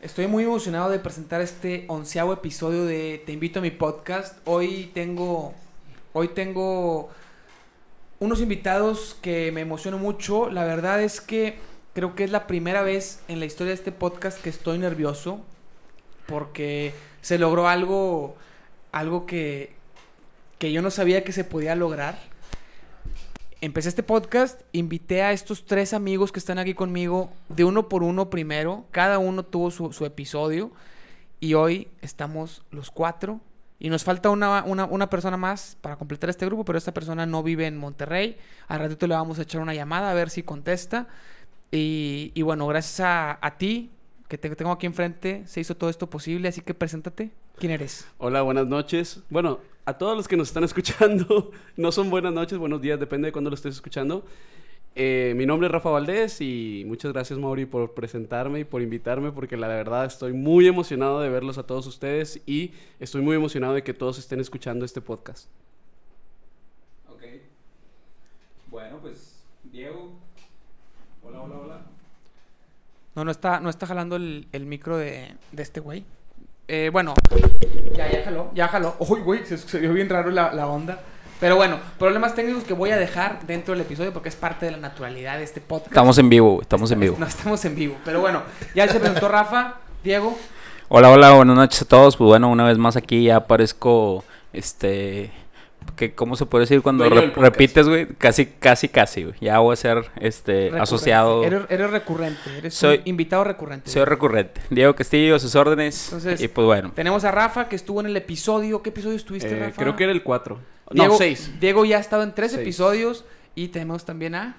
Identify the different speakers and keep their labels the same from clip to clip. Speaker 1: estoy muy emocionado de presentar este onceavo episodio de Te invito a mi podcast. Hoy tengo, hoy tengo unos invitados que me emociono mucho. La verdad es que creo que es la primera vez en la historia de este podcast que estoy nervioso porque se logró algo, algo que, que yo no sabía que se podía lograr. Empecé este podcast, invité a estos tres amigos que están aquí conmigo de uno por uno primero, cada uno tuvo su, su episodio y hoy estamos los cuatro y nos falta una, una, una persona más para completar este grupo, pero esta persona no vive en Monterrey, al ratito le vamos a echar una llamada a ver si contesta y, y bueno, gracias a, a ti que te tengo aquí enfrente, se hizo todo esto posible, así que preséntate. ¿Quién eres?
Speaker 2: Hola, buenas noches. Bueno, a todos los que nos están escuchando, no son buenas noches, buenos días, depende de cuándo lo estés escuchando. Eh, mi nombre es Rafa Valdés y muchas gracias Mauri por presentarme y por invitarme porque la verdad estoy muy emocionado de verlos a todos ustedes y estoy muy emocionado de que todos estén escuchando este podcast.
Speaker 3: Ok. Bueno, pues Diego. Hola, hola, hola.
Speaker 1: No, no está, no está jalando el, el micro de, de este güey. Eh, bueno, ya, ya jaló, ya jaló. Uy, güey, se, se vio bien raro la, la onda. Pero bueno, problemas técnicos que voy a dejar dentro del episodio porque es parte de la naturalidad de este podcast.
Speaker 4: Estamos en vivo, güey, estamos en vivo.
Speaker 1: No estamos en vivo, pero bueno, ya se presentó Rafa, Diego.
Speaker 4: Hola, hola, buenas noches a todos. Pues bueno, una vez más aquí ya aparezco, este, que ¿cómo se puede decir cuando
Speaker 2: Dueño
Speaker 4: re-
Speaker 2: del podcast.
Speaker 4: repites, güey? Casi, casi, casi, güey. Ya voy a ser, este,
Speaker 1: recurrente.
Speaker 4: asociado.
Speaker 1: Eres, eres recurrente, eres
Speaker 4: Soy-
Speaker 1: un invitado recurrente.
Speaker 4: Soy recurrente. Diego Castillo, a sus órdenes.
Speaker 1: Entonces-
Speaker 4: y pues bueno.
Speaker 1: Tenemos a Rafa que estuvo en el episodio. ¿Qué episodio estuviste,
Speaker 2: Eh,
Speaker 1: Rafa?
Speaker 2: creo que era el 4.
Speaker 1: Diego,
Speaker 2: No, 6.
Speaker 1: Diego ya ha estado en tres
Speaker 2: Seis.
Speaker 1: episodios y tenemos también a.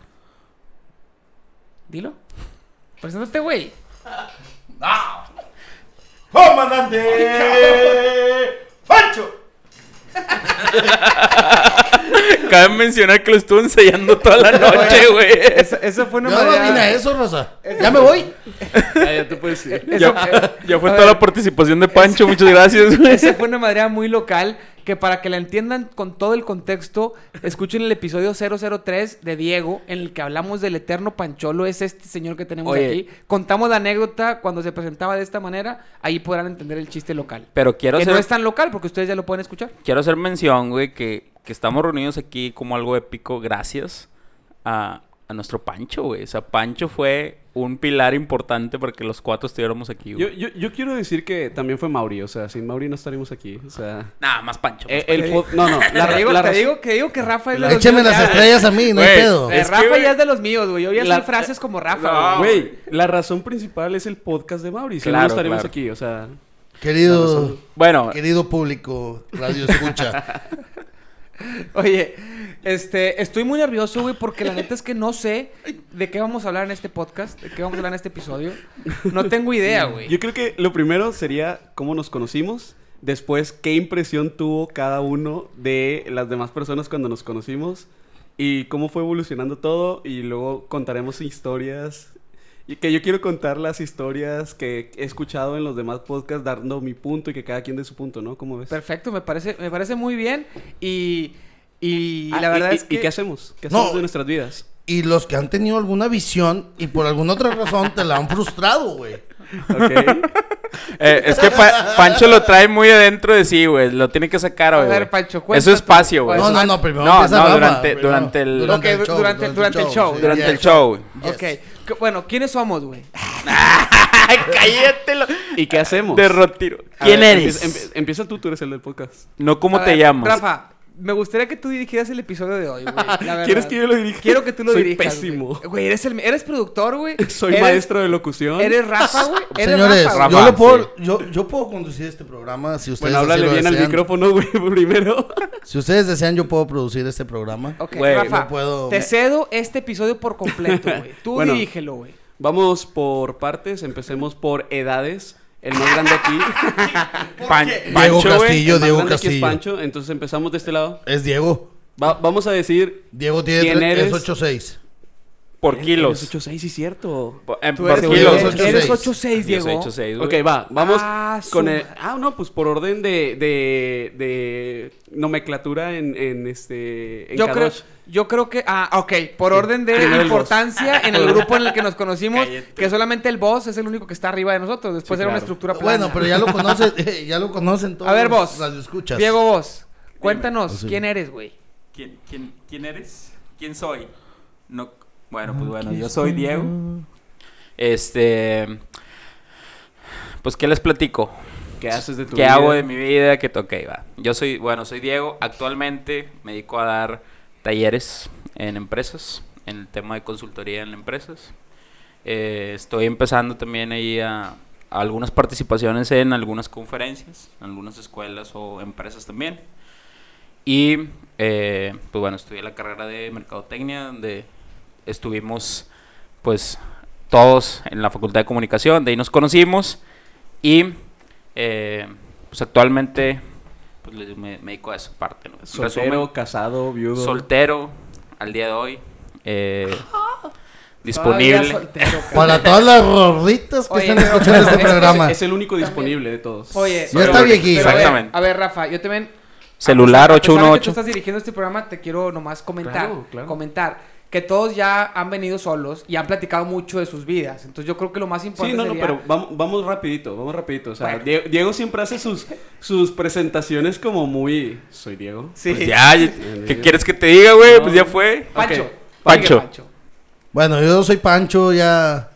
Speaker 1: Dilo. Preséntate, güey.
Speaker 5: ¡Comandante! ¡Pancho!
Speaker 4: Cabe mencionar que lo estuve ensayando toda la noche, güey.
Speaker 1: Esa, esa fue una
Speaker 5: Yo no
Speaker 1: manera-
Speaker 5: vine a eso, Rosa. ¿Ya me voy?
Speaker 2: Ah, ya te puedes ir.
Speaker 1: Eso-
Speaker 4: Ya, ya fue
Speaker 1: a
Speaker 4: toda
Speaker 1: ver.
Speaker 4: la participación de Pancho, muchas gracias, güey.
Speaker 1: Esa fue una madera muy local que para que la entiendan con todo el contexto, escuchen el episodio 003 de Diego en el que hablamos del eterno Pancholo, es este señor que tenemos
Speaker 4: Oye.
Speaker 1: aquí. Contamos la anécdota cuando se presentaba de esta manera, ahí podrán entender el chiste local.
Speaker 4: Pero quiero
Speaker 1: que
Speaker 4: hacer,
Speaker 1: no es tan local porque ustedes ya lo pueden escuchar.
Speaker 4: quiero hacer mención, güey, que, que estamos reunidos aquí como algo épico gracias a, a nuestro Pancho, güey. O sea, Pancho fue un pilar importante para que los cuatro estuviéramos aquí,
Speaker 2: Yo,
Speaker 4: güey.
Speaker 2: yo, yo quiero decir que también fue Mauri, o sea, sin Mauri no estaríamos aquí, o sea...
Speaker 4: Nada, más Pancho.
Speaker 2: eh, el pod- no, no, la,
Speaker 1: Pues, te digo,
Speaker 2: la
Speaker 1: te
Speaker 2: razón-
Speaker 1: digo, que digo que Rafa es de los
Speaker 5: Écheme
Speaker 1: míos
Speaker 5: las
Speaker 1: ya.
Speaker 5: estrellas a mí, no hay
Speaker 4: Güey,
Speaker 5: pedo.
Speaker 1: Eh,
Speaker 4: Es
Speaker 1: Rafa
Speaker 4: que, güey,
Speaker 1: ya es de los míos, güey. Yo ya
Speaker 2: la-
Speaker 1: soy frases como Rafa,
Speaker 4: No,
Speaker 1: güey.
Speaker 2: Güey, la razón principal es el podcast de Mauri, si no, no
Speaker 4: Claro,
Speaker 2: estaríamos
Speaker 4: claro.
Speaker 2: aquí, o sea...
Speaker 5: Querido,
Speaker 4: Bueno,
Speaker 5: querido público, radio escucha.
Speaker 1: Oye, este, estoy muy nervioso, güey, porque la neta es que no sé de qué vamos a hablar en este podcast, de qué vamos a hablar en este episodio. No tengo idea, güey.
Speaker 2: Yo creo que lo primero sería cómo nos conocimos, después qué impresión tuvo cada uno de las demás personas cuando nos conocimos y cómo fue evolucionando todo y luego contaremos historias y que yo quiero contar las historias que he escuchado en los demás podcasts dando mi punto y que cada quien dé su punto, ¿no? ¿Cómo ves?
Speaker 1: Perfecto, me parece, me parece muy bien. Y, y
Speaker 2: Ah,
Speaker 1: la verdad
Speaker 2: y-
Speaker 1: es
Speaker 2: y-
Speaker 1: que.
Speaker 2: ¿Y qué hacemos? ¿Qué
Speaker 5: No.
Speaker 2: hacemos de nuestras vidas?
Speaker 5: Y los que han tenido alguna visión y por alguna otra razón te la han frustrado, güey.
Speaker 2: Ok.
Speaker 4: eh, es que Pa- Pancho lo trae muy adentro de sí, güey. Lo tiene que sacar,
Speaker 1: A
Speaker 4: güey.
Speaker 1: ver,
Speaker 4: güey.
Speaker 1: Pancho,
Speaker 4: Es su
Speaker 1: cuéntate.
Speaker 4: espacio, güey.
Speaker 1: Pues,
Speaker 5: No, no,
Speaker 1: an-
Speaker 5: no, primero
Speaker 4: no,
Speaker 5: empieza
Speaker 4: no,
Speaker 5: Rafa,
Speaker 4: durante-
Speaker 5: primero.
Speaker 4: durante el-
Speaker 1: Ok, durante- durante el show,
Speaker 5: sí,
Speaker 4: Durante
Speaker 5: ya.
Speaker 4: el show, güey.
Speaker 5: Yes.
Speaker 1: Ok, que- bueno, ¿quiénes somos, güey?
Speaker 4: Ay, cállate. lo-
Speaker 2: ¿Y qué hacemos?
Speaker 4: De retiro.
Speaker 2: A
Speaker 4: ¿Quién
Speaker 2: ver,
Speaker 4: eres?
Speaker 2: Empieza, empe- empieza tú, tú eres el del podcast.
Speaker 4: No, ¿cómo
Speaker 1: A
Speaker 4: te
Speaker 1: ver,
Speaker 4: llamas?
Speaker 1: Rafa, me gustaría que tú dirigieras el episodio de hoy, güey. la verdad.
Speaker 2: ¿Quieres que yo lo dirija?
Speaker 1: Quiero que tú lo
Speaker 2: Soy
Speaker 1: dirijas. güey.
Speaker 2: pésimo.
Speaker 1: Güey, eres, el, eres productor, güey.
Speaker 2: Soy
Speaker 1: Eres-
Speaker 2: maestro de locución.
Speaker 1: Eres Rafa, güey. Eres
Speaker 5: Señores,
Speaker 1: Rafa, güey.
Speaker 5: yo,
Speaker 4: Rafa,
Speaker 5: lo puedo, yo, yo puedo conducir este programa si ustedes
Speaker 2: Bueno,
Speaker 5: así
Speaker 2: háblale
Speaker 5: lo
Speaker 2: bien al
Speaker 5: desean.
Speaker 2: micrófono, güey, primero.
Speaker 5: Si ustedes desean, yo puedo producir este programa.
Speaker 1: Ok,
Speaker 4: Güey,
Speaker 1: Rafa,
Speaker 5: no puedo-
Speaker 1: te cedo este episodio por completo, güey. Tú
Speaker 2: Bueno.
Speaker 1: dirígelo, güey.
Speaker 2: Vamos por partes, empecemos por edades. El más grande aquí,
Speaker 4: Pan-
Speaker 5: Diego
Speaker 4: Pancho, güey.
Speaker 5: Castillo,
Speaker 2: el más
Speaker 5: Diego
Speaker 2: grande aquí es
Speaker 5: Castillo.
Speaker 2: Pancho, entonces empezamos de este lado.
Speaker 5: Es Diego.
Speaker 2: Va- vamos a decir
Speaker 5: Diego tiene
Speaker 2: ¿Quién eres?
Speaker 5: 386.
Speaker 4: por kilos.
Speaker 2: 8.6, sí, cierto.
Speaker 4: Por- eh,
Speaker 1: Tú
Speaker 4: por
Speaker 1: eres,
Speaker 5: seguro
Speaker 4: kilos.
Speaker 5: eres 8'6".
Speaker 1: 8-6,
Speaker 4: Yo
Speaker 1: Diego.
Speaker 4: soy 8'6", güey.
Speaker 2: Ok, va, vamos
Speaker 1: Ah, su
Speaker 2: con el...
Speaker 1: madre.
Speaker 2: Ah, no, pues por orden de, de, de nomenclatura en, en este... En
Speaker 1: yo creo,
Speaker 2: Kadosh.
Speaker 1: yo creo que, ah, ok, por orden de
Speaker 2: Primero el boss.
Speaker 1: importancia en el grupo en el que nos conocimos,
Speaker 4: Cállate.
Speaker 1: que solamente el boss es el único que está arriba de nosotros. Después
Speaker 2: Sí,
Speaker 1: era una
Speaker 2: claro.
Speaker 1: estructura plana.
Speaker 5: Bueno, pero ya lo conocen, eh, ya lo conocen todos.
Speaker 1: A ver, vos.
Speaker 5: Las escuchas.
Speaker 1: Diego, vos, cuéntanos,
Speaker 5: Pues sí.
Speaker 1: ¿quién eres, güey?
Speaker 3: ¿Quién, quién, ¿Quién eres? ¿Quién soy? No, bueno, pues bueno, yo soy Diego.
Speaker 4: Este. Pues, ¿qué les platico?
Speaker 2: ¿Qué haces de tu
Speaker 4: ¿Qué
Speaker 2: vida?
Speaker 4: hago de mi vida? ¿Qué toqué? Va. Yo soy, bueno, soy Diego. Actualmente me dedico a dar talleres en empresas, en el tema de consultoría en empresas. Eh, estoy empezando también ahí a, a algunas participaciones en algunas conferencias, en algunas escuelas o empresas también. Y, eh, pues bueno, estudié la carrera de mercadotecnia, donde estuvimos, pues, todos en la Facultad de Comunicación, de ahí nos conocimos. Y eh, pues actualmente pues, le- me, me dedico a esa parte. ¿no? En
Speaker 2: Soltero,
Speaker 4: resumen,
Speaker 2: casado, viudo.
Speaker 4: soltero al día de hoy. eh,
Speaker 1: Todavía
Speaker 4: disponible.
Speaker 1: soltero,
Speaker 5: Para todas las rorritas que
Speaker 1: Oye,
Speaker 5: están
Speaker 1: pero-
Speaker 5: escuchando este
Speaker 1: es- es-
Speaker 5: programa.
Speaker 2: Es el único disponible de todos.
Speaker 1: Oye,
Speaker 5: Ya está viejillo.
Speaker 1: pero a ver,
Speaker 4: Exactamente.
Speaker 1: A ver, Rafa, yo también.
Speaker 4: Celular
Speaker 1: Ah, pues, a pesar- a pesar de que tú
Speaker 4: 818.
Speaker 1: estás dirigiendo este programa, te quiero nomás comentar.
Speaker 2: Claro, claro.
Speaker 1: Comentar que todos ya han venido solos y han platicado mucho de sus vidas. Entonces yo creo que lo más importante
Speaker 2: Sí, no, no,
Speaker 1: sería-
Speaker 2: pero vamos, vamos rapidito, vamos rapidito. O sea,
Speaker 1: Bueno.
Speaker 2: Die- Diego siempre hace sus, sus presentaciones como muy... Soy Diego.
Speaker 1: Sí.
Speaker 4: Pues ya, ya- ¿qué quieres que te diga, güey? Pues ya fue.
Speaker 1: Pancho.
Speaker 2: Ok.
Speaker 4: Pancho.
Speaker 5: Bueno, yo soy Pancho, ya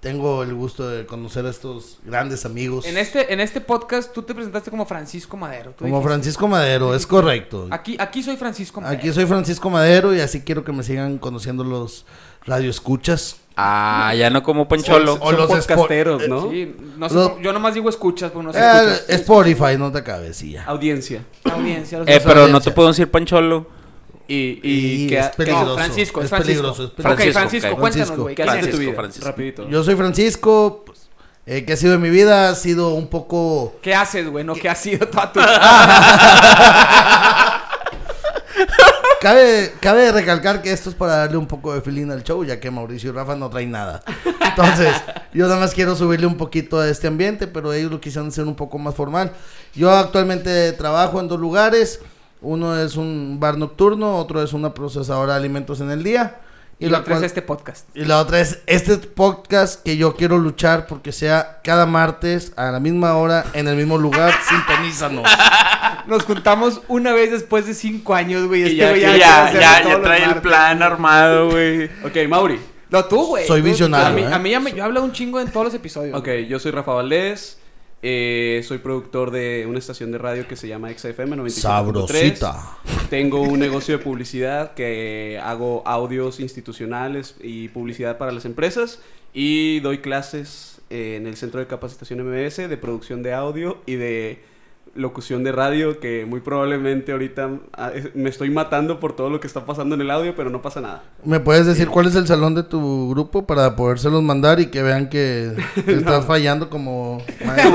Speaker 5: tengo el gusto de conocer a estos grandes amigos.
Speaker 1: En este, en este podcast tú te presentaste como Francisco Madero. tú
Speaker 5: Como
Speaker 1: dijiste.
Speaker 5: Francisco Madero, es correcto.
Speaker 1: Aquí, aquí soy Francisco Madero.
Speaker 5: Aquí soy Francisco Madero y así quiero que me sigan conociendo los radioescuchas.
Speaker 4: Ah, ya no como Pancholo.
Speaker 5: O
Speaker 2: Son
Speaker 5: los
Speaker 2: podcasteros, ¿no?
Speaker 1: Sí, no sé
Speaker 5: Los-
Speaker 1: cómo- yo nomás digo escuchas, porque no Ah, sé
Speaker 5: Eh,
Speaker 1: escuchas.
Speaker 5: Spotify, no te acabes y ya.
Speaker 2: Audiencia.
Speaker 1: La audiencia. los-
Speaker 4: Eh, pero no te
Speaker 5: audiencia.
Speaker 4: puedo decir Pancholo.
Speaker 2: Y, y,
Speaker 5: Y
Speaker 2: ¿qué,
Speaker 5: es
Speaker 2: ha-
Speaker 5: peligroso.
Speaker 1: No, Francisco,
Speaker 5: es
Speaker 1: es Francisco.
Speaker 5: peligroso, es
Speaker 1: Ok,
Speaker 5: peligroso.
Speaker 1: Francisco,
Speaker 4: Ok.
Speaker 1: cuéntanos,
Speaker 5: Francisco.
Speaker 1: güey.
Speaker 2: qué
Speaker 1: ¿quién
Speaker 2: haces de
Speaker 1: eres?
Speaker 2: tu
Speaker 4: Francisco,
Speaker 2: vida?
Speaker 4: Francisco.
Speaker 2: Rapidito.
Speaker 5: Yo soy Francisco, pues, eh, ¿qué ha sido de mi vida? Ha sido un poco...
Speaker 1: ¿Qué haces, güey? No, ¿qué has sido toda tu
Speaker 5: Ah, Cabe, cabe recalcar que esto es para darle un poco de feeling al show, ya que Mauricio y Rafa no traen nada. Entonces, yo nada más quiero subirle un poquito a este ambiente, pero ellos lo quisieron hacer un poco más formal. Yo actualmente trabajo en dos lugares. Uno es un bar nocturno, otro es una procesadora de alimentos en el día.
Speaker 1: Y lo
Speaker 5: cual-
Speaker 1: traes este podcast.
Speaker 5: y la otra es este podcast que yo quiero luchar porque sea cada martes a la misma hora, en el mismo lugar, sintonízanos.
Speaker 1: Nos juntamos una vez después de cinco años, güey. Este
Speaker 2: ya
Speaker 1: güey
Speaker 2: que-
Speaker 1: quiere
Speaker 4: Ya,
Speaker 1: hacerlo
Speaker 4: ya,
Speaker 1: todos
Speaker 4: ya
Speaker 1: los
Speaker 4: trae el
Speaker 1: martes.
Speaker 4: plan armado, güey.
Speaker 2: Ok, Mauri.
Speaker 1: No, tú, güey.
Speaker 5: Soy
Speaker 1: Tú-
Speaker 5: visionario,
Speaker 1: A mí,
Speaker 5: ¿eh?
Speaker 1: a mí ya me, yo hablo un chingo en todos los episodios.
Speaker 2: Ok, yo soy Rafa Valdés. eh, soy productor de una estación de radio que se llama XFM 95.3.
Speaker 5: Sabrosita.
Speaker 2: Tengo un negocio de publicidad que hago audios institucionales y publicidad para las empresas. Y doy clases eh, en el Centro de Capacitación MBS de producción de audio y de locución de radio que muy probablemente ahorita ah, es- me estoy matando por todo lo que está pasando en el audio, pero no pasa nada.
Speaker 5: ¿Me puedes decir cuál es el salón de tu grupo para podérselos mandar y que vean que estás fallando como maestro?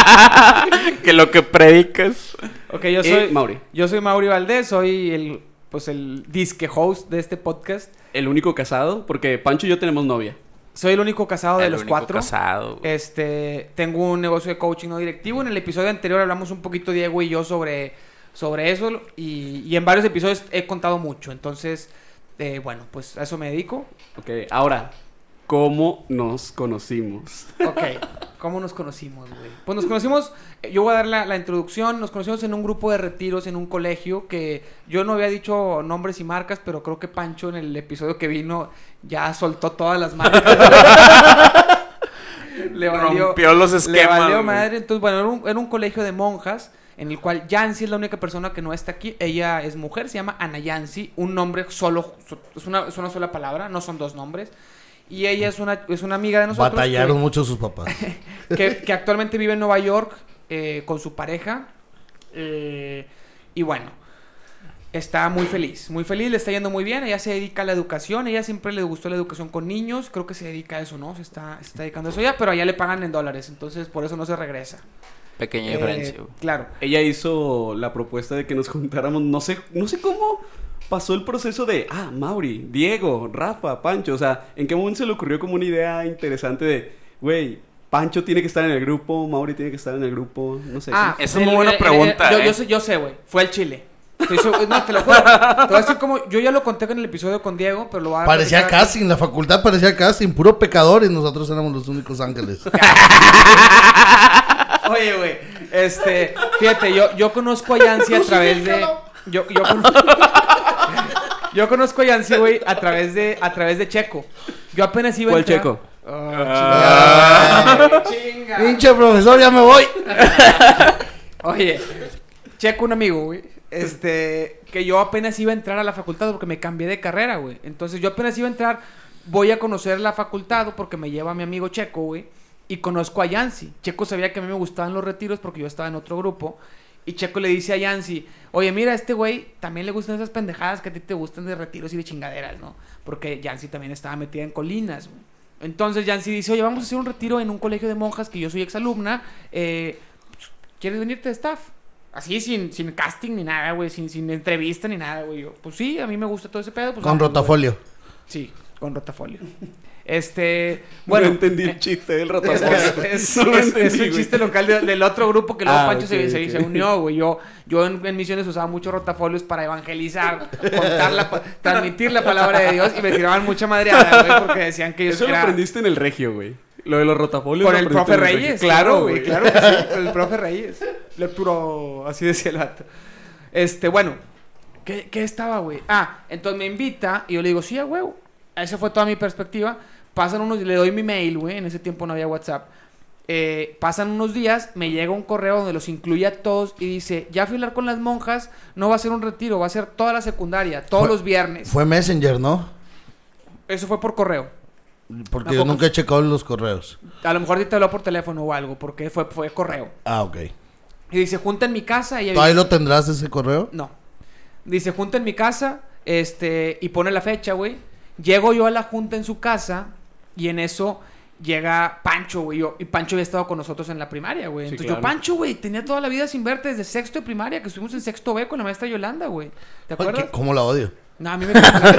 Speaker 4: que lo que predicas.
Speaker 1: Ok, yo
Speaker 2: Y
Speaker 1: soy.
Speaker 2: Eh, Mauri.
Speaker 1: Yo soy Mauri Valdés, soy el. Pues el disque host de este podcast.
Speaker 2: El único casado, porque Pancho y yo tenemos novia.
Speaker 1: Soy el único casado de
Speaker 4: El
Speaker 1: los
Speaker 4: único
Speaker 1: cuatro.
Speaker 4: casado, güey.
Speaker 1: Este, tengo un negocio de coaching no directivo. En el episodio anterior hablamos un poquito Diego y yo sobre, sobre eso y, y en varios episodios he contado mucho. Entonces, eh, bueno, pues a eso me dedico.
Speaker 2: Ok, ahora, ¿cómo nos conocimos?
Speaker 1: Ok, ¿cómo nos conocimos, güey? Pues nos conocimos, eh, yo voy a dar la, la introducción, nos conocimos en un grupo de retiros en un colegio que yo no había dicho nombres y marcas, pero creo que Pancho en el episodio que vino ya soltó todas las marcas. Le valió-
Speaker 4: Rompió los
Speaker 1: Le
Speaker 4: esquemas.
Speaker 1: valió
Speaker 4: güey.
Speaker 1: madre. Entonces, bueno, era un, era un colegio de monjas en el cual Yancy es la única persona que no está aquí. Ella es mujer, se llama Ana Yancy. Un nombre solo, so- es una, es una sola palabra, no son dos nombres. Y ella es una, es una amiga de nosotros.
Speaker 5: Batallaron
Speaker 1: que- Ah,
Speaker 5: mucho sus papás.
Speaker 1: que, que actualmente vive en Nueva York eh, con su pareja. eh, y bueno, está muy feliz, muy feliz, le está yendo muy bien. Ella se dedica a la educación, ella siempre le gustó la educación con niños. Creo que se dedica a eso, ¿no? Se está, se está dedicando a eso ya, pero allá le pagan en dólares, entonces por eso no se regresa.
Speaker 4: Pequeña
Speaker 1: Eh,
Speaker 4: diferencia, güey.
Speaker 1: claro.
Speaker 2: Ella hizo la propuesta de que nos juntáramos, no sé, no sé cómo, pasó el proceso de, ah, Mauri, Diego, Rafa, Pancho? O sea, ¿en qué momento se le ocurrió como una idea interesante de, güey, Pancho tiene que estar en el grupo, Mauri tiene que estar en el grupo, no sé.
Speaker 1: Ah,
Speaker 4: Es una buena pregunta,
Speaker 1: yo,
Speaker 4: ¿eh?
Speaker 1: yo sé, yo sé, güey. Fue el Chile. Estoy seguro- no, te lo juro. Te voy a decir como. Yo ya lo conté en el episodio con Diego, pero lo voy a.
Speaker 5: Parecía
Speaker 1: platicar-
Speaker 5: casting, la facultad parecía casting, puro pecador y nosotros éramos los únicos ángeles.
Speaker 1: Oye, güey. Este. Fíjate, yo, yo conozco a Yancy a través de. Yo, yo, con- yo conozco a Yancy, güey, a través de a través de Checo. Yo apenas iba a
Speaker 2: ¿Cuál
Speaker 1: entrar-
Speaker 2: Checo?
Speaker 1: Ah, chinga.
Speaker 5: Pinche profesor, ya me voy.
Speaker 1: Oye, checo un amigo, güey. Este, que yo apenas iba a entrar a la facultad porque me cambié de carrera, güey. Entonces yo apenas iba a entrar, voy a conocer la facultad porque me lleva mi amigo Checo, güey. Y conozco a Yancy. Checo sabía que a mí me gustaban los retiros porque yo estaba en otro grupo. Y Checo le dice a Yancy, oye, mira, a este güey también le gustan esas pendejadas que a ti te gustan de retiros y de chingaderas, ¿no? Porque Yancy también estaba metida en colinas, güey. Entonces Yancy dice, oye, vamos a hacer un retiro en un colegio de monjas que yo soy exalumna. Eh, ¿quieres venirte de staff? Así, sin, sin casting ni nada, güey, sin, sin entrevista ni nada, güey. Yo, pues sí, a mí me gusta todo ese pedo. Pues,
Speaker 5: Con
Speaker 1: vamos, güey.
Speaker 5: rotafolio.
Speaker 1: Sí, con rotafolio. Este, bueno.
Speaker 2: bueno, no entendí el
Speaker 1: eh,
Speaker 2: chiste del
Speaker 1: es,
Speaker 2: ratafolio.
Speaker 1: es- es-
Speaker 2: No lo
Speaker 1: es- es
Speaker 2: entendí,
Speaker 1: un
Speaker 2: güey.
Speaker 1: chiste local de- del otro grupo que luego
Speaker 2: Ah,
Speaker 1: Pancho se-
Speaker 2: ok,
Speaker 1: se,
Speaker 2: ok.
Speaker 1: se unió, güey. Yo, yo en, en misiones usaba muchos rotafolios para evangelizar, contar la pa- transmitir la palabra de Dios y me tiraban mucha madreada, güey, porque decían que yo
Speaker 2: Eso lo
Speaker 1: era-
Speaker 2: aprendiste en el regio, güey. Lo de los rotafolios.
Speaker 1: con
Speaker 2: lo
Speaker 1: el
Speaker 2: aprendiste
Speaker 1: profe
Speaker 2: en regio.
Speaker 1: Reyes. Claro, güey, claro que sí, con el profe Reyes. Lecturo, así decía el vato. Este, bueno, ¿qué, qué estaba, güey? Ah, entonces me invita y yo le digo, sí, a huevo. Esa fue toda mi perspectiva. Pasan unos, le doy mi mail, güey, en ese tiempo no había WhatsApp. Eh, pasan unos días, me llega un correo donde los incluye a todos y dice, ya fui a hablar con las monjas, no va a ser un retiro, va a ser toda la secundaria, todos
Speaker 5: Fue-
Speaker 1: los viernes.
Speaker 5: Fue Messenger, ¿no?
Speaker 1: Eso fue por correo.
Speaker 5: Porque
Speaker 1: ¿A
Speaker 5: yo
Speaker 1: poco?
Speaker 5: nunca he checado los correos.
Speaker 1: A lo mejor te habló por teléfono o algo, porque fue, fue correo.
Speaker 5: Ah, ok.
Speaker 1: Y dice, junta en mi casa y...
Speaker 5: ¿Tú ahí lo tendrás ese correo?
Speaker 1: No. Dice, junta en mi casa, este, y pone la fecha, güey. Llego yo a la junta en su casa y en eso llega Pancho, güey. Yo- Y Pancho había estado con nosotros en la primaria, güey.
Speaker 2: Sí,
Speaker 1: Entonces yo,
Speaker 2: claro.
Speaker 1: Pancho, güey, tenía toda la vida sin verte desde sexto de primaria, que estuvimos en sexto B con la maestra Yolanda, güey. ¿Te
Speaker 5: Ay,
Speaker 1: acuerdas?
Speaker 5: qué- ¿Cómo la odio?
Speaker 1: No, a mí me cae bien.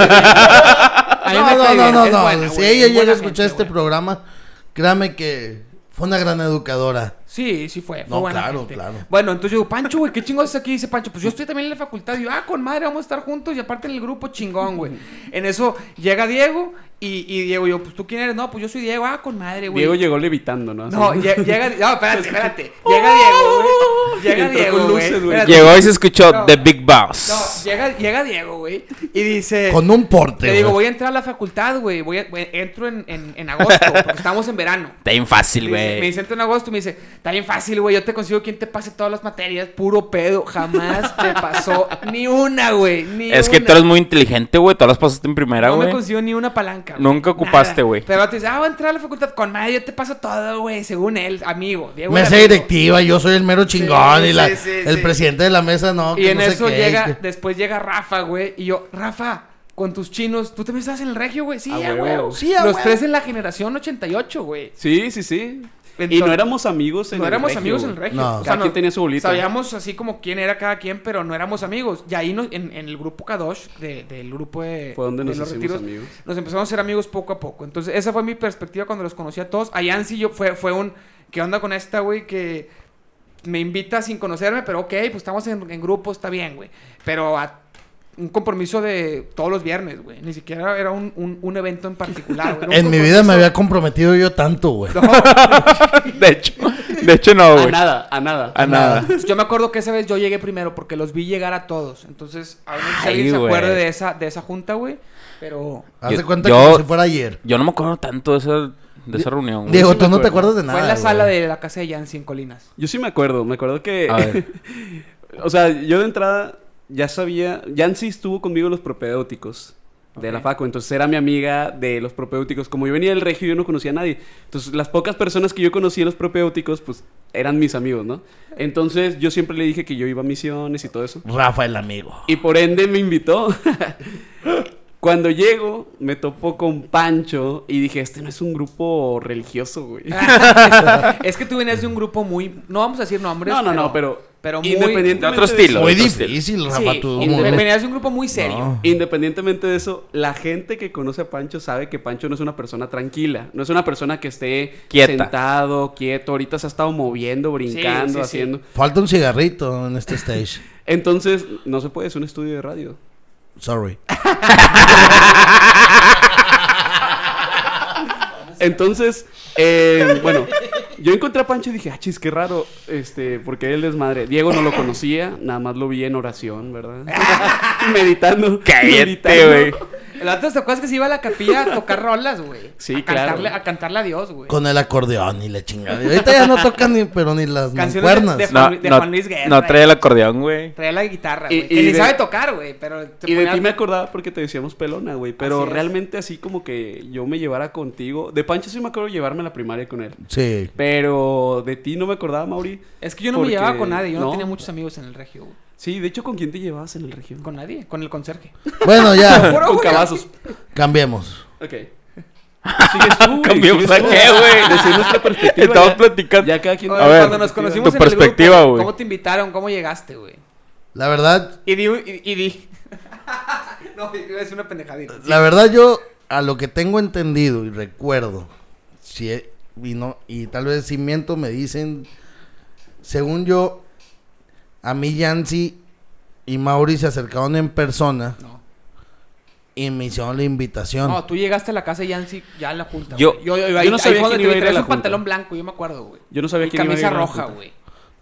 Speaker 1: A mí me
Speaker 5: No, no,
Speaker 1: cae
Speaker 5: no,
Speaker 1: bien,
Speaker 5: no,
Speaker 1: es
Speaker 5: no.
Speaker 1: buena,
Speaker 5: si
Speaker 1: güey,
Speaker 5: ella
Speaker 1: es buena
Speaker 5: llega a escuchar
Speaker 1: gente,
Speaker 5: este
Speaker 1: güey.
Speaker 5: programa, créame que fue una gran educadora.
Speaker 1: Sí, sí fue. fue
Speaker 5: No,
Speaker 1: buena
Speaker 5: claro,
Speaker 1: gente.
Speaker 5: claro.
Speaker 1: Bueno, entonces yo digo, Pancho, güey, ¿qué chingados es aquí? Dice Pancho, pues yo estoy también en la facultad. Y yo, ah, con madre, vamos a estar juntos y aparte en el grupo, chingón, güey. En eso llega Diego y, y Diego, yo, pues tú quién eres? No, pues yo soy Diego, ah, con madre, güey.
Speaker 2: Diego llegó levitando, ¿no?
Speaker 1: No,
Speaker 2: Así.
Speaker 1: lle- llega. No, espérate, espérate. Llega Diego, güey. Llega
Speaker 2: Entró
Speaker 1: Diego,
Speaker 2: con
Speaker 1: güey.
Speaker 2: luces, güey.
Speaker 1: Espérate.
Speaker 4: Llegó y se escuchó
Speaker 1: No.
Speaker 4: The Big Boss.
Speaker 1: No, llega, llega Diego, güey. Y dice.
Speaker 5: Con un porte.
Speaker 1: Eh, Te digo,
Speaker 5: güey.
Speaker 1: voy a entrar a la facultad, güey. Voy a- güey, entro en, en, en agosto, porque estamos en verano.
Speaker 4: Está bien fácil,
Speaker 1: Me dice, me
Speaker 4: güey.
Speaker 1: dice, entra en agosto y me dice, está bien fácil, güey, yo te consigo quien te pase todas las materias, puro pedo, jamás te pasó ni una, güey, ni
Speaker 4: Es que
Speaker 1: una.
Speaker 4: tú eres muy inteligente, güey. Todas las pasaste en primera,
Speaker 1: No
Speaker 4: güey.
Speaker 1: me consiguió ni una palanca, güey,
Speaker 4: Nunca ocupaste,
Speaker 1: nada.
Speaker 4: güey.
Speaker 1: Pero te dice, ah, voy a entrar a la facultad con madre, yo te paso todo, güey, según él, amigo. Diego era
Speaker 5: Mesa
Speaker 1: amigo.
Speaker 5: directiva, yo soy el mero chingón
Speaker 1: Sí,
Speaker 5: y la,
Speaker 1: sí, sí,
Speaker 5: el
Speaker 1: sí.
Speaker 5: presidente de la mesa, no.
Speaker 1: Y
Speaker 5: que
Speaker 1: en
Speaker 5: no sé
Speaker 1: eso
Speaker 5: qué,
Speaker 1: llega,
Speaker 5: que-
Speaker 1: después llega Rafa, güey, y yo, Rafa, con tus chinos, tú también estás en el regio, güey, sí,
Speaker 2: A
Speaker 1: a
Speaker 2: huevo.
Speaker 1: huevo.
Speaker 5: Sí, a
Speaker 1: Los
Speaker 5: huevo.
Speaker 1: tres en la generación 88, güey.
Speaker 2: Sí, sí, sí. y
Speaker 1: Entonces-
Speaker 2: no éramos amigos en
Speaker 1: No
Speaker 2: el
Speaker 1: éramos
Speaker 2: regio,
Speaker 1: amigos en
Speaker 2: güey.
Speaker 1: el regio.
Speaker 5: No.
Speaker 2: Cada quien tenía su bolita.
Speaker 1: Sabíamos así como quién era cada quien, pero no éramos amigos. Y ahí nos- en, en el grupo K2, de- del grupo de,
Speaker 2: Fue donde
Speaker 1: de
Speaker 2: nos
Speaker 1: los
Speaker 2: hicimos
Speaker 1: retiros,
Speaker 2: amigos.
Speaker 1: nos empezamos a ser amigos poco a poco. Entonces, esa fue mi perspectiva cuando los conocí a todos. A Yancy yo fue, fue un ¿qué onda con esta, güey? Que me invita sin conocerme, pero ok, pues estamos en, en grupo, está bien, güey. Pero a un compromiso de todos los viernes, güey. Ni siquiera era un, un- un evento en particular, güey. Era un
Speaker 5: En mi vida me
Speaker 1: compromiso-
Speaker 5: había comprometido yo tanto, güey.
Speaker 1: No,
Speaker 4: De hecho, de hecho no,
Speaker 2: A
Speaker 4: güey.
Speaker 2: nada, a nada.
Speaker 4: A nada.
Speaker 1: Yo me acuerdo que esa vez yo llegué primero porque los vi llegar a todos. Entonces, a ver si
Speaker 4: Ay,
Speaker 1: alguien se
Speaker 4: güey.
Speaker 1: acuerda de esa, de esa junta, güey. Pero.
Speaker 5: Haz de
Speaker 4: Yo-
Speaker 5: cuenta
Speaker 4: yo-
Speaker 5: como si fuera ayer.
Speaker 4: Yo no me acuerdo tanto de esa, de esa reunión, güey.
Speaker 5: Diego,
Speaker 2: sí me
Speaker 5: tú no te
Speaker 2: acuerdo.
Speaker 5: acuerdas de nada.
Speaker 1: fue en la
Speaker 5: güey.
Speaker 1: sala de la casa de Yancy en Colinas.
Speaker 2: Yo sí me acuerdo, me acuerdo que...
Speaker 4: A ver.
Speaker 2: o sea, yo de entrada ya sabía... Yancy estuvo conmigo en los propedéuticos de la
Speaker 1: Ok.
Speaker 2: facu, entonces era mi amiga de los propedéuticos. Como yo venía del regio, yo no conocía a nadie. Entonces, las pocas personas que yo conocía en los propedéuticos, pues, eran mis amigos, ¿no? Entonces, yo siempre le dije que yo iba a misiones y todo eso.
Speaker 5: Rafa, el amigo.
Speaker 2: Y por ende me invitó. Cuando llego, me topó con Pancho y dije, este no es un grupo religioso, güey.
Speaker 1: es que tú venías de un grupo muy. No vamos a decir nombres.
Speaker 2: No, no, no, pero
Speaker 1: Pero muy...
Speaker 2: Independiente
Speaker 4: de otro estilo.
Speaker 5: Muy
Speaker 4: otro estilo.
Speaker 5: difícil,
Speaker 1: Sí,
Speaker 5: Rafa. tú,
Speaker 1: y-
Speaker 5: como-
Speaker 1: pero es un grupo muy serio.
Speaker 5: No.
Speaker 2: Independientemente de eso, la gente que conoce a Pancho sabe que Pancho no es una persona tranquila, no es una persona que esté
Speaker 4: Quieta.
Speaker 2: sentado, quieto, ahorita se ha estado moviendo, brincando,
Speaker 1: Sí, sí, sí.
Speaker 2: haciendo.
Speaker 5: Falta un cigarrito en este stage.
Speaker 2: Entonces, no se puede, es un estudio de radio.
Speaker 5: Sorry.
Speaker 2: Entonces, eh, bueno, yo encontré a Pancho y dije, ah, chis, qué raro, este, porque él es madre. Diego no lo conocía, nada más lo vi en oración, ¿verdad? meditando.
Speaker 4: Cállate,
Speaker 2: meditando.
Speaker 4: güey.
Speaker 1: El otro se acuerdas que se iba a la capilla a tocar rolas, güey.
Speaker 2: Sí,
Speaker 1: a
Speaker 2: claro.
Speaker 1: Cantarle, a cantarle a Dios, güey.
Speaker 5: Con el acordeón y la chingada. Y ahorita ya no tocan ni, pero ni las
Speaker 1: Canciones
Speaker 5: mancuernas.
Speaker 1: de- de-
Speaker 4: No,
Speaker 1: Juan Lu-
Speaker 4: no-
Speaker 1: Juan Luis Guerra,
Speaker 4: no trae el
Speaker 1: eh.
Speaker 4: acordeón, güey.
Speaker 1: Traía la guitarra,
Speaker 2: Y-
Speaker 1: güey. Que
Speaker 2: y
Speaker 1: ni
Speaker 2: de-
Speaker 1: sabe tocar, güey. Pero se
Speaker 2: Y de
Speaker 1: ponía-
Speaker 2: ti me acordaba porque te decíamos pelona, güey. Pero
Speaker 1: Así es.
Speaker 2: realmente así como que yo me llevara contigo. De Pancho sí me acuerdo llevarme a la primaria con él.
Speaker 5: Sí.
Speaker 2: Pero de ti no me acordaba, Mauri.
Speaker 1: Es que yo no
Speaker 2: porque-
Speaker 1: me llevaba con nadie. Yo no,
Speaker 2: no.
Speaker 1: tenía muchos amigos en el regio, güey.
Speaker 2: Sí, de hecho, ¿con quién te llevabas en el región?
Speaker 1: Con nadie. Con el conserje.
Speaker 5: Bueno, ya.
Speaker 1: Por-
Speaker 2: Con
Speaker 1: güey.
Speaker 2: cabazos.
Speaker 5: Cambiemos.
Speaker 2: Ok. Sigues tú, güey,
Speaker 4: Cambiamos
Speaker 2: sigues
Speaker 4: a
Speaker 2: tú.
Speaker 4: qué, güey.
Speaker 2: Decir nuestra perspectiva.
Speaker 4: Estamos
Speaker 2: ya.
Speaker 4: platicando.
Speaker 2: Ya cada quien.
Speaker 1: Oye,
Speaker 4: A ver,
Speaker 1: cuando nos conocimos
Speaker 4: tu
Speaker 1: en el grupo,
Speaker 4: perspectiva, güey.
Speaker 1: ¿Cómo te invitaron? ¿Cómo llegaste, güey?
Speaker 5: La verdad,
Speaker 1: Y di... un- Y, y di... no, es una pendejadita.
Speaker 5: la verdad yo, a lo que tengo entendido y recuerdo, si he- y, no- y tal vez si miento me dicen, según yo, a mí Yancy y Mauri se acercaron en persona
Speaker 1: No.
Speaker 5: y me hicieron la invitación.
Speaker 1: No, tú llegaste a la casa de Yancy ya en la junta.
Speaker 4: Yo-
Speaker 1: güey. yo,
Speaker 2: yo no sabía
Speaker 1: fue donde
Speaker 2: quién iba a
Speaker 1: te
Speaker 2: ir a la
Speaker 1: traes un
Speaker 2: junta.
Speaker 1: pantalón blanco, yo me acuerdo, güey.
Speaker 2: Yo no sabía
Speaker 1: Y
Speaker 2: quién iba a
Speaker 1: camisa
Speaker 2: ir a la
Speaker 1: roja,
Speaker 2: junta.
Speaker 1: güey.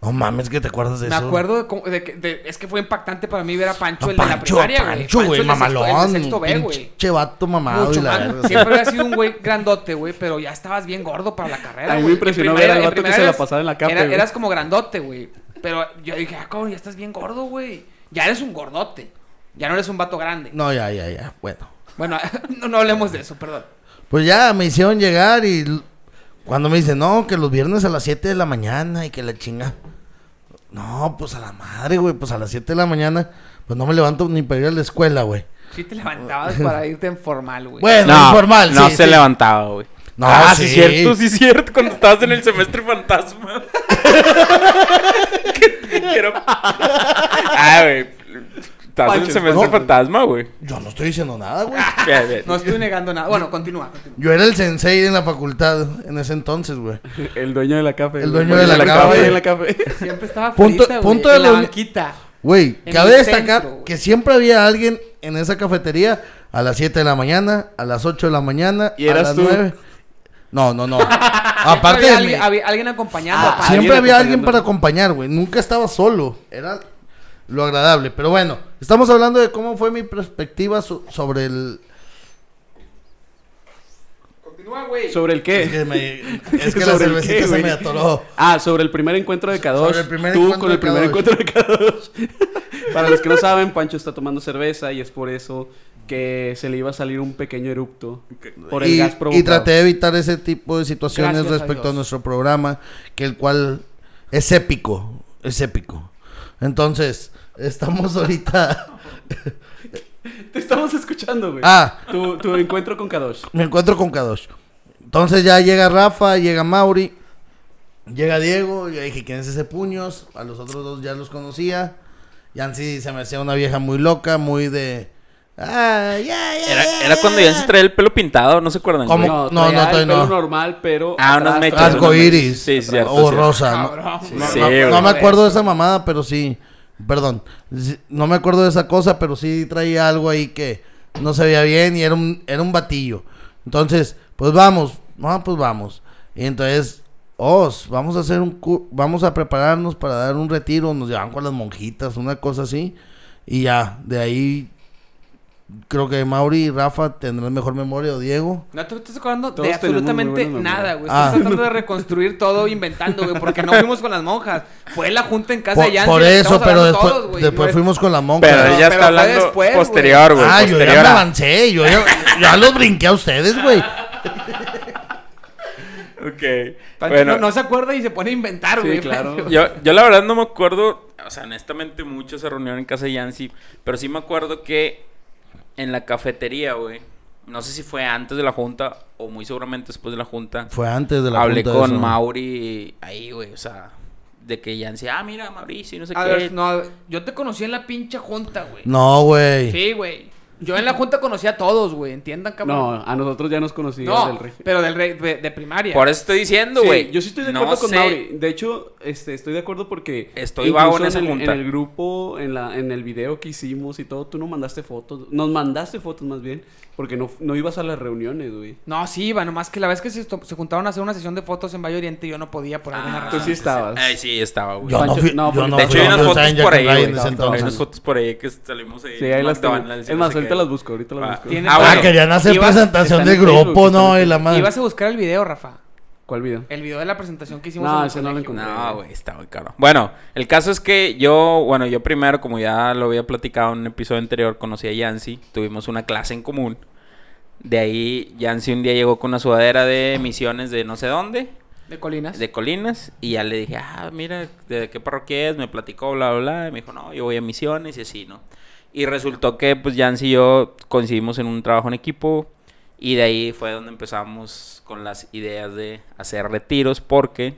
Speaker 5: No mames, que te acuerdas Pues de
Speaker 1: Me
Speaker 5: eso.
Speaker 1: acuerdo de, cómo- de que- de- es que fue impactante para mí ver a Pancho
Speaker 5: No,
Speaker 1: el
Speaker 5: Pancho,
Speaker 1: de la primaria, güey.
Speaker 5: Pancho,
Speaker 1: el
Speaker 5: güey,
Speaker 1: de sexto-
Speaker 5: mamalón.
Speaker 1: el de sexto B, güey.
Speaker 5: pinche vato mamado
Speaker 1: Mucho
Speaker 5: y la
Speaker 1: más.
Speaker 5: verga, sí.
Speaker 1: Siempre había sido un güey grandote, güey, pero ya estabas bien gordo para la carrera.
Speaker 2: A mí me
Speaker 1: güey.
Speaker 2: impresionó
Speaker 1: En
Speaker 2: ver
Speaker 1: primaria-
Speaker 2: al
Speaker 1: en
Speaker 2: vato que
Speaker 1: primaria
Speaker 2: se la
Speaker 1: eras-
Speaker 2: pasaba en la capa,
Speaker 1: era-
Speaker 2: güey.
Speaker 1: eras como grandote, güey. Pero yo dije, ah, cabrón, ya estás bien gordo, güey. Ya eres un gordote. Ya no eres un vato grande.
Speaker 5: No, ya, ya, ya. Bueno.
Speaker 1: Bueno, no, no hablemos de eso, perdón.
Speaker 5: Pues ya me hicieron llegar y l- cuando me dicen, no, que los viernes a las 7 de la mañana y que la chinga. No, pues a la madre, güey, pues a las 7 de la mañana, pues no me levanto ni para ir a la escuela, güey.
Speaker 1: Sí te levantabas para irte en formal, güey.
Speaker 5: Bueno, informal,
Speaker 4: no
Speaker 5: sí,
Speaker 4: se
Speaker 5: sí.
Speaker 4: levantaba, güey.
Speaker 5: No,
Speaker 4: ah, sí,
Speaker 5: sí.
Speaker 4: cierto, sí, cierto. Cuando estabas en el semestre fantasma. Que- que era- Ah, güey. Estabas en el
Speaker 2: Pancho,
Speaker 4: semestre
Speaker 5: no.
Speaker 4: fantasma, güey.
Speaker 5: Yo no estoy diciendo nada, güey.
Speaker 1: Ah.
Speaker 4: Bien, bien.
Speaker 1: No estoy negando nada. Bueno, continúa, continúa.
Speaker 5: Yo era el sensei en la facultad en ese entonces, güey.
Speaker 2: El dueño de la café.
Speaker 5: El
Speaker 2: güey.
Speaker 5: dueño de la
Speaker 2: café,
Speaker 5: café.
Speaker 2: de la café.
Speaker 1: Siempre estaba
Speaker 5: Punto-
Speaker 1: frita, güey,
Speaker 5: punto de
Speaker 1: en la
Speaker 5: los-
Speaker 1: banquita.
Speaker 5: Güey,
Speaker 1: En
Speaker 5: cabe
Speaker 1: el
Speaker 5: destacar
Speaker 1: centro, güey.
Speaker 5: que siempre había alguien en esa cafetería a las 7 de la mañana, a las 8 de la mañana,
Speaker 2: ¿Y
Speaker 5: a
Speaker 2: eras
Speaker 5: las
Speaker 2: tú?
Speaker 5: 9. No, no, no. Aparte
Speaker 1: Siempre
Speaker 5: de
Speaker 1: había, alguien,
Speaker 5: mí.
Speaker 1: había alguien acompañando.
Speaker 2: Ah,
Speaker 1: aparte.
Speaker 2: sí.
Speaker 5: Siempre
Speaker 2: alguien
Speaker 5: había alguien
Speaker 2: acompañando.
Speaker 5: para acompañar, güey. Nunca estaba solo. Era lo agradable. Pero bueno, estamos hablando de cómo fue mi perspectiva so- sobre el.
Speaker 1: Continúa, güey.
Speaker 2: ¿Sobre el qué?
Speaker 5: Es que, me- es que la
Speaker 2: ¿Sobre el
Speaker 5: cervecita
Speaker 2: qué,
Speaker 5: se
Speaker 2: güey?
Speaker 5: me atoró.
Speaker 2: Ah, sobre el primer encuentro de K2.
Speaker 5: Sobre el primer
Speaker 2: Tú
Speaker 5: encuentro
Speaker 2: con el
Speaker 5: de
Speaker 2: primer
Speaker 5: K2.
Speaker 2: encuentro de K2. Para los que no saben, Pancho está tomando cerveza y es por eso que se le iba a salir un pequeño erupto por el
Speaker 5: y,
Speaker 2: gas
Speaker 5: y
Speaker 2: provocado.
Speaker 5: traté de evitar ese tipo de situaciones
Speaker 1: Gracias a
Speaker 5: respecto a,
Speaker 1: Dios.
Speaker 5: nuestro programa, que el cual es épico, es épico. Entonces, estamos ahorita...
Speaker 2: Te estamos escuchando, güey.
Speaker 5: Ah,
Speaker 2: Tu, tu encuentro con K2.
Speaker 5: me encuentro con K2. Entonces ya llega Rafa, llega Mauri, llega Diego, yo dije, ¿quién es ese puños? A los otros dos ya los conocía. Yancy se me hacía una vieja muy loca, muy de... Ah, ya, ya,
Speaker 4: Era,
Speaker 5: ya,
Speaker 4: era cuando ya se traía el pelo pintado, no se acuerdan.
Speaker 5: ¿Cómo?
Speaker 4: güey?
Speaker 5: No, no,
Speaker 2: traía
Speaker 5: no,
Speaker 2: el
Speaker 5: no.
Speaker 2: pelo normal, pero.
Speaker 4: Ah, unas
Speaker 2: atrás
Speaker 4: mechas,
Speaker 2: traía-
Speaker 5: Arco iris.
Speaker 4: Sí, sí, cierto,
Speaker 5: o
Speaker 4: cierto.
Speaker 5: rosa. ¿no?
Speaker 1: Cabrón.
Speaker 5: No,
Speaker 4: Sí,
Speaker 5: no-
Speaker 4: güey.
Speaker 5: no me acuerdo de esa mamada, pero sí. Perdón. sí, No me acuerdo de esa cosa, pero sí traía algo ahí que no se veía bien y era un, era un batillo. Entonces, pues vamos. No, pues vamos. Y entonces, os, vamos a hacer un cu- vamos a prepararnos para dar un retiro. Nos llevan con las monjitas, una cosa así. Y ya, de ahí. Creo que Mauri y Rafa tendrán mejor memoria o Diego.
Speaker 1: No te estás acordando
Speaker 2: Todos
Speaker 1: de
Speaker 2: tenemos muy
Speaker 1: absolutamente
Speaker 2: buena memoria.
Speaker 1: nada, güey.
Speaker 5: Ah.
Speaker 1: Estás tratando de reconstruir todo inventando, güey, porque no fuimos con las monjas. Fue la junta en casa
Speaker 5: Por,
Speaker 1: de Yancy.
Speaker 5: por
Speaker 1: la que
Speaker 5: eso,
Speaker 1: estamos
Speaker 5: pero
Speaker 1: hablando
Speaker 5: después,
Speaker 1: todos, güey.
Speaker 5: después
Speaker 1: No es-
Speaker 5: fuimos con la monja.
Speaker 4: Pero
Speaker 1: Pero-
Speaker 4: ya
Speaker 1: pero
Speaker 4: está
Speaker 1: fue
Speaker 4: hablando
Speaker 1: después, güey.
Speaker 4: posterior, güey.
Speaker 5: ah, yo ya
Speaker 4: posterior
Speaker 5: me
Speaker 4: a-
Speaker 5: avancé, yo ya, ya los brinqué a ustedes, güey.
Speaker 4: Ok.
Speaker 1: Pancho
Speaker 4: bueno,
Speaker 1: no, no se acuerda y se pone a inventar,
Speaker 2: Sí,
Speaker 1: güey.
Speaker 2: claro.
Speaker 4: Yo, yo la verdad no me acuerdo, o sea, honestamente mucho esa reunión en casa de Yancy, pero sí me acuerdo que en la cafetería, güey, no sé si fue antes de la junta o muy seguramente después de la junta,
Speaker 5: Fue antes de la
Speaker 4: hablé
Speaker 5: junta de
Speaker 4: con
Speaker 5: eso.
Speaker 4: Mauri ahí, güey, o sea, de que ya decía, ah, mira, Mauricio, y no sé
Speaker 1: A
Speaker 4: qué.
Speaker 1: ver, no, a ver, yo te conocí en la pincha junta, güey.
Speaker 5: No, güey.
Speaker 1: Sí, güey. Yo en la junta conocí a todos, güey. Entiendan,
Speaker 2: No,
Speaker 1: cabrón.
Speaker 2: a nosotros ya nos conocías
Speaker 1: No,
Speaker 2: del e- regio.
Speaker 1: pero del rey, de, de primaria.
Speaker 4: Por eso estoy diciendo,
Speaker 2: Sí,
Speaker 4: güey.
Speaker 2: yo sí estoy de
Speaker 4: No
Speaker 2: acuerdo con
Speaker 4: sé.
Speaker 2: Mauri. De hecho, este, estoy de acuerdo porque.
Speaker 4: Estoy vago en
Speaker 2: incluso
Speaker 4: esa
Speaker 2: el,
Speaker 4: junta.
Speaker 2: En el grupo, en, la, en el video que hicimos y todo, tú no mandaste fotos. Nos mandaste fotos más bien. Porque no, no ibas a las reuniones, güey.
Speaker 1: No, sí, iba, nomás que la vez que se, esto- se juntaron a hacer una sesión de fotos en Valle Oriente, yo no podía por alguna razón.
Speaker 2: Ah, Tú sí estabas.
Speaker 4: Ay, Ah, sí, estaba, güey.
Speaker 5: Yo no
Speaker 2: Pancho-
Speaker 5: fui.
Speaker 2: no,
Speaker 5: yo
Speaker 2: porque-
Speaker 5: no
Speaker 4: de hecho,
Speaker 5: fui.
Speaker 4: hay unas
Speaker 5: Yo estaba
Speaker 4: fotos
Speaker 5: en
Speaker 4: por ahí, güey.
Speaker 5: Jack and
Speaker 4: Ah,
Speaker 5: Ryan en ese
Speaker 4: Hay unas
Speaker 5: entonces.
Speaker 4: fotos por ahí que salimos ahí.
Speaker 2: Sí, ahí las
Speaker 4: Mandaban
Speaker 2: tengo.
Speaker 4: la
Speaker 2: Es
Speaker 4: lesión, no
Speaker 2: más,
Speaker 4: sé
Speaker 2: ahorita
Speaker 4: qué.
Speaker 2: las busco, ahorita las
Speaker 4: Va.
Speaker 2: busco.
Speaker 1: Tiene-
Speaker 4: Ah,
Speaker 5: Ah,
Speaker 4: bueno.
Speaker 5: querían hacer
Speaker 1: Ibas-
Speaker 5: presentación
Speaker 2: están
Speaker 5: de
Speaker 2: en Facebook,
Speaker 5: grupo,
Speaker 2: están en
Speaker 5: ¿no? Y la madre.
Speaker 1: Ibas a buscar el video, Rafa.
Speaker 2: ¿Cuál video?
Speaker 1: El video de la presentación que hicimos.
Speaker 2: No,
Speaker 1: en el
Speaker 2: ese no lo
Speaker 1: colegio.
Speaker 2: encontré.
Speaker 4: No, güey, está muy caro. Bueno, el caso es que yo, bueno, yo primero, como ya lo había platicado en un episodio anterior, conocí a Yancy, tuvimos una clase en común. De ahí, Yancy un día llegó con una sudadera de misiones de no sé dónde,
Speaker 1: De Colinas.
Speaker 4: de Colinas, y ya le dije, ah, mira, ¿de qué parroquia es? Me platicó, bla, bla, bla, y me dijo, no, yo voy a misiones y así, ¿no? Y resultó que, pues, Yancy y yo coincidimos en un trabajo en equipo, y de ahí fue donde empezamos con las ideas de hacer retiros, porque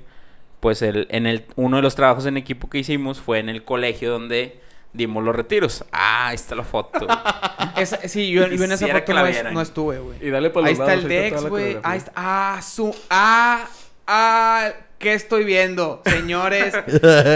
Speaker 4: pues el, en el, uno de los trabajos en equipo que hicimos fue en el colegio donde dimos los retiros. Ah, ahí está la foto.
Speaker 1: Esa- sí, yo, yo en esa
Speaker 4: Quisiera
Speaker 1: foto
Speaker 4: que la
Speaker 1: no, es-
Speaker 4: vieran.
Speaker 1: no estuve, güey.
Speaker 2: Y dale para los
Speaker 1: Ahí está
Speaker 2: lados,
Speaker 1: el
Speaker 2: ahí está toda
Speaker 1: Dex,
Speaker 2: la
Speaker 1: güey.
Speaker 2: coreografía.
Speaker 1: Ahí está. Ah, su. Ah, ah. ¿Qué estoy viendo? Señores,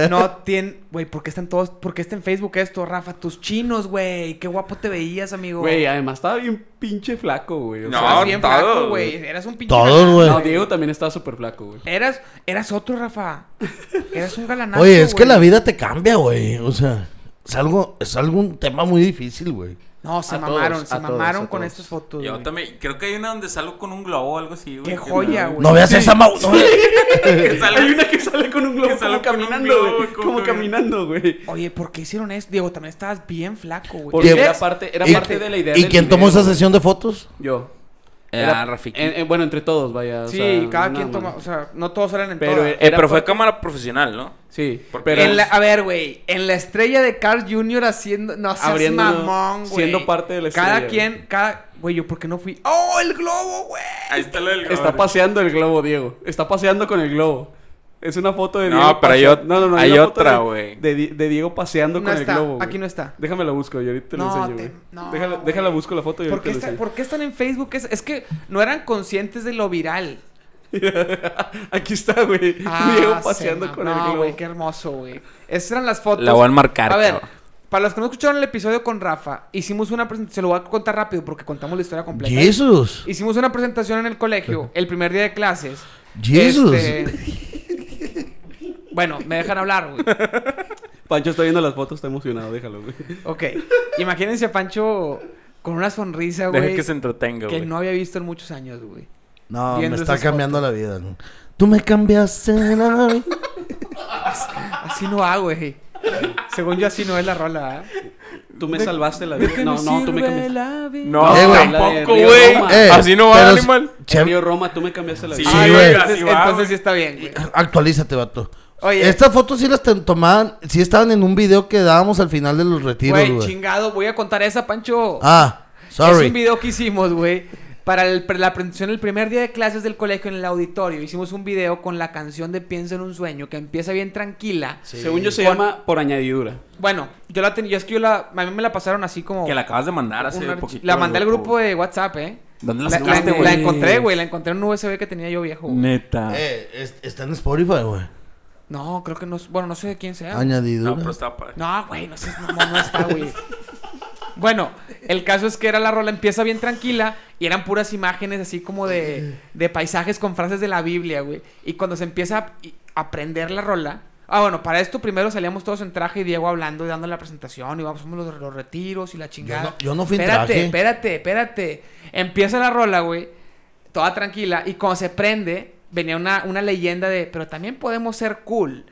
Speaker 1: no tienen. Güey, ¿por qué están todos.? ¿Por qué está en Facebook esto, Rafa? Tus chinos, güey. Qué guapo te veías, amigo.
Speaker 2: Güey, además estaba bien pinche flaco, güey. o
Speaker 4: No,
Speaker 1: Estabas
Speaker 2: sea,
Speaker 1: bien
Speaker 4: todos,
Speaker 1: flaco,
Speaker 4: güey.
Speaker 1: güey. Eras un pinche.
Speaker 5: Todos,
Speaker 1: galán.
Speaker 5: güey.
Speaker 2: no, Diego también estaba súper flaco, güey.
Speaker 1: Eras, eras otro, Rafa. Eras un galanazo.
Speaker 5: Oye, es que
Speaker 1: güey.
Speaker 5: la vida te cambia, güey. O sea, es algo, es algún tema muy difícil, güey.
Speaker 1: No, se
Speaker 2: A todos,
Speaker 1: mamaron, se
Speaker 2: a todos,
Speaker 1: mamaron
Speaker 2: a
Speaker 1: con
Speaker 2: todos.
Speaker 1: estas fotos.
Speaker 4: Yo
Speaker 1: güey.
Speaker 4: también, creo que hay una donde salgo con un globo o algo así, güey.
Speaker 1: Qué
Speaker 4: que
Speaker 1: joya,
Speaker 4: me-
Speaker 1: güey.
Speaker 5: No veas esa mau. no veas-
Speaker 4: que salgo-
Speaker 2: Hay una que sale con un globo
Speaker 4: Que sale
Speaker 2: como
Speaker 4: con un
Speaker 2: caminando,
Speaker 4: globo,
Speaker 2: güey.
Speaker 4: como
Speaker 2: Como
Speaker 4: que-
Speaker 2: caminando, güey.
Speaker 1: Oye, ¿por qué hicieron eso? Diego, también estabas bien flaco, güey.
Speaker 2: Porque
Speaker 5: ¿Quién-
Speaker 2: era parte, era
Speaker 5: y-
Speaker 2: parte de la idea
Speaker 5: ¿Y
Speaker 2: del
Speaker 5: quién tomó
Speaker 2: video,
Speaker 5: esa
Speaker 2: güey.
Speaker 5: sesión de fotos?
Speaker 2: Yo.
Speaker 4: Era Rafiki.
Speaker 2: en- en- bueno, entre todos, vaya. o
Speaker 1: Sí,
Speaker 2: sea,
Speaker 1: cada
Speaker 2: nada
Speaker 1: quien toma,
Speaker 2: más.
Speaker 1: o sea, no todos salen en
Speaker 2: Pero e-
Speaker 1: todas.
Speaker 2: era-
Speaker 4: Eh, pero fue
Speaker 2: parte-
Speaker 4: cámara profesional, ¿no?
Speaker 2: Sí,
Speaker 4: Porque-
Speaker 2: pero
Speaker 1: En la- a ver, güey, en la estrella de Carl Jr. haciendo, no seas
Speaker 2: Abriendo-
Speaker 1: mamón, güey.
Speaker 2: siendo parte de la
Speaker 1: Cada
Speaker 2: estrella,
Speaker 1: quien,
Speaker 2: güey.
Speaker 1: cada, güey, yo por qué no fui. ¡Oh, el globo, güey!
Speaker 4: Ahí está lo del
Speaker 2: está paseando el globo, Diego. Está paseando con el globo. Es una foto de
Speaker 4: No,
Speaker 2: Diego.
Speaker 4: pero hay
Speaker 2: pasea-
Speaker 4: ot-
Speaker 2: No, no, no.
Speaker 4: hay
Speaker 2: una foto
Speaker 4: otra,
Speaker 2: de-
Speaker 4: güey.
Speaker 2: De, Di- de Diego paseando
Speaker 1: No
Speaker 2: con
Speaker 1: está,
Speaker 2: el globo. güey.
Speaker 1: aquí no está.
Speaker 2: Déjame la busco, yo ahorita te lo
Speaker 1: No,
Speaker 2: enseño,
Speaker 1: te-
Speaker 2: güey.
Speaker 1: no,
Speaker 2: déjala,
Speaker 1: güey.
Speaker 2: déjala busco la foto y
Speaker 1: ¿Por
Speaker 2: ahorita
Speaker 1: qué,
Speaker 2: te lo
Speaker 1: está-
Speaker 2: enseño.
Speaker 1: por qué están en Facebook? Es, es que no eran conscientes de lo viral.
Speaker 2: Aquí está, güey.
Speaker 1: Ah,
Speaker 2: Diego
Speaker 1: se
Speaker 2: paseando con
Speaker 1: mamó,
Speaker 2: el globo.
Speaker 1: güey, qué hermoso, güey. Esas eran las fotos.
Speaker 4: La voy a enmarcar,
Speaker 1: A ver,
Speaker 4: cabrón.
Speaker 1: para los que no escucharon el episodio con Rafa, hicimos una presentación, se lo voy a contar rápido porque contamos la historia completa.
Speaker 5: Jesús.
Speaker 1: Hicimos una presentación en el colegio, el primer día de clases.
Speaker 5: Jesús.
Speaker 1: Este, Bueno, me dejan hablar, güey.
Speaker 2: Pancho está viendo las fotos, está emocionado, déjalo, güey.
Speaker 1: Ok. Imagínense a Pancho con una sonrisa,
Speaker 4: Deja
Speaker 1: güey.
Speaker 4: que se entretenga,
Speaker 1: que
Speaker 4: güey.
Speaker 1: no había visto en muchos años, güey.
Speaker 5: No, me
Speaker 1: viendo
Speaker 5: está
Speaker 1: esas
Speaker 5: cambiando la vida. ¿no? Tú me cambiaste la vida.
Speaker 1: Así no va, güey. Según yo, así no es la rola, ¿eh?
Speaker 2: Tú me salvaste la vida. No, no, tú me cambiaste.
Speaker 4: No,
Speaker 5: Eh, güey.
Speaker 4: tampoco,
Speaker 2: La de Río
Speaker 4: güey.
Speaker 2: Roma.
Speaker 5: Eh,
Speaker 4: Así no va,
Speaker 5: pero-
Speaker 4: animal.
Speaker 5: Che-
Speaker 2: Río Roma, tú me cambiaste la
Speaker 4: Sí,
Speaker 2: vida.
Speaker 5: Ay,
Speaker 4: güey, así
Speaker 5: güey.
Speaker 1: Entonces,
Speaker 4: va,
Speaker 1: Ah, entonces sí
Speaker 4: güey.
Speaker 1: está bien, güey.
Speaker 5: Actualízate, vato.
Speaker 1: Oye.
Speaker 5: Estas fotos sí las ten- tomaban, sí estaban en un video que dábamos al final de los retiros,
Speaker 1: Güey,
Speaker 5: güey.
Speaker 1: chingado, voy a contar esa, Pancho.
Speaker 5: Ah,
Speaker 1: Es un
Speaker 5: sorry.
Speaker 1: video que hicimos, güey. Para el- para la presentación el primer día de clases del colegio en el auditorio. Hicimos un video con la canción de Piensa en un sueño, que empieza bien tranquila.
Speaker 2: Según yo se
Speaker 1: Con-
Speaker 2: llama por añadidura.
Speaker 1: Bueno, yo la tenía, yo es que yo la, a mí me la pasaron así como...
Speaker 3: Que la acabas de mandar hace
Speaker 1: una-
Speaker 3: poquito.
Speaker 1: la mandé al grupo
Speaker 3: güey.
Speaker 1: de WhatsApp, ¿eh?
Speaker 3: ¿Dónde
Speaker 1: La,
Speaker 3: la
Speaker 1: la-
Speaker 3: sacaste,
Speaker 1: la
Speaker 3: güey?
Speaker 1: encontré, güey, la encontré en un USB que tenía yo viejo. güey.
Speaker 3: Neta.
Speaker 5: Eh, es- está en Spotify, güey.
Speaker 1: No, creo que no, es- bueno, no sé de quién sea.
Speaker 5: Añadido.
Speaker 4: No, pero está padre.
Speaker 1: No, güey, no seas mamón, no está, güey. Bueno, el caso es que era la rola, empieza bien tranquila y eran puras imágenes así como de, de paisajes con frases de la Biblia, güey. Y cuando se empieza a y- a aprender la rola. Ah, bueno, para esto primero salíamos todos en traje y Diego hablando y dando la presentación y vamos, somos los, los retiros y la chingada.
Speaker 5: no- yo no fui en
Speaker 1: espérate,
Speaker 5: traje.
Speaker 1: Espérate, espérate, Empieza la rola, güey, toda tranquila y cuando se prende, venía una, una leyenda de, pero también podemos ser cool.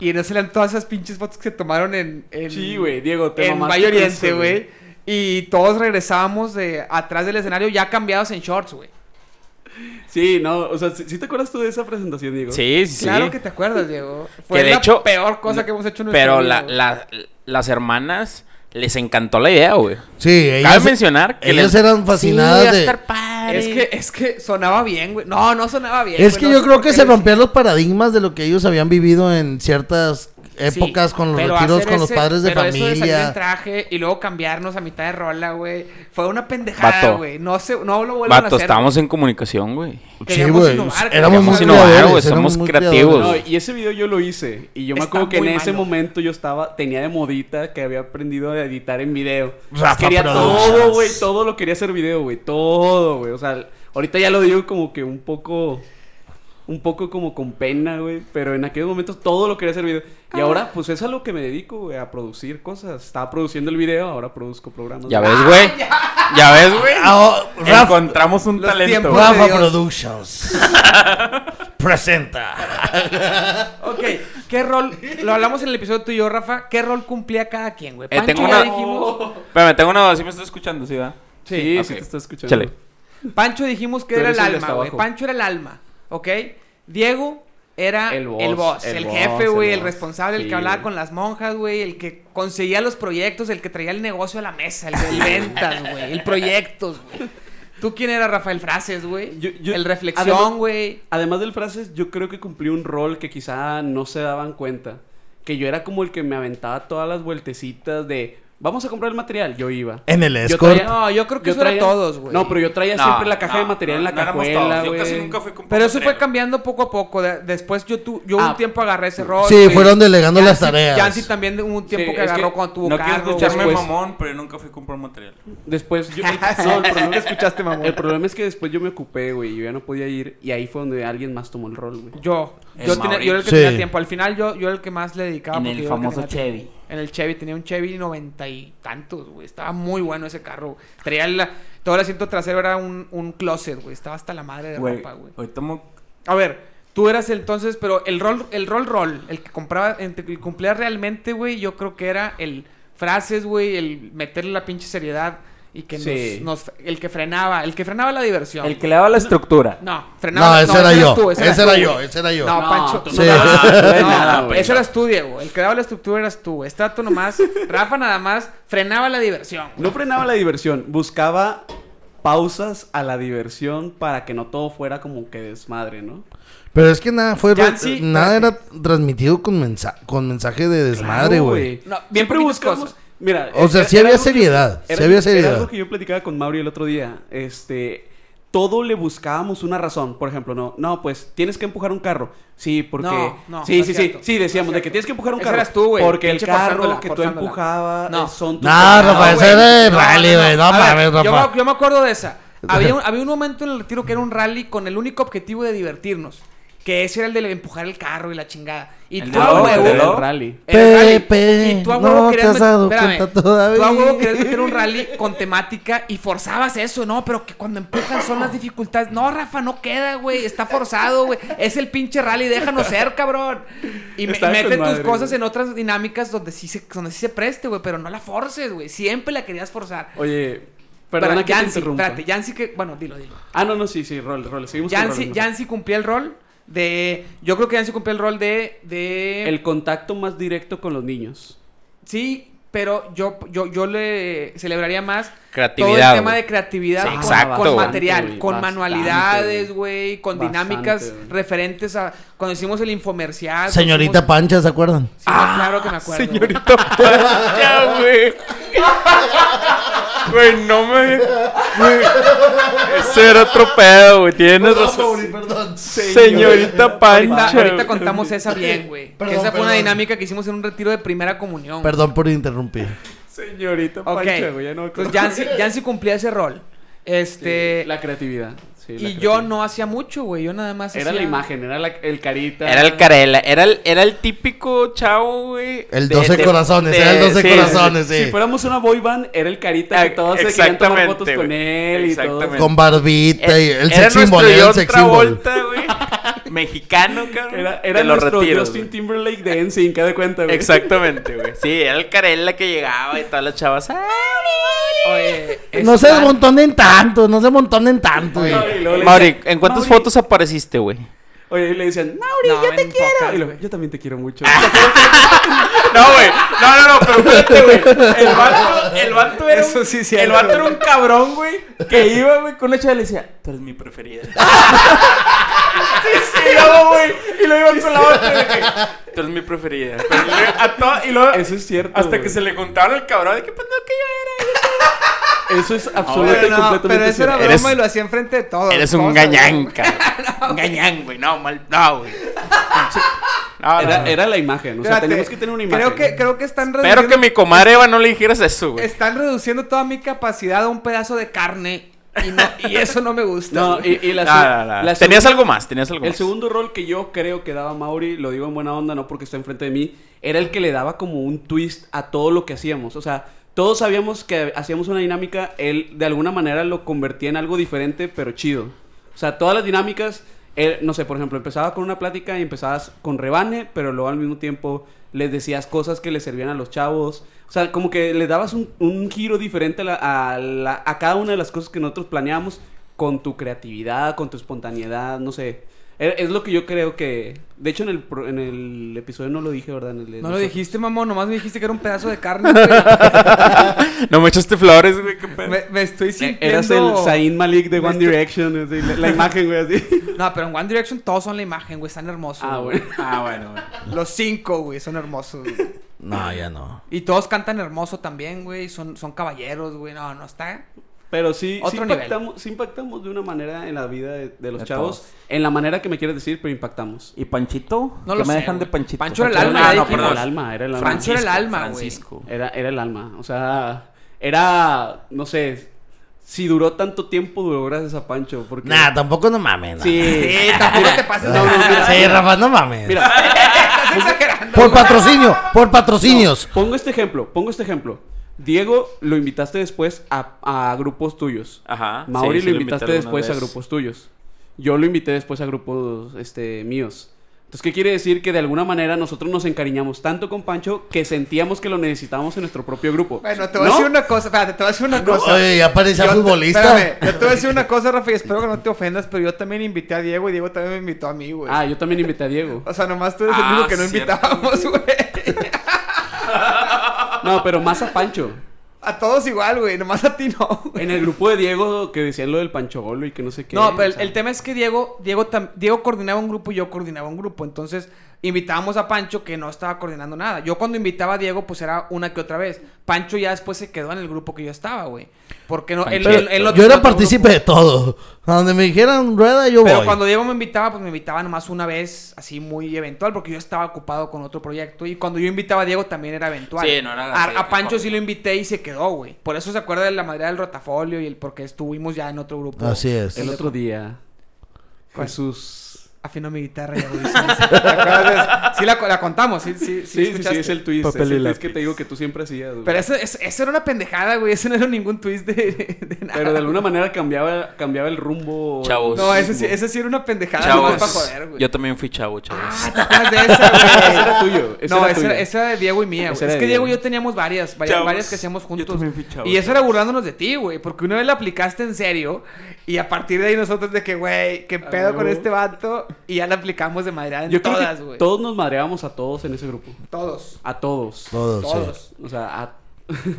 Speaker 1: Y no eran todas esas pinches fotos que se tomaron en. en
Speaker 2: Sí, güey, Diego, te
Speaker 1: En
Speaker 2: mamaste
Speaker 1: Valle
Speaker 2: con
Speaker 1: Oriente,
Speaker 2: eso, güey.
Speaker 1: güey. Y todos regresábamos de atrás del escenario ya cambiados en shorts, güey.
Speaker 2: Sí, no, o sea, ¿sí, sí te acuerdas tú de esa presentación, Diego?
Speaker 4: Sí, sí, sí.
Speaker 1: Claro que te acuerdas, Diego. Fue
Speaker 4: Que de
Speaker 1: la
Speaker 4: hecho-
Speaker 1: peor cosa que hemos hecho en nuestra
Speaker 4: Pero
Speaker 1: vida,
Speaker 4: la,
Speaker 1: güey.
Speaker 4: la- las hermanas les encantó la idea, güey.
Speaker 5: Sí,
Speaker 4: Cabe
Speaker 5: ellas,
Speaker 4: mencionar que
Speaker 5: ellas
Speaker 4: les-
Speaker 5: eran fascinadas
Speaker 4: Sí, va a
Speaker 5: de,
Speaker 4: estar padre,
Speaker 6: madre.
Speaker 1: Es que, es que sonaba bien, güey. No, no sonaba bien.
Speaker 5: Es
Speaker 1: güey,
Speaker 5: que
Speaker 1: no
Speaker 5: yo
Speaker 1: sé
Speaker 5: creo
Speaker 1: por
Speaker 5: que
Speaker 1: qué lo
Speaker 5: se
Speaker 1: hice.
Speaker 5: rompían los paradigmas de lo que ellos habían vivido en ciertas épocas
Speaker 1: Sí,
Speaker 5: con los
Speaker 1: pero
Speaker 5: retiros,
Speaker 1: hacer
Speaker 5: con los
Speaker 1: ese-
Speaker 5: padres de
Speaker 1: pero eso de salir en
Speaker 5: familia.
Speaker 1: traje y luego cambiarnos a mitad de rola, güey. Fue una pendejada,
Speaker 4: Vato.
Speaker 1: güey. No, se, no lo vuelvan a
Speaker 4: Vato,
Speaker 1: hacer.
Speaker 4: estábamos en comunicación, güey.
Speaker 5: Sí,
Speaker 1: Queríamos
Speaker 5: güey.
Speaker 1: innovar,
Speaker 5: Éramos muy
Speaker 4: queríamos innovar,
Speaker 5: creadores,
Speaker 4: güey,
Speaker 5: éramos
Speaker 4: somos
Speaker 5: muy
Speaker 4: creativos.
Speaker 5: creadores.
Speaker 2: No, y ese video yo lo hice. Y yo me
Speaker 1: Está
Speaker 2: acuerdo que en
Speaker 1: muy
Speaker 2: ese
Speaker 1: malo.
Speaker 2: momento yo estaba, tenía de modita que había aprendido a editar en video.
Speaker 5: Rafa
Speaker 2: quería
Speaker 5: Productions.
Speaker 2: todo, güey. Todo lo quería hacer video, güey. Todo, güey. O sea, ahorita ya lo digo como que un poco. Un poco como con pena, güey. Pero en aquellos momentos todo lo quería hacer video. Y ahora, pues es a lo que me dedico, güey. A producir cosas. Estaba produciendo el video, ahora produzco programas.
Speaker 4: Ya
Speaker 2: güey.
Speaker 4: ves, güey. Ya ves, güey.
Speaker 5: Ah, oh, Rafa,
Speaker 3: Encontramos un
Speaker 1: Los
Speaker 3: talento.
Speaker 1: tiempos.
Speaker 5: Rafa
Speaker 1: de Dios.
Speaker 5: Productions presenta.
Speaker 1: Ok, ¿qué rol? Lo hablamos en el episodio tú y yo, Rafa. ¿Qué rol cumplía cada quien, güey?
Speaker 4: Eh,
Speaker 1: Pancho ya
Speaker 4: tengo una-
Speaker 1: dijimos.
Speaker 4: Espérame, tengo una
Speaker 3: Sí me está escuchando, sí, va.
Speaker 2: Sí,
Speaker 1: Sí.
Speaker 2: sí,
Speaker 4: ok.
Speaker 2: te estoy escuchando.
Speaker 4: Chale.
Speaker 1: Pancho dijimos que
Speaker 2: Tú
Speaker 1: era el
Speaker 2: eres el de
Speaker 1: alma,
Speaker 2: hasta
Speaker 1: güey.
Speaker 2: abajo.
Speaker 1: Pancho era el alma, ¿ok? Diego era el
Speaker 2: El
Speaker 1: boss,
Speaker 2: boss,
Speaker 1: el,
Speaker 2: el boss,
Speaker 1: jefe, güey,
Speaker 2: el
Speaker 1: el,
Speaker 2: boss.
Speaker 1: responsable, el
Speaker 2: Sí,
Speaker 1: que hablaba
Speaker 2: güey.
Speaker 1: con las monjas, güey, el que conseguía los proyectos, el que traía el negocio a la mesa, el de ventas, güey, el proyectos, güey. ¿Tú quién era Rafael Frases, güey?
Speaker 2: Yo- yo-
Speaker 1: El
Speaker 2: además-
Speaker 1: reflexión, güey.
Speaker 2: Además del frases, yo creo que cumplí un rol que quizá no se daban cuenta. Que yo era como el que me aventaba todas las vueltecitas de... Vamos a comprar el material. Yo iba.
Speaker 5: En el
Speaker 2: Yo
Speaker 5: escort.
Speaker 2: traía-
Speaker 1: No, yo creo que eso era todos, güey.
Speaker 2: No, pero yo traía
Speaker 4: No,
Speaker 2: siempre la caja
Speaker 4: no,
Speaker 2: de material en la
Speaker 3: no éramos
Speaker 2: cajuela,
Speaker 3: todos.
Speaker 2: güey.
Speaker 3: Yo casi nunca fui con
Speaker 1: Pero eso fue
Speaker 3: Pocotrero.
Speaker 1: cambiando poco a poco. de- después yo tu, yo un
Speaker 2: Ah.
Speaker 1: tiempo agarré ese rol.
Speaker 5: Sí,
Speaker 1: güey.
Speaker 5: fueron delegando las
Speaker 1: Yancy-
Speaker 5: tareas.
Speaker 1: Yancy también de- hubo un tiempo
Speaker 2: Sí,
Speaker 1: que
Speaker 2: es que
Speaker 1: agarró cuando tuvo
Speaker 3: No quiero
Speaker 1: cargo.
Speaker 3: escucharme
Speaker 1: güey.
Speaker 3: mamón, pero yo nunca fui a comprar material.
Speaker 2: Después yo... No, el problema escuchaste, mamón. El problema es que después yo me ocupé, güey. Yo ya no podía ir. Y ahí fue donde alguien más tomó el rol, güey.
Speaker 1: Yo.
Speaker 3: El
Speaker 1: Yo, tenía- yo era el que
Speaker 5: Sí.
Speaker 1: tenía tiempo. Al final yo, yo era el que más le dedicaba.
Speaker 3: En
Speaker 1: porque
Speaker 3: el
Speaker 1: yo era que
Speaker 3: famoso
Speaker 1: tenía tiempo.
Speaker 3: Chevy.
Speaker 1: En el Chevy. Tenía un Chevy noventa y tantos, güey. Estaba muy bueno ese carro. Traía la- todo el asiento trasero era un, un closet, güey. Estaba hasta la madre de
Speaker 3: Güey,
Speaker 1: ropa, güey.
Speaker 3: ahorita me-
Speaker 1: A ver. Tú eras el, entonces, pero el rol, el rol, rol, el que compraba, el que cumplía realmente, güey, yo creo que era el frases, güey, el meterle la pinche seriedad y que nos-
Speaker 2: Sí.
Speaker 1: nos, el que frenaba, el que frenaba la diversión.
Speaker 3: El que le daba la estructura.
Speaker 1: No,
Speaker 5: No,
Speaker 1: frenaba.
Speaker 5: ese era
Speaker 1: eras
Speaker 5: yo.
Speaker 1: tú,
Speaker 5: ese,
Speaker 1: eras
Speaker 5: era
Speaker 1: tú,
Speaker 5: yo,
Speaker 1: güey.
Speaker 5: ese era yo.
Speaker 1: No, Pancho.
Speaker 2: tú
Speaker 5: Sí.
Speaker 2: no dabas, tú
Speaker 1: No,
Speaker 2: eres nada, güey.
Speaker 1: eso eras tú, Diego. El que daba la estructura eras tú. Este dato nomás, Rafa nada más frenaba la diversión.
Speaker 2: No frenaba la diversión, buscaba pausas a la diversión para que no todo fuera como que desmadre, ¿no?
Speaker 5: Pero es que nada fue
Speaker 1: Yancy,
Speaker 5: nada era transmitido con mensa- con mensaje de desmadre, güey.
Speaker 1: No, bien
Speaker 2: Siempre
Speaker 1: poquitas
Speaker 2: buscamos-
Speaker 1: cosas.
Speaker 2: Mira,
Speaker 5: O
Speaker 2: eh,
Speaker 5: sea,
Speaker 2: era-
Speaker 5: sí
Speaker 2: era algo
Speaker 5: había
Speaker 2: que-
Speaker 5: seriedad, sí
Speaker 2: Era,
Speaker 5: había
Speaker 2: era
Speaker 5: seriedad.
Speaker 2: algo que yo platicaba con Mauri el otro día. Este, todo le buscábamos una razón. Por ejemplo, no, no, pues tienes que empujar un carro. Sí, porque.
Speaker 1: No, no, no
Speaker 2: sí, sí,
Speaker 1: es
Speaker 2: sí,
Speaker 1: cierto,
Speaker 2: sí, decíamos
Speaker 1: no es
Speaker 2: de que
Speaker 1: cierto.
Speaker 2: tienes que empujar un
Speaker 1: Ese
Speaker 2: carro.
Speaker 1: eras tú, güey,
Speaker 2: Porque el
Speaker 1: pinche
Speaker 2: carro
Speaker 1: forzándola,
Speaker 2: que
Speaker 1: forzándola.
Speaker 2: tú empujabas
Speaker 1: No.
Speaker 2: eh, son tus
Speaker 5: No,
Speaker 2: pecados,
Speaker 5: Ah, Rafa,
Speaker 2: güey.
Speaker 5: ese era de
Speaker 1: No,
Speaker 5: rally,
Speaker 1: no, no.
Speaker 5: güey.
Speaker 1: A
Speaker 5: No,
Speaker 1: ver,
Speaker 5: mames,
Speaker 1: yo
Speaker 5: Rafa.
Speaker 1: me- Yo me acuerdo de esa. Había un, había un momento en el retiro que era un rally con el único objetivo de divertirnos. Que ese era el de empujar el carro y la chingada. Y
Speaker 3: El
Speaker 1: tú a
Speaker 3: de la
Speaker 2: Era
Speaker 3: boca,
Speaker 1: huevo-
Speaker 2: el
Speaker 3: ¿no?
Speaker 2: rally.
Speaker 1: en el rally.
Speaker 5: Pepe,
Speaker 1: Y tú a
Speaker 5: no
Speaker 1: huevo
Speaker 5: te
Speaker 1: querías
Speaker 5: has
Speaker 1: met-
Speaker 5: dado
Speaker 1: espérame,
Speaker 5: cuenta todavía.
Speaker 1: Tú a huevo querías meter un rally con temática y forzabas eso, ¿no? Pero que cuando empujan son las dificultades. No, Rafa, no queda, güey. Está forzado, güey. Es el pinche rally, déjanos ser, cabrón. Y, me- y
Speaker 2: Estaba
Speaker 1: mete
Speaker 2: con
Speaker 1: tus
Speaker 2: madre,
Speaker 1: cosas
Speaker 2: güey.
Speaker 1: en otras dinámicas donde sí se, donde sí se preste, güey. Pero no la forces, güey. Siempre la querías forzar.
Speaker 2: Oye, perdona
Speaker 1: Espera,
Speaker 2: que te
Speaker 1: Yancy,
Speaker 2: interrumpa.
Speaker 1: espérate, Yancy que. Bueno, dilo, dilo.
Speaker 2: Ah, no, no, sí, sí, rol, rol. Seguimos con
Speaker 1: Yancy,
Speaker 2: rol, ¿no?
Speaker 1: Yancy cumplía el rol de. Yo creo que Yancy cumplía el rol de. de
Speaker 2: El contacto más directo con los niños.
Speaker 1: Sí, pero yo, yo, yo le celebraría más todo
Speaker 4: Creatividad,
Speaker 1: el tema
Speaker 4: güey.
Speaker 1: de creatividad
Speaker 4: Sí,
Speaker 1: con,
Speaker 4: exacto,
Speaker 1: con
Speaker 4: güey.
Speaker 1: material,
Speaker 2: Bastante,
Speaker 1: con
Speaker 2: güey,
Speaker 1: manualidades,
Speaker 2: bastante,
Speaker 1: güey, con
Speaker 2: Bastante,
Speaker 1: dinámicas
Speaker 2: güey.
Speaker 1: referentes a cuando hicimos el infomercial. cuando hicimos-
Speaker 5: Señorita Pancha, ¿se acuerdan?
Speaker 1: Sí,
Speaker 4: Ah,
Speaker 1: claro que me acuerdo. güey.
Speaker 4: Ya, güey. Güey, no me. güey. Ese era otro pedo, güey. Tienes
Speaker 5: Pues,
Speaker 4: razón.
Speaker 5: perdón.
Speaker 4: Señorita
Speaker 1: Ahorita,
Speaker 4: Pancha.
Speaker 1: ahorita
Speaker 4: güey.
Speaker 1: contamos esa bien, güey. Que
Speaker 5: Perdón,
Speaker 1: esa fue una
Speaker 5: perdón.
Speaker 1: dinámica que hicimos en un retiro de primera comunión.
Speaker 5: Perdón por interrumpir.
Speaker 2: Señorita
Speaker 1: Ok.
Speaker 2: Pancha, güey, ya no me acuerdo.
Speaker 1: Entonces, Yancy, Yancy cumplía ese rol. Este.
Speaker 2: La creatividad. sí, la
Speaker 1: y yo
Speaker 2: creatividad.
Speaker 1: no hacía mucho, güey. Yo nada más
Speaker 2: Era la
Speaker 1: hacía-
Speaker 2: imagen, era la- el carita.
Speaker 4: Era el Carela, era el, era el típico chavo, güey.
Speaker 5: El
Speaker 4: de-
Speaker 5: 12
Speaker 4: de-
Speaker 5: corazones, era el 12
Speaker 4: sí,
Speaker 5: corazones, sí.
Speaker 2: Si fuéramos una boy band, era el carita que todos se querían tomar
Speaker 4: Exactamente,
Speaker 2: fotos con
Speaker 4: güey.
Speaker 2: él y todo.
Speaker 4: Exactamente.
Speaker 5: Con barbita y el
Speaker 4: Era
Speaker 5: sex symbol,
Speaker 4: nuestro
Speaker 5: Eh, era el
Speaker 4: John
Speaker 5: sex symbol.
Speaker 4: Travolta, güey. Mexicano, cabrón.
Speaker 2: Era, era
Speaker 4: de los
Speaker 2: nuestro
Speaker 4: retiros,
Speaker 2: Justin
Speaker 4: güey.
Speaker 2: Timberlake de NSYNC, cada cuenta, güey.
Speaker 4: Exactamente, güey. Sí, era el Carela que llegaba y todas las chavas. "Ay,
Speaker 1: Oye,
Speaker 2: Eh,
Speaker 5: No se
Speaker 1: Stan-
Speaker 5: amontonen tanto, no se amontonen tanto, güey.
Speaker 2: Y luego le
Speaker 4: Mauri,
Speaker 2: decía,
Speaker 4: ¿en cuántas
Speaker 2: "Mauri,
Speaker 4: fotos apareciste, güey?
Speaker 2: Oye, y le decían, Mauri,
Speaker 1: No,
Speaker 2: yo
Speaker 1: ven
Speaker 2: te
Speaker 1: un
Speaker 2: quiero.
Speaker 1: podcast,
Speaker 2: Y lo-
Speaker 1: güey.
Speaker 2: yo también te quiero mucho.
Speaker 4: No, güey. No, no, no, pero espérate, güey.
Speaker 3: El vato, el vato era
Speaker 1: Eso
Speaker 3: un,
Speaker 1: sí es
Speaker 3: el
Speaker 1: cierto,
Speaker 3: vato
Speaker 1: güey.
Speaker 3: era un cabrón, güey, que iba, güey, con una chava y le decía, tú eres mi preferida. Y luego, güey, y luego iba con la otra, de que, tú eres mi preferida. Pero le- a to- y luego,
Speaker 2: Eso es cierto.
Speaker 3: hasta que
Speaker 2: güey.
Speaker 3: se le contaron al cabrón de que, pues, no, que yo era.
Speaker 2: Eso es absoluta
Speaker 1: Pero,
Speaker 2: y
Speaker 1: no,
Speaker 2: completamente
Speaker 1: pero eso era
Speaker 2: cierto.
Speaker 1: broma
Speaker 4: Eres-
Speaker 1: y lo hacía enfrente de todos.
Speaker 4: Eres un
Speaker 1: Todos
Speaker 4: gañán,
Speaker 1: sabían.
Speaker 4: cabrón. Un gañán, güey. No, mal. No, güey. No, no,
Speaker 2: Era,
Speaker 4: no.
Speaker 2: era la imagen. O sea,
Speaker 1: Espérate,
Speaker 2: tenemos que tener una imagen.
Speaker 1: Creo que, creo que están
Speaker 4: Espero que mi comadre Eva no le dijeras eso, güey.
Speaker 1: Están reduciendo toda mi capacidad a un pedazo de carne. Y, no- y eso no me gusta.
Speaker 2: No,
Speaker 1: güey.
Speaker 2: y, y la,
Speaker 4: No,
Speaker 2: se-
Speaker 4: no, no.
Speaker 2: la
Speaker 4: Tenías
Speaker 2: segunda-
Speaker 4: algo más, tenías algo
Speaker 2: El
Speaker 4: más.
Speaker 2: segundo rol que yo creo que daba Mauri, lo digo en buena onda, no porque está enfrente de mí, era el que le daba como un twist a todo lo que hacíamos. O sea, todos sabíamos que hacíamos una dinámica, él de alguna manera lo convertía en algo diferente, pero chido. O sea, todas las dinámicas, él, no sé, por ejemplo, empezaba con una plática y empezabas con rebane, pero luego al mismo tiempo les decías cosas que le servían a los chavos. O sea, como que le dabas un, un giro diferente a, la- a la- a cada una de las cosas que nosotros planeamos con tu creatividad, con tu espontaneidad, no sé. Es es lo que yo creo que. De hecho, en el, pro- en el episodio no lo dije, ¿verdad? En el de
Speaker 1: No lo
Speaker 2: nosotros.
Speaker 1: dijiste, mamón. Nomás me dijiste que era un pedazo de carne. güey.
Speaker 4: No me echaste flores, güey. Qué pedo.
Speaker 1: Me, me estoy
Speaker 2: E-
Speaker 1: sintiendo...
Speaker 2: Eras el Zayn Malik de
Speaker 1: Me
Speaker 2: One
Speaker 1: estoy-
Speaker 2: Direction, así, la, la imagen, güey, así.
Speaker 1: No, pero en One Direction todos son la imagen, güey. Están hermosos.
Speaker 2: Ah,
Speaker 1: güey.
Speaker 2: bueno.
Speaker 3: Ah, bueno, güey.
Speaker 1: Los cinco, güey. Son hermosos. güey.
Speaker 5: No, ya no.
Speaker 1: Y todos cantan hermoso también, güey. Son, son caballeros, güey. No, no está.
Speaker 2: Pero sí, sí
Speaker 1: Otro nivel.
Speaker 2: impactamos, sí impactamos de una manera en la vida de, de los
Speaker 3: De
Speaker 2: chavos.
Speaker 3: todos.
Speaker 2: En la manera que me quieres decir, pero impactamos.
Speaker 3: ¿Y Panchito?
Speaker 1: No
Speaker 3: ¿Qué
Speaker 1: lo
Speaker 3: me
Speaker 1: sé,
Speaker 3: dejan de
Speaker 1: güey.
Speaker 3: Panchito?
Speaker 1: Pancho era el
Speaker 2: Pero
Speaker 1: alma,
Speaker 2: no,
Speaker 1: ya
Speaker 2: no,
Speaker 1: dijimos.
Speaker 2: perdón, el alma, era el alma.
Speaker 1: Francisco, era el alma, güey.
Speaker 4: Francisco.
Speaker 2: Era, era el alma. O sea, era. No sé. Si duró tanto tiempo, duró gracias a Pancho. Porque...
Speaker 5: Nah, tampoco no mames. no.
Speaker 2: Sí.
Speaker 1: Sí, tampoco te pases de
Speaker 5: No, no, mira, sí, Rafa, no mames.
Speaker 2: Mira,
Speaker 1: Estás exagerando.
Speaker 5: por patrocinio, por patrocinios.
Speaker 2: pongo este ejemplo, pongo este ejemplo. Diego lo invitaste después a, a grupos tuyos.
Speaker 4: Ajá.
Speaker 2: Mauri
Speaker 4: sí, sí
Speaker 2: lo
Speaker 4: invité
Speaker 2: invitaste
Speaker 4: alguna
Speaker 2: después a
Speaker 4: vez.
Speaker 2: grupos tuyos. Yo lo invité después a grupos este, míos. Entonces, ¿qué quiere decir? Que de alguna manera nosotros nos encariñamos tanto con Pancho que sentíamos que lo necesitábamos en nuestro propio grupo.
Speaker 1: Bueno, te voy a
Speaker 2: ¿No?
Speaker 1: decir una cosa. Espérate, te voy a decir una cosa.
Speaker 5: Oye, ya parecía
Speaker 1: Yo te-
Speaker 5: futbolista.
Speaker 1: espérame, yo te voy a decir una cosa, Rafa, y espero que no te ofendas, pero yo también invité a Diego y Diego también me invitó a mí, güey.
Speaker 2: Ah, yo también invité a Diego.
Speaker 1: O sea, nomás tú eres el
Speaker 4: Ah,
Speaker 1: único que no
Speaker 4: cierto.
Speaker 1: invitábamos, güey.
Speaker 2: No, pero más a Pancho.
Speaker 1: A todos igual, güey. Nomás a ti no. güey.
Speaker 2: En el grupo de Diego que decían lo del Pancholo y que no sé qué.
Speaker 1: No, pero
Speaker 2: o
Speaker 1: el,
Speaker 2: sea.
Speaker 1: el tema es que Diego, Diego, tam- Diego coordinaba un grupo y yo coordinaba un grupo. Entonces, invitábamos a Pancho que no estaba coordinando nada. Yo cuando invitaba a Diego, pues era una que otra vez. Pancho ya después se quedó en el grupo que yo estaba, güey. Porque no, él, él- él no tenía
Speaker 5: Yo era
Speaker 1: otro grupo.
Speaker 5: partícipe de todo. A donde me dijeran rueda, yo
Speaker 1: Pero
Speaker 5: voy.
Speaker 1: cuando Diego me invitaba, pues me invitaba nomás una vez, así muy eventual, porque yo estaba ocupado con otro proyecto. Y cuando yo invitaba a Diego también era eventual.
Speaker 4: Sí, no era
Speaker 1: a,
Speaker 4: así de
Speaker 1: a
Speaker 4: que
Speaker 1: Pancho
Speaker 4: por-
Speaker 1: sí lo invité y se quedó, güey. Por eso se acuerda de la madera del rotafolio y el porque estuvimos ya en otro grupo.
Speaker 5: Así es.
Speaker 2: El otro día.
Speaker 1: ¿Cuál?
Speaker 2: Jesús.
Speaker 1: Afino mi guitarra ya, güey. Sí, sí, ¿te acuerdas? Sí la, la contamos, sí, sí, sí,
Speaker 2: Sí, sí, sí,
Speaker 1: escuchaste.
Speaker 2: es el twist.
Speaker 3: Papel
Speaker 2: es el
Speaker 3: y
Speaker 2: twist que
Speaker 3: lápiz.
Speaker 2: te digo que tú siempre hacías. güey.
Speaker 1: Pero eso, eso- eso era una pendejada, güey. Eso no era ningún twist de, de nada.
Speaker 2: Pero de alguna manera cambiaba, cambiaba el rumbo.
Speaker 4: Chavos.
Speaker 1: No, ese sí, ese sí era una pendejada. nomás para
Speaker 4: Chavos.
Speaker 1: joder, güey.
Speaker 4: Yo también fui chavo, chavos.
Speaker 1: Ah, ¿te acuerdas de esa, güey?
Speaker 2: Ese era tuyo. Ese
Speaker 1: no,
Speaker 2: era
Speaker 1: esa,
Speaker 2: tuyo.
Speaker 1: era- esa era de Diego y mía,
Speaker 2: Esa
Speaker 1: güey. Es
Speaker 2: era
Speaker 1: que
Speaker 2: de
Speaker 1: Diego y
Speaker 2: Diego.
Speaker 1: yo teníamos varias, varias,
Speaker 3: Chavos.
Speaker 1: varias que hacíamos juntos.
Speaker 3: también fui chavo,
Speaker 1: y eso era
Speaker 3: chavos.
Speaker 1: burlándonos de ti, güey, porque una vez la aplicaste en serio y a partir de ahí nosotros de que, güey, qué
Speaker 2: Ah,
Speaker 1: pedo con
Speaker 2: huevo.
Speaker 1: este vato y ya la aplicamos de manera en
Speaker 2: Yo creo
Speaker 1: todas,
Speaker 2: que
Speaker 1: güey.
Speaker 2: todos nos madreábamos a todos en ese grupo.
Speaker 1: Todos.
Speaker 2: A todos.
Speaker 5: Todos, sí.
Speaker 1: Todos.
Speaker 2: O sea, a...
Speaker 4: Todos.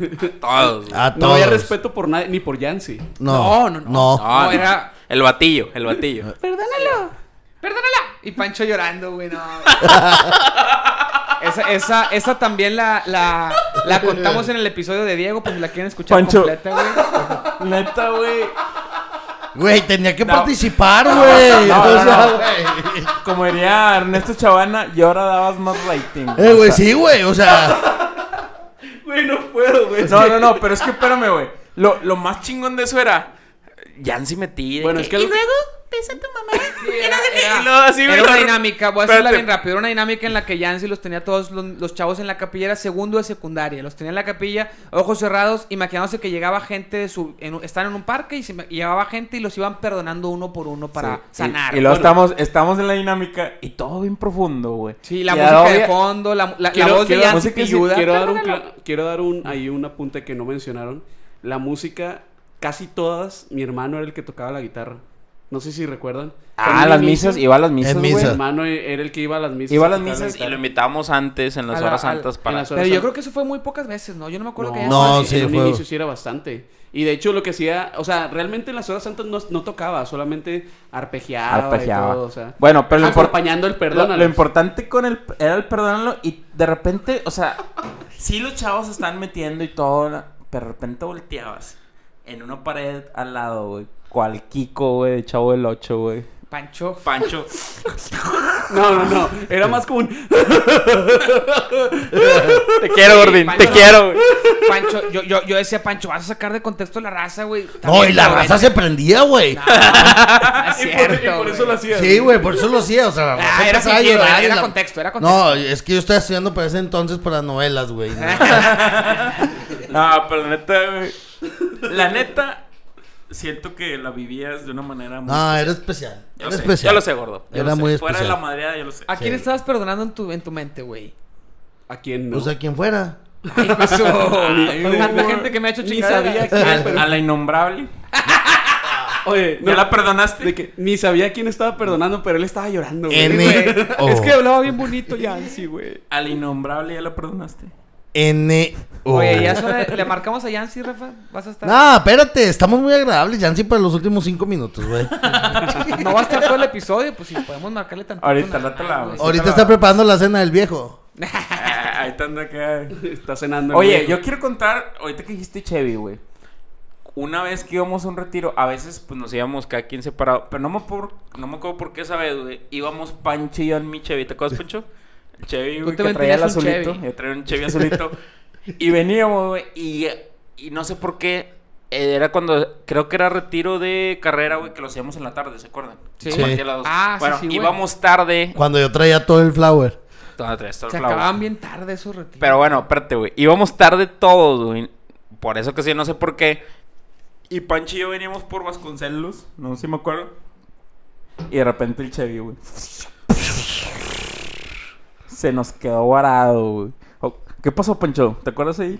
Speaker 4: güey.
Speaker 5: A todos.
Speaker 2: no había respeto por nadie, ni por Yancy.
Speaker 5: No, no, no.
Speaker 4: No,
Speaker 2: Ah,
Speaker 1: No,
Speaker 4: no.
Speaker 1: era-
Speaker 4: El batillo, el batillo.
Speaker 1: Perdónalo. Perdónala. Y Pancho llorando, güey, no. esa, esa, esa también la, la, la contamos en el episodio de Diego, pues si la quieren escuchar
Speaker 3: Pancho.
Speaker 1: completa, güey.
Speaker 3: Neta, güey.
Speaker 5: Güey, tenía que
Speaker 3: No.
Speaker 5: participar, güey.
Speaker 3: No, no,
Speaker 5: O sea,
Speaker 3: no.
Speaker 5: güey.
Speaker 3: Como diría Ernesto Chavana, y ahora dabas más rating.
Speaker 5: Eh, güey,
Speaker 3: O sea,
Speaker 5: sí, güey. O sea,
Speaker 2: Güey, no puedo, güey.
Speaker 3: No, no, no, pero es que espérame, güey.
Speaker 4: Lo, lo más chingón de eso era. Yancy metí.
Speaker 2: Bueno, es que... lo-
Speaker 4: Pesa tu mamá.
Speaker 1: Era, era-
Speaker 4: Y luego así,
Speaker 1: era
Speaker 4: güey,
Speaker 1: una
Speaker 4: lo-
Speaker 1: dinámica, voy a hacerla
Speaker 4: Espérate.
Speaker 1: bien rápido. Era una dinámica en la que Yancy los tenía todos los, los chavos en la capilla, era segundo de secundaria. Los tenía en la capilla, ojos cerrados, imaginándose que llegaba gente de su. En, un- estaban en un parque y, se, y llegaba gente y los iban perdonando uno por uno para
Speaker 3: Sí, y-
Speaker 1: sanar.
Speaker 3: Y, luego
Speaker 1: Bueno,
Speaker 3: estamos, estamos en la dinámica y todo bien profundo, güey.
Speaker 1: Sí, la
Speaker 3: Y
Speaker 1: música
Speaker 3: ahora,
Speaker 1: de fondo, la, la- la voz de
Speaker 2: quiero-
Speaker 1: Yancy
Speaker 2: música-
Speaker 1: pilluda.
Speaker 2: quiero dar un cla- quiero dar un ahí un apunte que no mencionaron. La música, casi todas, mi hermano era el que tocaba la guitarra. No sé si recuerdan.
Speaker 4: Ah, las misas, iba a las misas,
Speaker 5: En
Speaker 4: güey.
Speaker 2: Mi
Speaker 5: misa.
Speaker 2: hermano e-, era el que iba a las misas.
Speaker 4: Iba a las
Speaker 2: tocar la
Speaker 4: misas y
Speaker 2: guitarra.
Speaker 4: lo invitamos antes en las
Speaker 2: A la-
Speaker 4: horas
Speaker 2: al-
Speaker 4: santas
Speaker 2: en
Speaker 4: para...
Speaker 2: las horas
Speaker 1: Pero yo
Speaker 2: santas.
Speaker 1: creo que eso fue muy pocas veces, ¿no? Yo no me acuerdo que haya
Speaker 5: No,
Speaker 1: sido
Speaker 5: sí,
Speaker 1: así.
Speaker 2: en un
Speaker 5: fue-
Speaker 2: inicio sí era bastante. Y de hecho lo que hacía, o sea, realmente en las horas santas no, no tocaba, solamente arpegiaba,
Speaker 4: Arpegiaba.
Speaker 2: Ah, y todo, o sea, Ah,
Speaker 4: Bueno, pero lo, impor-
Speaker 2: acompañando el
Speaker 4: lo-
Speaker 2: perdón.
Speaker 4: lo importante con el, era el perdónalo y de repente, o sea, sí los chavos se están metiendo y todo, la- pero de repente volteabas en una pared al lado, güey. Cual Kiko, güey, de Chavo del 8, güey.
Speaker 1: Pancho.
Speaker 4: Pancho.
Speaker 2: No, no, no, era más como un
Speaker 4: Te quiero, Gordín,
Speaker 1: Pancho
Speaker 4: te
Speaker 1: no.
Speaker 4: quiero, güey.
Speaker 1: Pancho, yo, yo, yo decía, Pancho, vas a sacar de contexto la raza, güey.
Speaker 5: No, y
Speaker 1: También,
Speaker 5: la
Speaker 1: güey.
Speaker 5: raza se prendía, güey.
Speaker 1: Ah, es
Speaker 2: y por, y
Speaker 1: cierto,
Speaker 2: por eso lo
Speaker 1: güey.
Speaker 2: hacía.
Speaker 5: Sí, güey, por eso lo hacía, o sea, la raza
Speaker 1: Ah, era
Speaker 5: empezaba a
Speaker 1: fingido,
Speaker 5: llorar
Speaker 1: era,
Speaker 5: y
Speaker 1: era
Speaker 5: la-
Speaker 1: contexto, era contexto.
Speaker 5: No, es que yo estaba estudiando para ese entonces para novelas, güey.
Speaker 3: No, Ah, pero la neta, güey. La neta, siento que la vivías de una manera muy.
Speaker 5: No, era especial.
Speaker 3: yo,
Speaker 5: Era
Speaker 3: sé,
Speaker 5: especial.
Speaker 3: yo lo sé, gordo. Yo lo
Speaker 5: Era
Speaker 3: sé.
Speaker 5: Ah, muy
Speaker 3: Fuera de la
Speaker 5: especial.
Speaker 3: madreada, yo lo sé.
Speaker 1: ¿A quién
Speaker 5: Sí.
Speaker 1: estabas perdonando en tu, en tu mente, güey?
Speaker 2: ¿A quién no?
Speaker 5: O sea, quien fuera.
Speaker 1: Ay, Jesús.
Speaker 2: güey.
Speaker 1: la gente que me ha hecho
Speaker 2: Ni
Speaker 1: chingadera.
Speaker 2: sabía
Speaker 3: A, a la innombrable.
Speaker 2: Oye,
Speaker 3: ¿Ya
Speaker 2: no,
Speaker 3: la perdonaste?
Speaker 2: de que ni sabía quién estaba perdonando, pero él estaba llorando, güey.
Speaker 5: En,
Speaker 1: güey.
Speaker 2: Es que hablaba bien bonito ya, sí, güey.
Speaker 3: A la innombrable ya la perdonaste.
Speaker 5: N. O.
Speaker 1: Oye, ya suena- le marcamos a Yancy, Rafa. Vas a estar.
Speaker 5: Oh. No, espérate, estamos muy agradables, Yancy, para los últimos cinco minutos, güey.
Speaker 1: No va a estar todo el episodio, pues si podemos marcarle tanto.
Speaker 3: Ahorita,
Speaker 1: nada
Speaker 3: no te
Speaker 1: más,
Speaker 3: la
Speaker 1: güey.
Speaker 3: vamos.
Speaker 5: Ahorita está preparando la cena del viejo.
Speaker 3: Ah, ahí te anda acá.
Speaker 2: Está cenando. el
Speaker 4: Oye,
Speaker 2: viejo.
Speaker 4: yo quiero contar, ahorita que dijiste Chevy, güey. Una vez que íbamos a un retiro, a veces pues nos íbamos cada quien separado, pero no me, por, no me acuerdo por qué esa vez, güey. Íbamos Pancho y yo en mi Chevy, ¿te acuerdas, Pancho? El Chevy, güey, que
Speaker 1: también
Speaker 4: traía el
Speaker 1: tenías un
Speaker 4: azulito.
Speaker 1: Chevy.
Speaker 4: Yo traía un Chevy azulito. y veníamos, güey, y, y no sé por qué. eh, Era cuando, creo que era retiro de carrera, güey, que lo hacíamos en la tarde, ¿se acuerdan?
Speaker 1: Sí.
Speaker 4: A partir de las dos.
Speaker 1: Ah, sí,
Speaker 4: bueno,
Speaker 1: sí, güey.
Speaker 4: íbamos tarde.
Speaker 5: Cuando yo traía todo el flower.
Speaker 4: Todo atrás, todo
Speaker 1: Se
Speaker 4: clavado.
Speaker 1: acababan bien tarde esos retiros.
Speaker 4: Pero bueno, espérate, güey. Íbamos tarde todos, güey. Por eso que sí, no sé por qué.
Speaker 3: Y Pancho y yo veníamos por Vasconcelos. No sé si me acuerdo. Y de repente el Chevy, güey.
Speaker 4: Se nos quedó varado, güey. Oh, ¿Qué pasó, Pancho? ¿Te acuerdas ahí?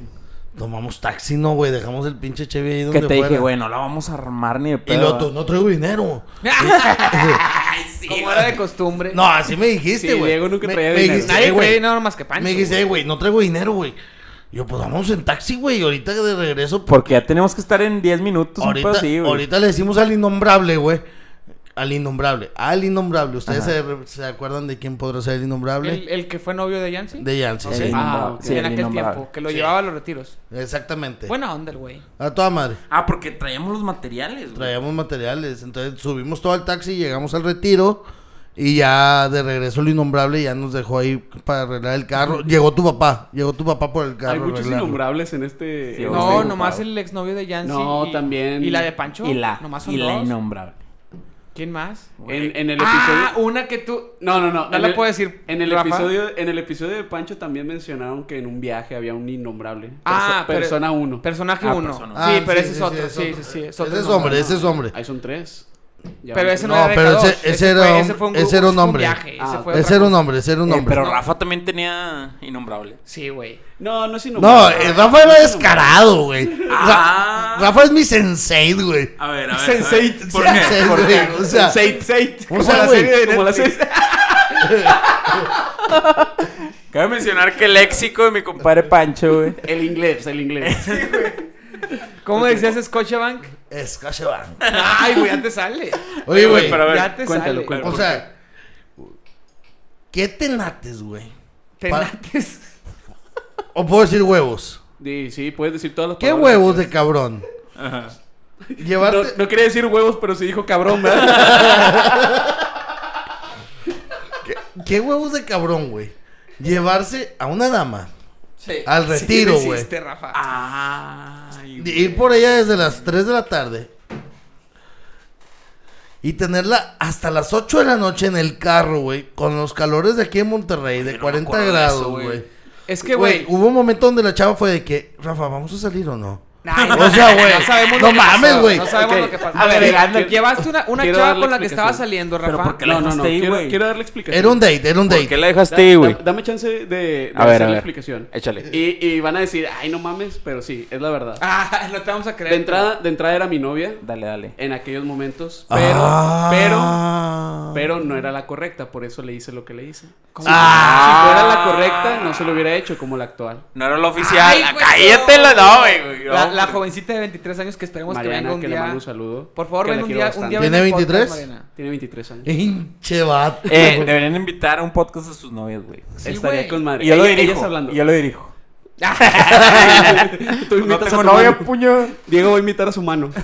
Speaker 5: Tomamos taxi, no, güey, dejamos el pinche Chevy ahí donde
Speaker 4: Que te dije,
Speaker 5: fuera.
Speaker 4: güey, no la vamos a armar ni de
Speaker 5: Y
Speaker 4: pedo.
Speaker 5: lo otro, no traigo dinero.
Speaker 1: Como era de costumbre.
Speaker 5: No, así me dijiste,
Speaker 2: Sí,
Speaker 5: güey.
Speaker 2: Diego nunca
Speaker 5: Me-
Speaker 2: traía
Speaker 5: me
Speaker 2: dinero.
Speaker 5: dijiste,
Speaker 1: Nadie
Speaker 5: "Eh, güey,
Speaker 1: cree nada más que Pancho.
Speaker 5: Me dijiste, "Eh, güey, no traigo dinero, güey. Yo, pues vamos en taxi, güey. Ahorita de regreso.
Speaker 4: Porque ya tenemos que estar en 10 minutos.
Speaker 5: ahorita,
Speaker 4: un pedo así, güey.
Speaker 5: ahorita le decimos al innombrable, güey. Al innombrable. Al innombrable. ¿Ustedes se, se acuerdan de quién podrá ser el innombrable?
Speaker 1: El, el que fue novio de Yancy.
Speaker 5: De Yancy.
Speaker 4: Ok.
Speaker 5: sí.
Speaker 1: Ah,
Speaker 4: Innombrable.
Speaker 1: ok.
Speaker 4: Sí,
Speaker 1: en
Speaker 4: el
Speaker 1: aquel
Speaker 4: innombrable.
Speaker 1: tiempo, que lo llevaba a los retiros.
Speaker 5: Exactamente.
Speaker 1: Buena onda el güey.
Speaker 5: A toda madre.
Speaker 3: Ah, porque traíamos los materiales, güey.
Speaker 5: Traíamos materiales. Entonces subimos todo al taxi, llegamos al retiro. Y ya de regreso el innombrable ya nos dejó ahí para arreglar el carro. Llegó tu papá. Llegó tu papá por el carro.
Speaker 2: Hay muchos
Speaker 5: arreglarlo.
Speaker 2: innombrables en este.
Speaker 4: Sí,
Speaker 2: en
Speaker 1: no,
Speaker 4: Yo estoy
Speaker 2: este-
Speaker 4: ocupado.
Speaker 1: nomás el exnovio de Yancy.
Speaker 2: No,
Speaker 1: y-
Speaker 2: también-
Speaker 1: ¿Y la de Pancho?
Speaker 4: Y la,
Speaker 1: Nomás son
Speaker 4: y la
Speaker 1: dos.
Speaker 4: innombrable.
Speaker 1: ¿Quién más?
Speaker 2: En, en el
Speaker 1: ah,
Speaker 2: episodio.
Speaker 1: una que tú.
Speaker 2: No, no, no.
Speaker 1: No
Speaker 2: en
Speaker 1: la
Speaker 2: el-
Speaker 1: puedo decir,
Speaker 2: En el,
Speaker 1: Rafa.
Speaker 2: episodio, en el episodio de Pancho también mencionaron que en un viaje había un innombrable.
Speaker 1: Ah,
Speaker 2: Perso-
Speaker 1: pero-
Speaker 2: persona 1.
Speaker 1: Personaje
Speaker 4: Ah,
Speaker 1: 1.
Speaker 4: persona uno.
Speaker 5: Ah,
Speaker 1: sí, pero
Speaker 5: sí,
Speaker 1: ese es
Speaker 5: sí,
Speaker 1: otro. Sí,
Speaker 5: sí, es
Speaker 1: sí,
Speaker 5: otro.
Speaker 1: sí. Es
Speaker 5: Ese es
Speaker 1: otro.
Speaker 5: hombre, ese es hombre.
Speaker 2: Ahí son tres. Ya
Speaker 1: Pero
Speaker 2: ven.
Speaker 1: ese no,
Speaker 5: No,
Speaker 1: era de
Speaker 5: pero
Speaker 1: K2,
Speaker 5: ese- ese era
Speaker 1: fue-
Speaker 5: un-
Speaker 1: ese fue un,
Speaker 5: ese
Speaker 1: grupo,
Speaker 5: era un
Speaker 1: ese fue
Speaker 5: hombre.
Speaker 1: viaje, ese
Speaker 2: Ah,
Speaker 1: fue
Speaker 5: Ese
Speaker 1: otra
Speaker 5: era un
Speaker 1: cosa.
Speaker 5: hombre, ese era un
Speaker 4: Eh,
Speaker 5: hombre.
Speaker 4: pero Rafa también tenía innombrable.
Speaker 1: Sí, güey.
Speaker 2: No, no es
Speaker 5: No,
Speaker 2: innombrable.
Speaker 5: eh, Rafa era descarado, güey. Ra-
Speaker 3: Ah.
Speaker 5: Rafa es mi sensei, güey.
Speaker 3: A ver, a ver.
Speaker 2: Sensei-
Speaker 3: a ver. ¿Por qué?
Speaker 5: Sensei, güey. O sea,
Speaker 2: Seit, Seit.
Speaker 5: O sea, güey,
Speaker 2: Como la serie.
Speaker 4: Cabe mencionar que el léxico de mi compadre Pancho, güey.
Speaker 2: El inglés, el inglés.
Speaker 1: ¿Cómo decías Scotiabank?
Speaker 5: es Cachebank.
Speaker 1: Ay, güey, ya te sale.
Speaker 5: Oye, güey.
Speaker 3: pero a ver,
Speaker 1: ya te
Speaker 2: cuéntalo,
Speaker 1: sale.
Speaker 2: cuéntalo.
Speaker 5: O sea, ¿qué tenates, güey?
Speaker 1: Te
Speaker 5: Pa-
Speaker 1: nates.
Speaker 5: O puedo decir huevos.
Speaker 2: Sí, sí, puedes decir todas las
Speaker 5: ¿Qué
Speaker 2: palabras.
Speaker 5: huevos de cabrón?
Speaker 3: Ajá.
Speaker 2: No,
Speaker 5: Llevarte.
Speaker 2: no quería decir huevos, pero sí dijo cabrón, ¿verdad?
Speaker 5: ¿Qué huevos de cabrón, güey? Llevarse a una dama
Speaker 1: Sí.
Speaker 5: al
Speaker 1: Sí, lo
Speaker 5: retiro, güey.
Speaker 1: hiciste, Rafa.
Speaker 3: Ay,
Speaker 5: De
Speaker 3: güey.
Speaker 5: ir por ella desde las 3 de la tarde y tenerla hasta las 8 de la noche en el carro, güey, con los calores de aquí en Monterrey, de
Speaker 3: no me
Speaker 5: 40
Speaker 3: acuerdo de
Speaker 5: grados,
Speaker 3: eso, güey.
Speaker 5: güey.
Speaker 1: Es que, güey,
Speaker 5: Hubo un momento donde la chava fue de que, Rafa, ¿vamos a salir o no?
Speaker 1: Nah,
Speaker 5: O sea, güey,
Speaker 1: No sabemos lo
Speaker 5: no
Speaker 1: que pasó,
Speaker 5: mames, güey.
Speaker 1: No sabemos
Speaker 2: Ok,
Speaker 1: lo que pasó.
Speaker 2: a ver,
Speaker 1: Lle-
Speaker 2: quiero-
Speaker 1: Llevaste una, una
Speaker 2: quiero
Speaker 1: chava
Speaker 2: darle
Speaker 1: con la que estaba
Speaker 2: explicación.
Speaker 1: saliendo,
Speaker 3: Pero
Speaker 1: Rafa.
Speaker 3: ¿por qué la
Speaker 2: no, no, no.
Speaker 3: dejaste ahí,
Speaker 2: Quiero,
Speaker 3: güey?
Speaker 2: quiero darle explicación.
Speaker 5: Era un date, era un
Speaker 4: ¿Por qué
Speaker 5: date.
Speaker 4: la
Speaker 2: Da-
Speaker 4: dejaste ahí, güey?
Speaker 2: da- dame chance de, de
Speaker 4: A ver,
Speaker 2: hacer
Speaker 4: a
Speaker 2: la
Speaker 4: ver.
Speaker 2: explicación.
Speaker 4: Échale.
Speaker 2: Y, y van a decir, ay, no mames, pero sí, es la verdad.
Speaker 1: Ah, no te vamos a creer.
Speaker 2: de, entrada, de entrada era mi novia
Speaker 3: Dale, dale.
Speaker 2: en aquellos momentos, pero,
Speaker 5: Ah.
Speaker 2: pero, pero no era la correcta, por eso le hice lo que le hice.
Speaker 1: ¿Cómo? Ah.
Speaker 2: Si fuera la correcta, no se lo hubiera hecho como la actual.
Speaker 4: No era lo oficial.
Speaker 1: Ay,
Speaker 4: Ah,
Speaker 1: güey,
Speaker 4: cállate
Speaker 1: no.
Speaker 4: la no, güey, güey.
Speaker 1: La,
Speaker 4: no.
Speaker 1: la jovencita de 23 años que esperemos que venga
Speaker 2: Mariana,
Speaker 1: un
Speaker 2: que le
Speaker 1: día.
Speaker 2: mando un saludo.
Speaker 1: Por favor,
Speaker 2: que
Speaker 1: ven
Speaker 2: la
Speaker 1: un
Speaker 2: quiero
Speaker 1: día, un
Speaker 2: bastante.
Speaker 1: día
Speaker 5: ¿Tiene
Speaker 1: ven al podcast,
Speaker 5: 23?
Speaker 1: Mariana.
Speaker 2: Tiene 23 años.
Speaker 5: Hinche vato.
Speaker 3: Eh, deberían invitar a un podcast a sus novias, güey.
Speaker 1: Sí,
Speaker 2: Estaría
Speaker 1: güey.
Speaker 2: con madre.
Speaker 3: Y yo lo
Speaker 2: Ella-
Speaker 3: dirijo.
Speaker 2: ellas hablando.
Speaker 3: Y yo lo dirijo.
Speaker 2: Tú
Speaker 3: No
Speaker 2: invitas a
Speaker 3: tengo
Speaker 2: tu
Speaker 3: novia,
Speaker 2: mano.
Speaker 3: puño.
Speaker 2: Diego va a imitar a su mano.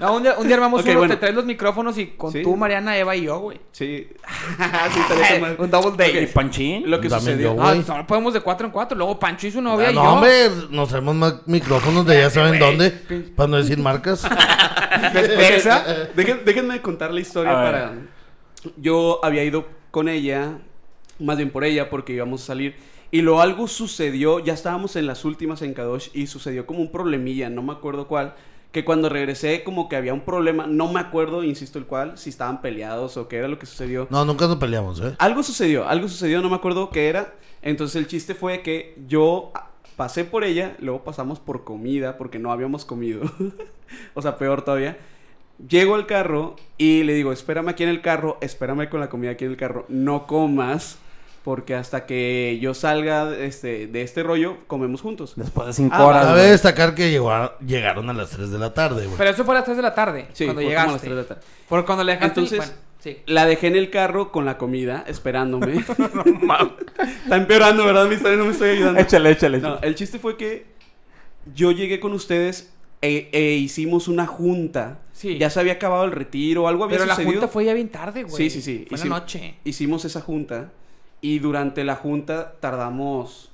Speaker 1: No, un día, un día armamos
Speaker 2: Ok,
Speaker 1: uno,
Speaker 2: bueno.
Speaker 1: te traes los micrófonos y con
Speaker 2: Sí.
Speaker 1: tú, Mariana, Eva y yo, güey.
Speaker 2: Sí. sí, estaría con madre.
Speaker 1: un double date.
Speaker 3: Y Panchín.
Speaker 2: Lo que
Speaker 5: También
Speaker 2: sucedió.
Speaker 5: yo,
Speaker 1: Ah,
Speaker 5: güey.
Speaker 1: solo podemos de cuatro en cuatro. Luego Pancho y su novia
Speaker 5: Ah,
Speaker 1: y
Speaker 5: no,
Speaker 1: yo.
Speaker 5: hombre, nos traemos más micrófonos de ya saben dónde, para no decir marcas.
Speaker 1: Despensa.
Speaker 2: Dejen- déjenme contar la historia
Speaker 3: A ver.
Speaker 2: para. Yo había ido con ella, más bien por ella, porque íbamos a salir. Y luego algo sucedió, ya estábamos en las últimas en Kadosh y sucedió como un problemilla, no me acuerdo cuál. Que cuando regresé, como que había un problema, no me acuerdo, insisto, el cual, si estaban peleados o qué era lo que sucedió.
Speaker 5: No, nunca nos peleamos, ¿eh?
Speaker 2: Algo sucedió, algo sucedió, no me acuerdo qué era. Entonces el chiste fue que yo ah, pasé por ella, luego pasamos por comida porque no habíamos comido. o sea, peor todavía. Llego al carro y le digo, espérame aquí en el carro, espérame con la comida aquí en el carro, no comas. Porque hasta que yo salga este, de este rollo, comemos juntos.
Speaker 3: Después de cinco
Speaker 2: Ah,
Speaker 3: horas.
Speaker 5: Cabe
Speaker 3: güey.
Speaker 5: destacar que llegó a- llegaron a las 3 de la tarde, güey.
Speaker 1: Pero eso fue a las 3 de la tarde.
Speaker 2: Sí,
Speaker 1: cuando
Speaker 2: fue como a
Speaker 1: llegaste.
Speaker 2: las tres de la tarde.
Speaker 1: Porque cuando le dejaste.
Speaker 2: Entonces-
Speaker 1: bueno, sí.
Speaker 2: La dejé en el carro con la comida, esperándome. Está empeorando, ¿verdad? Mi historia no me estoy ayudando.
Speaker 3: Échale, échale.
Speaker 2: No,
Speaker 3: échale.
Speaker 2: el chiste fue que yo llegué con ustedes e, e hicimos una junta.
Speaker 1: Sí.
Speaker 2: Ya se había acabado el retiro, algo había
Speaker 1: Pero la
Speaker 2: sucedido.
Speaker 1: junta fue ya bien tarde, güey.
Speaker 2: Sí, sí, sí.
Speaker 1: Fue en la
Speaker 2: Hicim-
Speaker 1: noche.
Speaker 2: Hicimos esa junta y durante la junta tardamos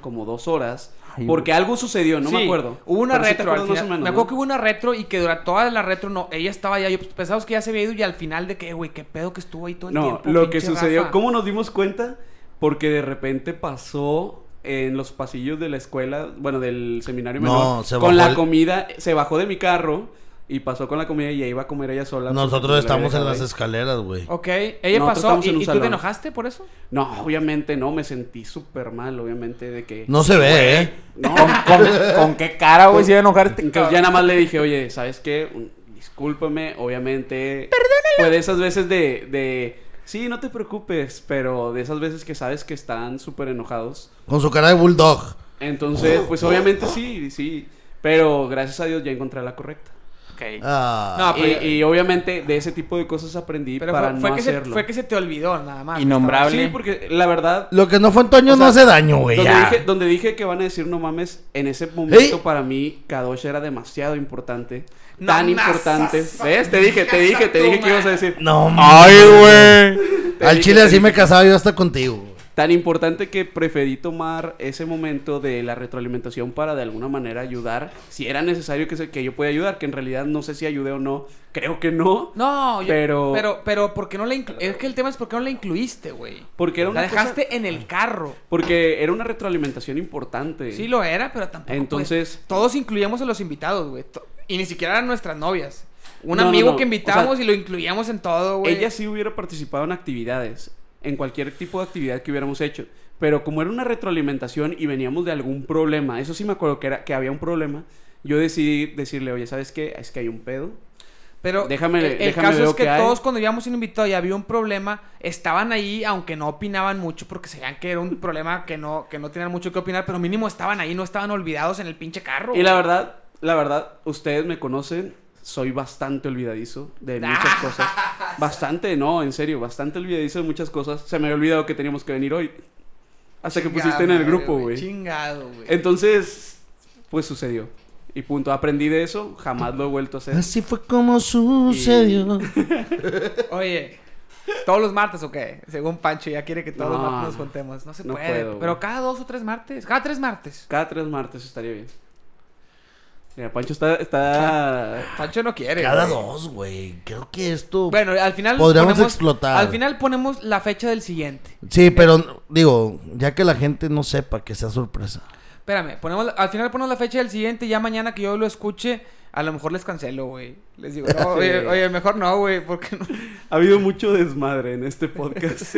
Speaker 2: como dos horas
Speaker 3: Ay,
Speaker 2: porque algo sucedió, no me
Speaker 1: Sí,
Speaker 2: acuerdo.
Speaker 1: Hubo una
Speaker 2: Pero sí te
Speaker 1: retro. al
Speaker 2: acuerdas más
Speaker 1: final.
Speaker 2: o menos,
Speaker 1: me
Speaker 2: ¿no?
Speaker 1: acuerdo que hubo una retro y que durante toda la retro no, ella estaba ya. Yo pensaba que ya se había ido y al final de que, güey, qué pedo que estuvo ahí todo el
Speaker 2: No,
Speaker 1: tiempo.
Speaker 2: lo que
Speaker 1: pinche
Speaker 2: sucedió,
Speaker 1: Rafa.
Speaker 2: ¿cómo nos dimos cuenta? Porque de repente pasó en los pasillos de la escuela, bueno, del seminario
Speaker 5: No,
Speaker 2: menor,
Speaker 5: se
Speaker 2: con
Speaker 5: bajó
Speaker 2: la
Speaker 5: el-
Speaker 2: comida, se bajó de mi carro y pasó con la comida y ya iba a comer ella sola. porque
Speaker 5: Nosotros
Speaker 2: la
Speaker 5: estamos
Speaker 2: había
Speaker 5: en las
Speaker 2: dejado
Speaker 5: escaleras, güey.
Speaker 1: Ok, ella
Speaker 2: Nosotros
Speaker 1: pasó
Speaker 2: estamos
Speaker 1: y,
Speaker 2: en un
Speaker 1: y tú te
Speaker 2: salón.
Speaker 1: enojaste por eso.
Speaker 2: ahí. No, obviamente no, me sentí súper mal, obviamente, de que...
Speaker 5: No se ve, ¿eh?
Speaker 2: No,
Speaker 3: ¿Con, con- con qué cara, güey, se iba a enojar este
Speaker 2: Entonces
Speaker 3: cabrón?
Speaker 2: ya nada más le dije, oye, ¿sabes qué? Un- Discúlpame, obviamente. Fue de esas veces de, de. Sí, no te preocupes, pero de esas veces que sabes que están súper enojados.
Speaker 5: Con su cara de bulldog.
Speaker 2: Entonces,
Speaker 1: Oh.
Speaker 2: pues obviamente sí, sí. Pero gracias a Dios ya encontré la correcta.
Speaker 4: Ok.
Speaker 5: Ah,
Speaker 1: No,
Speaker 2: Y,
Speaker 1: pero-
Speaker 2: y obviamente de ese tipo de cosas aprendí
Speaker 1: Pero
Speaker 2: para
Speaker 1: fue,
Speaker 2: no
Speaker 1: fue que se,
Speaker 2: hacerlo.
Speaker 1: fue que se te olvidó, nada más.
Speaker 3: Innombrable.
Speaker 2: Sí, porque la verdad.
Speaker 5: Lo que no fue Antonio
Speaker 2: O sea,
Speaker 5: no hace daño, güey.
Speaker 2: Donde
Speaker 5: ya.
Speaker 2: dije, donde dije que van a decir no mames, en ese momento
Speaker 5: Ey.
Speaker 2: para mí Kadosh era demasiado importante.
Speaker 1: No
Speaker 2: tan
Speaker 1: más,
Speaker 2: importante.
Speaker 1: as-
Speaker 2: ¿Ves? Te dije, te dije, te dije que ibas a decir.
Speaker 5: No,
Speaker 3: Ay, güey.
Speaker 5: m- Al
Speaker 2: dije,
Speaker 5: chile
Speaker 2: te
Speaker 5: así
Speaker 2: dije.
Speaker 5: me casaba yo hasta contigo. güey.
Speaker 2: Tan importante que preferí tomar ese momento de la retroalimentación para de alguna manera ayudar. Si era necesario que, se- que yo pueda ayudar, que en realidad no sé si ayudé o no. Creo que no.
Speaker 1: No, yo-
Speaker 2: Pero-
Speaker 1: pero, pero porque no la inclu- es que el tema es porque no la incluiste, güey.
Speaker 2: Porque era
Speaker 1: La
Speaker 2: una cosa-
Speaker 1: dejaste en el carro.
Speaker 2: porque era una retroalimentación importante.
Speaker 1: Sí lo era, pero tampoco. pues,
Speaker 2: Entonces-
Speaker 1: todos incluíamos a los invitados, güey. To- Y ni siquiera eran nuestras novias. Un
Speaker 2: No, no,
Speaker 1: amigo
Speaker 2: no.
Speaker 1: que
Speaker 2: O sea,
Speaker 1: invitamos y lo incluíamos en todo, güey.
Speaker 2: Ella sí hubiera participado en actividades, en cualquier tipo de actividad que hubiéramos hecho. Pero como era una retroalimentación y veníamos de algún problema, eso sí me acuerdo que, era, que había un problema, yo decidí decirle, oye, ¿sabes qué? Es que hay un pedo.
Speaker 1: Pero
Speaker 2: Déjame-
Speaker 1: el, el
Speaker 2: déjame
Speaker 1: caso
Speaker 2: veo
Speaker 1: es que
Speaker 2: qué hay.
Speaker 1: todos cuando íbamos sin invitado y había un problema, estaban ahí, aunque no opinaban mucho, porque sabían que era un problema que no, que no tenían mucho que opinar, pero mínimo estaban ahí, no estaban olvidados en el pinche carro.
Speaker 2: Y la verdad, la verdad, ustedes me conocen, soy bastante olvidadizo de muchas cosas. Bastante, no, en serio, bastante olvidadizo de muchas cosas. Se me había olvidado que teníamos que venir hoy. Hasta que pusiste en el grupo, güey.
Speaker 1: Chingado, güey.
Speaker 2: Entonces, pues sucedió. Y punto, aprendí de eso, jamás lo he vuelto a hacer.
Speaker 5: Así fue como sucedió.
Speaker 1: Oye, ¿todos los martes o qué? Según Pancho, ya quiere que todos los
Speaker 2: No,
Speaker 1: martes nos
Speaker 2: no.
Speaker 1: contemos. No se
Speaker 2: No
Speaker 1: puede.
Speaker 2: puedo, güey.
Speaker 1: pero cada dos o tres martes. Cada tres martes.
Speaker 2: Cada tres martes estaría bien. Mira, Pancho está... está...
Speaker 1: Pancho no quiere.
Speaker 5: Cada
Speaker 1: güey.
Speaker 5: dos, güey. Creo que esto.
Speaker 1: Bueno, al final.
Speaker 5: Podríamos explotar.
Speaker 1: Al final ponemos la fecha del siguiente.
Speaker 5: sí, pero digo, ya que la gente no sepa que sea sorpresa.
Speaker 1: Espérame, ponemos la- al final ponemos la fecha del siguiente. Ya mañana que yo lo escuche, a lo mejor les cancelo, güey. Les digo, no, oye, oye, mejor no, güey, porque no.
Speaker 2: Ha habido mucho desmadre en este podcast.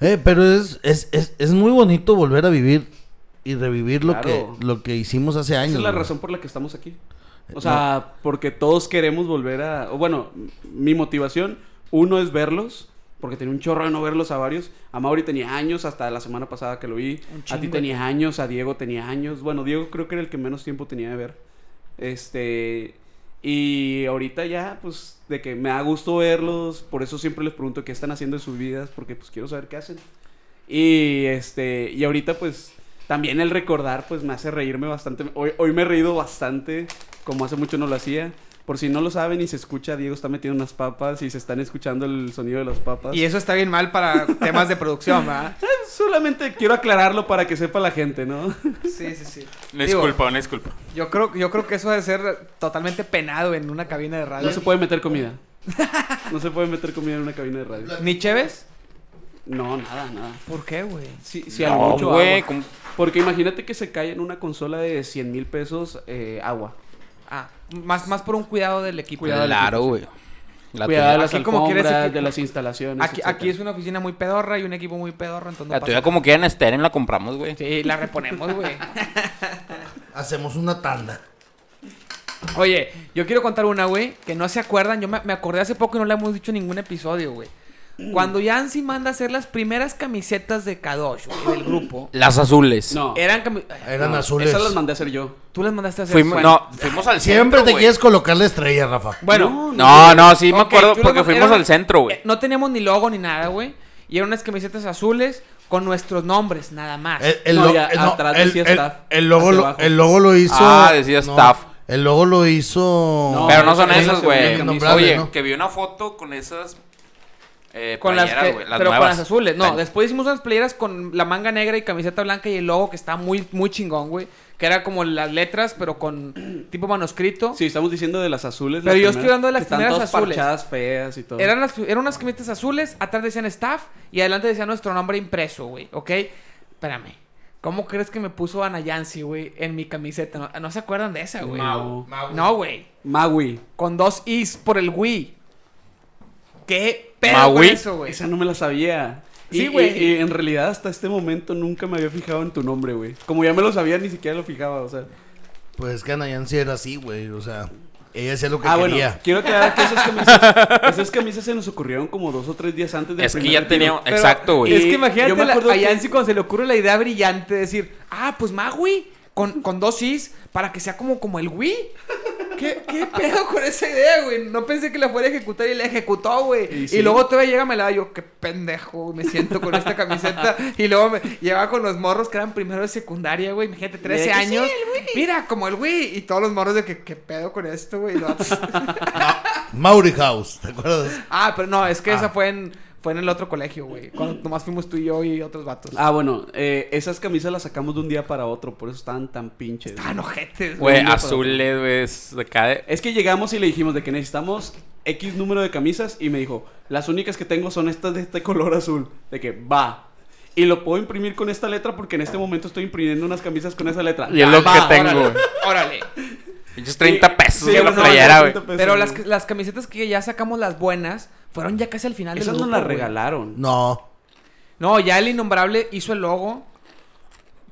Speaker 5: Eh, pero es, es, es, es muy bonito volver a vivir y revivir lo,
Speaker 2: Claro.
Speaker 5: que, lo que hicimos hace años.
Speaker 2: Esa es la
Speaker 5: güey. Eh,
Speaker 2: razón por la que estamos aquí. O sea, porque todos queremos volver a. o bueno, m- mi motivación, uno es verlos, porque tenía un chorro de no verlos a varios. A Mauri tenía años, hasta la semana pasada que lo vi.
Speaker 1: Un
Speaker 2: A ti
Speaker 1: chingo.
Speaker 2: tenía años, a Diego tenía años. Bueno, Diego creo que era el que menos tiempo tenía de ver. Este. Y ahorita ya, pues, de que me da gusto verlos, por eso siempre les pregunto qué están haciendo en sus vidas, porque pues quiero saber qué hacen. Y este, y ahorita pues también el recordar pues me hace reírme bastante. Hoy, hoy me he reído bastante, como hace mucho no lo hacía. Por si no lo saben y se escucha, Diego está metiendo unas papas y se están escuchando el sonido de las papas.
Speaker 1: Y eso está bien mal para temas de producción, ¿verdad?
Speaker 2: Solamente quiero aclararlo para que sepa la gente, ¿no?
Speaker 1: Sí, sí, sí.
Speaker 4: Una
Speaker 1: Digo,
Speaker 4: disculpa, una disculpa.
Speaker 1: Yo creo, yo creo que eso debe ser totalmente penado en una cabina de radio.
Speaker 2: No se puede meter comida. No se puede meter comida en una cabina de radio.
Speaker 1: ¿Ni Chévez?
Speaker 2: No, nada, nada.
Speaker 1: ¿Por qué, güey?
Speaker 2: Sí, sí, a lo
Speaker 4: No,
Speaker 2: mucho
Speaker 4: güey.
Speaker 2: agua.
Speaker 4: ¿cómo?
Speaker 2: Porque imagínate que se cae en una consola de 100 mil pesos eh, agua.
Speaker 1: Ah, más, más por un cuidado del equipo.
Speaker 4: Claro, güey. La
Speaker 2: Cuidado de
Speaker 4: tuya, Ah,
Speaker 2: las
Speaker 1: Ah, Aquí como quieres
Speaker 2: alfombras,
Speaker 1: equipo.
Speaker 2: de las instalaciones.
Speaker 1: Aquí, aquí es una oficina muy pedorra y un equipo muy pedorro, entonces no
Speaker 4: la tuya
Speaker 1: pasa
Speaker 4: como quieran, Steren la compramos, güey.
Speaker 1: nada. Sí, la reponemos, güey.
Speaker 5: Hacemos una tanda.
Speaker 1: Oye, yo quiero contar una, güey, que no se acuerdan. Yo me, me acordé hace poco y no le hemos dicho en ningún episodio, güey.
Speaker 4: Mm.
Speaker 1: Cuando Yancy manda a hacer las primeras camisetas de Kadosh, güey, del grupo.
Speaker 4: Las azules.
Speaker 2: No.
Speaker 1: Eran cami- Ay,
Speaker 5: Eran azules.
Speaker 2: Esas las mandé a hacer yo.
Speaker 1: Tú las mandaste a hacer.
Speaker 4: Eh, Fuimos,
Speaker 1: Juan.
Speaker 4: no, fuimos al
Speaker 5: Siempre
Speaker 4: centro,
Speaker 5: te
Speaker 4: güey.
Speaker 5: quieres colocar la estrella, Rafa.
Speaker 1: Bueno.
Speaker 4: No, no, sí me
Speaker 1: Ok,
Speaker 4: acuerdo
Speaker 1: tú las
Speaker 4: porque
Speaker 1: mand-
Speaker 4: fuimos
Speaker 1: eran-
Speaker 4: al centro,
Speaker 1: eh,
Speaker 4: güey.
Speaker 1: no teníamos ni logo ni nada, güey. Y eran unas camisetas azules con nuestros nombres, nada más.
Speaker 5: El, el
Speaker 2: No,
Speaker 5: lo-
Speaker 2: ya,
Speaker 5: el- no,
Speaker 2: atrás
Speaker 5: el-
Speaker 2: decía
Speaker 5: el-
Speaker 2: staff,
Speaker 5: el logo
Speaker 2: hacia
Speaker 5: lo,
Speaker 2: abajo.
Speaker 5: el logo lo hizo.
Speaker 4: Ah, decía
Speaker 5: no,
Speaker 4: staff.
Speaker 5: El logo lo hizo.
Speaker 2: No,
Speaker 4: Pero no son
Speaker 2: no,
Speaker 4: esas,
Speaker 2: no,
Speaker 4: güey.
Speaker 2: no,
Speaker 5: no,
Speaker 4: Oye,
Speaker 5: no.
Speaker 4: que vi una foto con esas. Eh,
Speaker 1: Con las,
Speaker 4: playeras,
Speaker 1: que-
Speaker 4: güey,
Speaker 1: pero con
Speaker 4: nuevas.
Speaker 1: las azules. No,
Speaker 4: Tan-
Speaker 1: después hicimos unas playeras con la manga negra y camiseta blanca y el logo que está muy, muy chingón, güey. Que era como las letras, pero con tipo manuscrito.
Speaker 2: Sí, estamos diciendo de las azules.
Speaker 1: Pero
Speaker 2: las
Speaker 1: yo estoy
Speaker 2: primeras,
Speaker 1: hablando de las
Speaker 2: que están
Speaker 1: primeras
Speaker 2: todas
Speaker 1: azules.
Speaker 2: parchadas, feas y todo.
Speaker 1: Eran, las- eran unas camisetas azules, atrás decían staff y adelante decía nuestro nombre impreso, güey, ¿ok? Espérame. ¿Cómo crees que me puso Ana Yancy, güey, en mi camiseta? No, no se acuerdan de esa, güey.
Speaker 2: Mau.
Speaker 1: No, güey.
Speaker 2: Maui.
Speaker 1: Con dos is por el Wii. ¿Qué pedo
Speaker 4: Maui.
Speaker 1: con eso, güey?
Speaker 2: Esa no me la sabía. Y-
Speaker 1: Sí, güey.
Speaker 2: Y, y en realidad hasta este momento nunca me había fijado en tu nombre, güey. Como ya me lo sabía, ni siquiera lo fijaba, o sea.
Speaker 5: Pues es que Ana Yancy era así, güey. O sea, ella hacía lo que
Speaker 2: Ah, bueno,
Speaker 5: quería.
Speaker 2: quiero aclarar que esas camisas, esas camisas se nos ocurrieron como dos o tres días antes del
Speaker 4: Es que
Speaker 2: primer
Speaker 4: ya
Speaker 2: retiro.
Speaker 4: teníamos.
Speaker 1: Pero
Speaker 4: Exacto, güey.
Speaker 1: Es que
Speaker 2: Y yo
Speaker 1: imagínate
Speaker 2: me
Speaker 1: la-
Speaker 2: acuerdo
Speaker 1: a
Speaker 2: que-
Speaker 1: Yancy cuando se le ocurre la idea brillante de decir, ah, pues Magui, con, con dos is, para que sea como, como el Wii. ¿Qué, ¿Qué pedo con esa idea, güey? No pensé que la fuera a ejecutar y la ejecutó, güey.
Speaker 2: Y
Speaker 1: Y,
Speaker 2: sí.
Speaker 1: luego todavía llega, me la da yo, qué pendejo, me siento con esta camiseta. y luego me lleva con los morros que eran primero de secundaria, güey. Imagínate, 13
Speaker 2: que sí,
Speaker 1: años. Mira, como el Wii. Y todos los morros de que, qué pedo con esto, güey. No.
Speaker 5: Maury House, ¿te acuerdas?
Speaker 1: ah, pero no, es que esa fue en, fue en el otro colegio, güey. Cuando nomás fuimos tú y yo y otros vatos.
Speaker 2: Ah, bueno, eh, esas camisas las sacamos de un día para otro, por eso estaban tan pinches.
Speaker 4: Ah,
Speaker 1: Tan ojetes, Ah, güey.
Speaker 4: Güey,
Speaker 2: Yo me acuerdo.
Speaker 4: azules, güey. es acá de-
Speaker 2: Es que llegamos y le dijimos de que necesitamos X número de camisas y me dijo, las únicas que tengo son estas de este color azul. De que va. Y lo puedo imprimir con esta letra porque en este momento estoy imprimiendo unas camisas con esa letra.
Speaker 4: Y es lo
Speaker 1: Va,
Speaker 4: que tengo,
Speaker 1: órale,
Speaker 4: güey.
Speaker 1: Órale.
Speaker 4: Pinches 30 pesos
Speaker 2: Sí,
Speaker 4: de la
Speaker 2: no,
Speaker 4: playera,
Speaker 2: no,
Speaker 4: güey.
Speaker 2: 30 pesos,
Speaker 1: Pero las,
Speaker 2: güey.
Speaker 1: las camisetas que ya sacamos las buenas fueron ya casi al final
Speaker 2: Esas
Speaker 1: del
Speaker 2: no
Speaker 1: grupo,
Speaker 2: las
Speaker 1: güey.
Speaker 2: regalaron.
Speaker 5: No.
Speaker 1: No, ya el innombrable hizo el logo.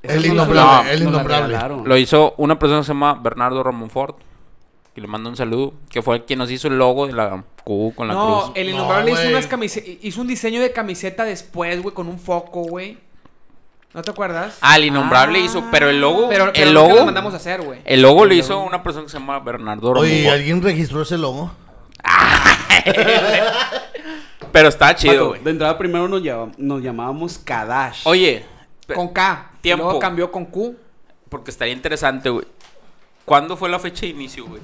Speaker 2: Esas
Speaker 5: El
Speaker 2: no las-
Speaker 5: innombrable, el
Speaker 2: no las
Speaker 5: innombrable.
Speaker 2: regalaron.
Speaker 4: Lo hizo una persona que se llama Bernardo Ramón Ford. Que le mando un saludo. Que fue el que nos hizo el logo de la Q con la
Speaker 1: no,
Speaker 4: cruz.
Speaker 1: el
Speaker 5: No,
Speaker 1: innombrable hizo,
Speaker 5: güey.
Speaker 1: unas camise- hizo un diseño de camiseta después, güey, con un foco, güey. ¿No te acuerdas?
Speaker 4: Ah, el innombrable
Speaker 2: Ah.
Speaker 4: hizo, pero el logo.
Speaker 1: pero, pero
Speaker 4: el
Speaker 1: nunca
Speaker 4: logo.
Speaker 1: lo mandamos a hacer, güey.
Speaker 4: El logo lo hizo una persona que se llama Bernardo Ramón
Speaker 5: Oye,
Speaker 4: Ford.
Speaker 5: ¿alguien registró ese logo?
Speaker 4: Pero está
Speaker 2: Pato,
Speaker 4: chido, güey.
Speaker 2: de entrada primero nos, llama- nos llamábamos Kadash.
Speaker 4: Oye, pe-
Speaker 1: Con K.
Speaker 4: Tiempo.
Speaker 1: Luego cambió con Q.
Speaker 4: porque estaría interesante, güey. ¿Cuándo fue la fecha de inicio, güey?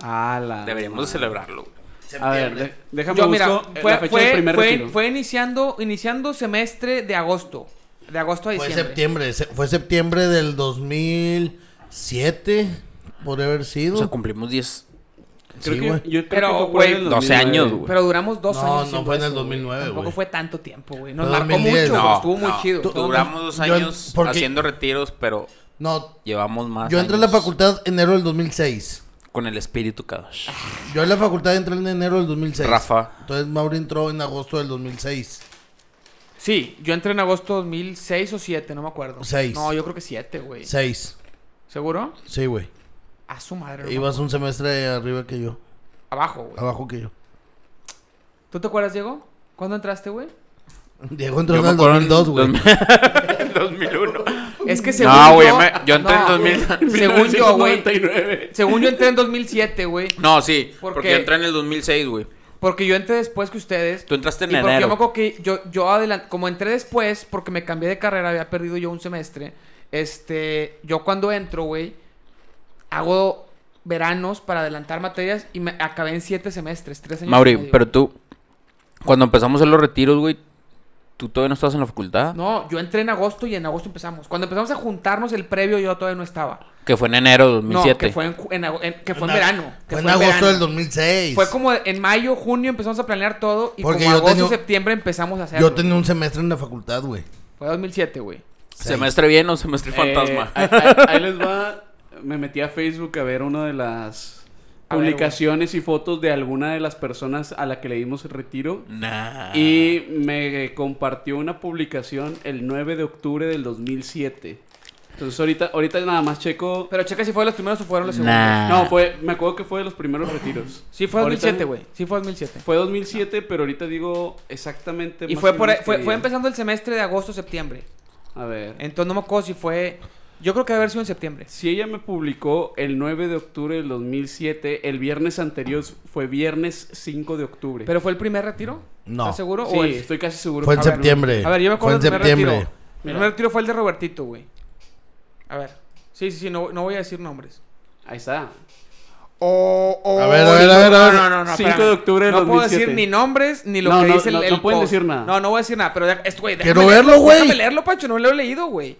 Speaker 2: Ah, la
Speaker 4: Deberíamos de celebrarlo, güey.
Speaker 2: A ver, de- déjame
Speaker 1: Yo, mira,
Speaker 2: busco eh,
Speaker 1: fue,
Speaker 2: la fecha
Speaker 1: fue-
Speaker 2: del primer
Speaker 1: fue-
Speaker 2: retiro.
Speaker 1: fue iniciando, iniciando semestre de agosto. De agosto a
Speaker 5: Fue
Speaker 1: diciembre.
Speaker 5: septiembre, se- fue septiembre del 2007, podría haber
Speaker 4: O sea,
Speaker 5: sido.
Speaker 4: cumplimos 10.
Speaker 2: Creo
Speaker 5: Sí,
Speaker 2: que yo,
Speaker 5: güey. Eh,
Speaker 2: yo creo
Speaker 1: Pero,
Speaker 2: que fue por
Speaker 1: güey,
Speaker 2: ahí en el
Speaker 4: 12 años,
Speaker 2: 2009,
Speaker 4: güey.
Speaker 1: Pero duramos dos
Speaker 5: No,
Speaker 1: años.
Speaker 5: no
Speaker 1: haciendo
Speaker 5: fue en el
Speaker 1: eso, güey.
Speaker 5: 2009,
Speaker 1: Tampoco
Speaker 5: güey.
Speaker 1: fue tanto tiempo, güey. Nos
Speaker 5: Fue
Speaker 1: marcó
Speaker 5: 2010,
Speaker 1: mucho,
Speaker 5: No,
Speaker 1: güey, estuvo muy
Speaker 4: no.
Speaker 1: chido.
Speaker 5: Tú-
Speaker 4: Duramos dos
Speaker 5: Yo-
Speaker 4: años
Speaker 5: porque-
Speaker 4: haciendo retiros, pero
Speaker 5: No,
Speaker 4: llevamos más.
Speaker 5: yo entré a la
Speaker 4: años
Speaker 5: facultad enero del 2006.
Speaker 4: Con el espíritu Kadosh.
Speaker 5: Yo en la facultad entré en enero del 2006.
Speaker 4: Rafa.
Speaker 5: Entonces Mauri entró en agosto del 2006.
Speaker 1: Sí, yo entré en agosto 2006 o 7, no me acuerdo.
Speaker 5: Seis.
Speaker 1: No, yo creo que 7, güey.
Speaker 5: 6.
Speaker 1: ¿Seguro?
Speaker 5: Sí, güey.
Speaker 1: A su madre. no me
Speaker 5: Ibas un semestre arriba que yo.
Speaker 1: acuerdo. Abajo, güey.
Speaker 5: Abajo que yo.
Speaker 1: ¿Tú te acuerdas, Diego? ¿Cuándo entraste, güey?
Speaker 5: Diego entró
Speaker 4: Yo
Speaker 5: en
Speaker 4: me
Speaker 5: el
Speaker 4: acuerdo en
Speaker 5: 2002, güey.
Speaker 4: 2001.
Speaker 1: Es que según
Speaker 4: No, güey,
Speaker 1: yo...
Speaker 4: me- yo entré
Speaker 1: No,
Speaker 4: en 2000.
Speaker 1: Según yo, güey.
Speaker 4: 1999.
Speaker 1: Según yo entré en 2007, güey.
Speaker 4: No, sí,
Speaker 1: ¿Por
Speaker 4: porque
Speaker 1: qué?
Speaker 4: yo entré en el 2006, güey.
Speaker 1: Porque yo entré después que ustedes.
Speaker 4: Tú entraste en
Speaker 1: y porque yo
Speaker 4: enero.
Speaker 1: me acuerdo que yo, yo adelan- como entré después, porque me cambié de carrera, había perdido yo un semestre. Este, yo cuando entro, güey, hago veranos para adelantar materias y me acabé en siete semestres, tres años. y
Speaker 4: Mauri,
Speaker 1: medio.
Speaker 4: pero tú, cuando empezamos en los retiros, güey, ¿tú todavía no estabas en la facultad?
Speaker 1: No, yo entré en agosto y en agosto empezamos. Cuando empezamos a juntarnos el previo, yo todavía no estaba.
Speaker 4: Que fue en enero de
Speaker 1: No,
Speaker 4: 2007.
Speaker 1: que fue en, ju- en ago- en- que fue en
Speaker 5: Fue en-
Speaker 1: verano. que
Speaker 5: Fue
Speaker 1: fue
Speaker 5: en
Speaker 1: en
Speaker 5: agosto
Speaker 1: verano.
Speaker 5: del 2006.
Speaker 1: Fue como en mayo, junio empezamos a planear todo y
Speaker 5: Porque
Speaker 1: como
Speaker 5: yo
Speaker 1: agosto,
Speaker 5: tenía-
Speaker 1: septiembre empezamos a hacerlo.
Speaker 5: Yo tenía un semestre en la facultad, güey.
Speaker 1: Fue 2007, güey.
Speaker 4: ¿Semestre bien o semestre fantasma?
Speaker 2: Eh, ahí, ahí- ahí les va. Me metí a Facebook a ver una de las
Speaker 1: A ver, güey.
Speaker 2: publicaciones y fotos de alguna de las personas a la que le dimos el retiro.
Speaker 4: Nah.
Speaker 5: Ah.
Speaker 2: Y me compartió una publicación el 9 de octubre del 2007. Entonces ahorita, ahorita nada más checo.
Speaker 1: Pero checa si fue de los primeros o fueron los segundos.
Speaker 5: Ah.
Speaker 4: Nah.
Speaker 2: No, fue, me acuerdo que fue de los primeros retiros.
Speaker 1: Sí fue
Speaker 2: Ahorita-
Speaker 1: 2007, güey. Sí fue 2007.
Speaker 2: Fue 2007, pero ahorita digo exactamente.
Speaker 1: Y
Speaker 2: más
Speaker 1: fue
Speaker 2: o
Speaker 1: por e,
Speaker 2: menos
Speaker 1: fue,
Speaker 2: qué
Speaker 1: fue
Speaker 2: día.
Speaker 1: empezando el semestre de agosto septiembre.
Speaker 2: A ver.
Speaker 1: Entonces no me acuerdo si fue yo creo que debe haber sido en septiembre.
Speaker 2: Si ella me publicó el 9 de octubre del 2007, el viernes anterior fue viernes 5 de octubre.
Speaker 1: Pero fue el primer retiro?
Speaker 5: No.
Speaker 1: ¿Estás seguro
Speaker 2: sí,
Speaker 1: o el-
Speaker 2: estoy casi seguro.
Speaker 5: Fue en
Speaker 2: A ver,
Speaker 5: septiembre.
Speaker 1: A ver, yo me acuerdo
Speaker 5: Fue
Speaker 1: del
Speaker 5: en
Speaker 1: primer
Speaker 5: septiembre.
Speaker 1: retiro. El primer retiro fue el de Robertito, güey. A ver. Sí, sí, sí, no, no voy a decir nombres.
Speaker 2: Ahí está.
Speaker 1: O, o-
Speaker 5: A ver, a ver, a ver, a ver.
Speaker 1: No, no, no,
Speaker 2: 5
Speaker 1: espérame.
Speaker 2: de octubre del
Speaker 1: No puedo
Speaker 2: 2007.
Speaker 1: decir ni nombres ni lo
Speaker 2: No,
Speaker 1: que
Speaker 2: no,
Speaker 1: dice el,
Speaker 2: no,
Speaker 1: el
Speaker 2: no pueden
Speaker 1: post.
Speaker 2: decir nada.
Speaker 1: No, no voy a decir nada, pero ya- esto, güey,
Speaker 5: Quiero
Speaker 1: déjame
Speaker 5: verlo,
Speaker 1: leerlo,
Speaker 5: güey.
Speaker 1: Déjame leerlo, Pancho, no lo he leído, güey.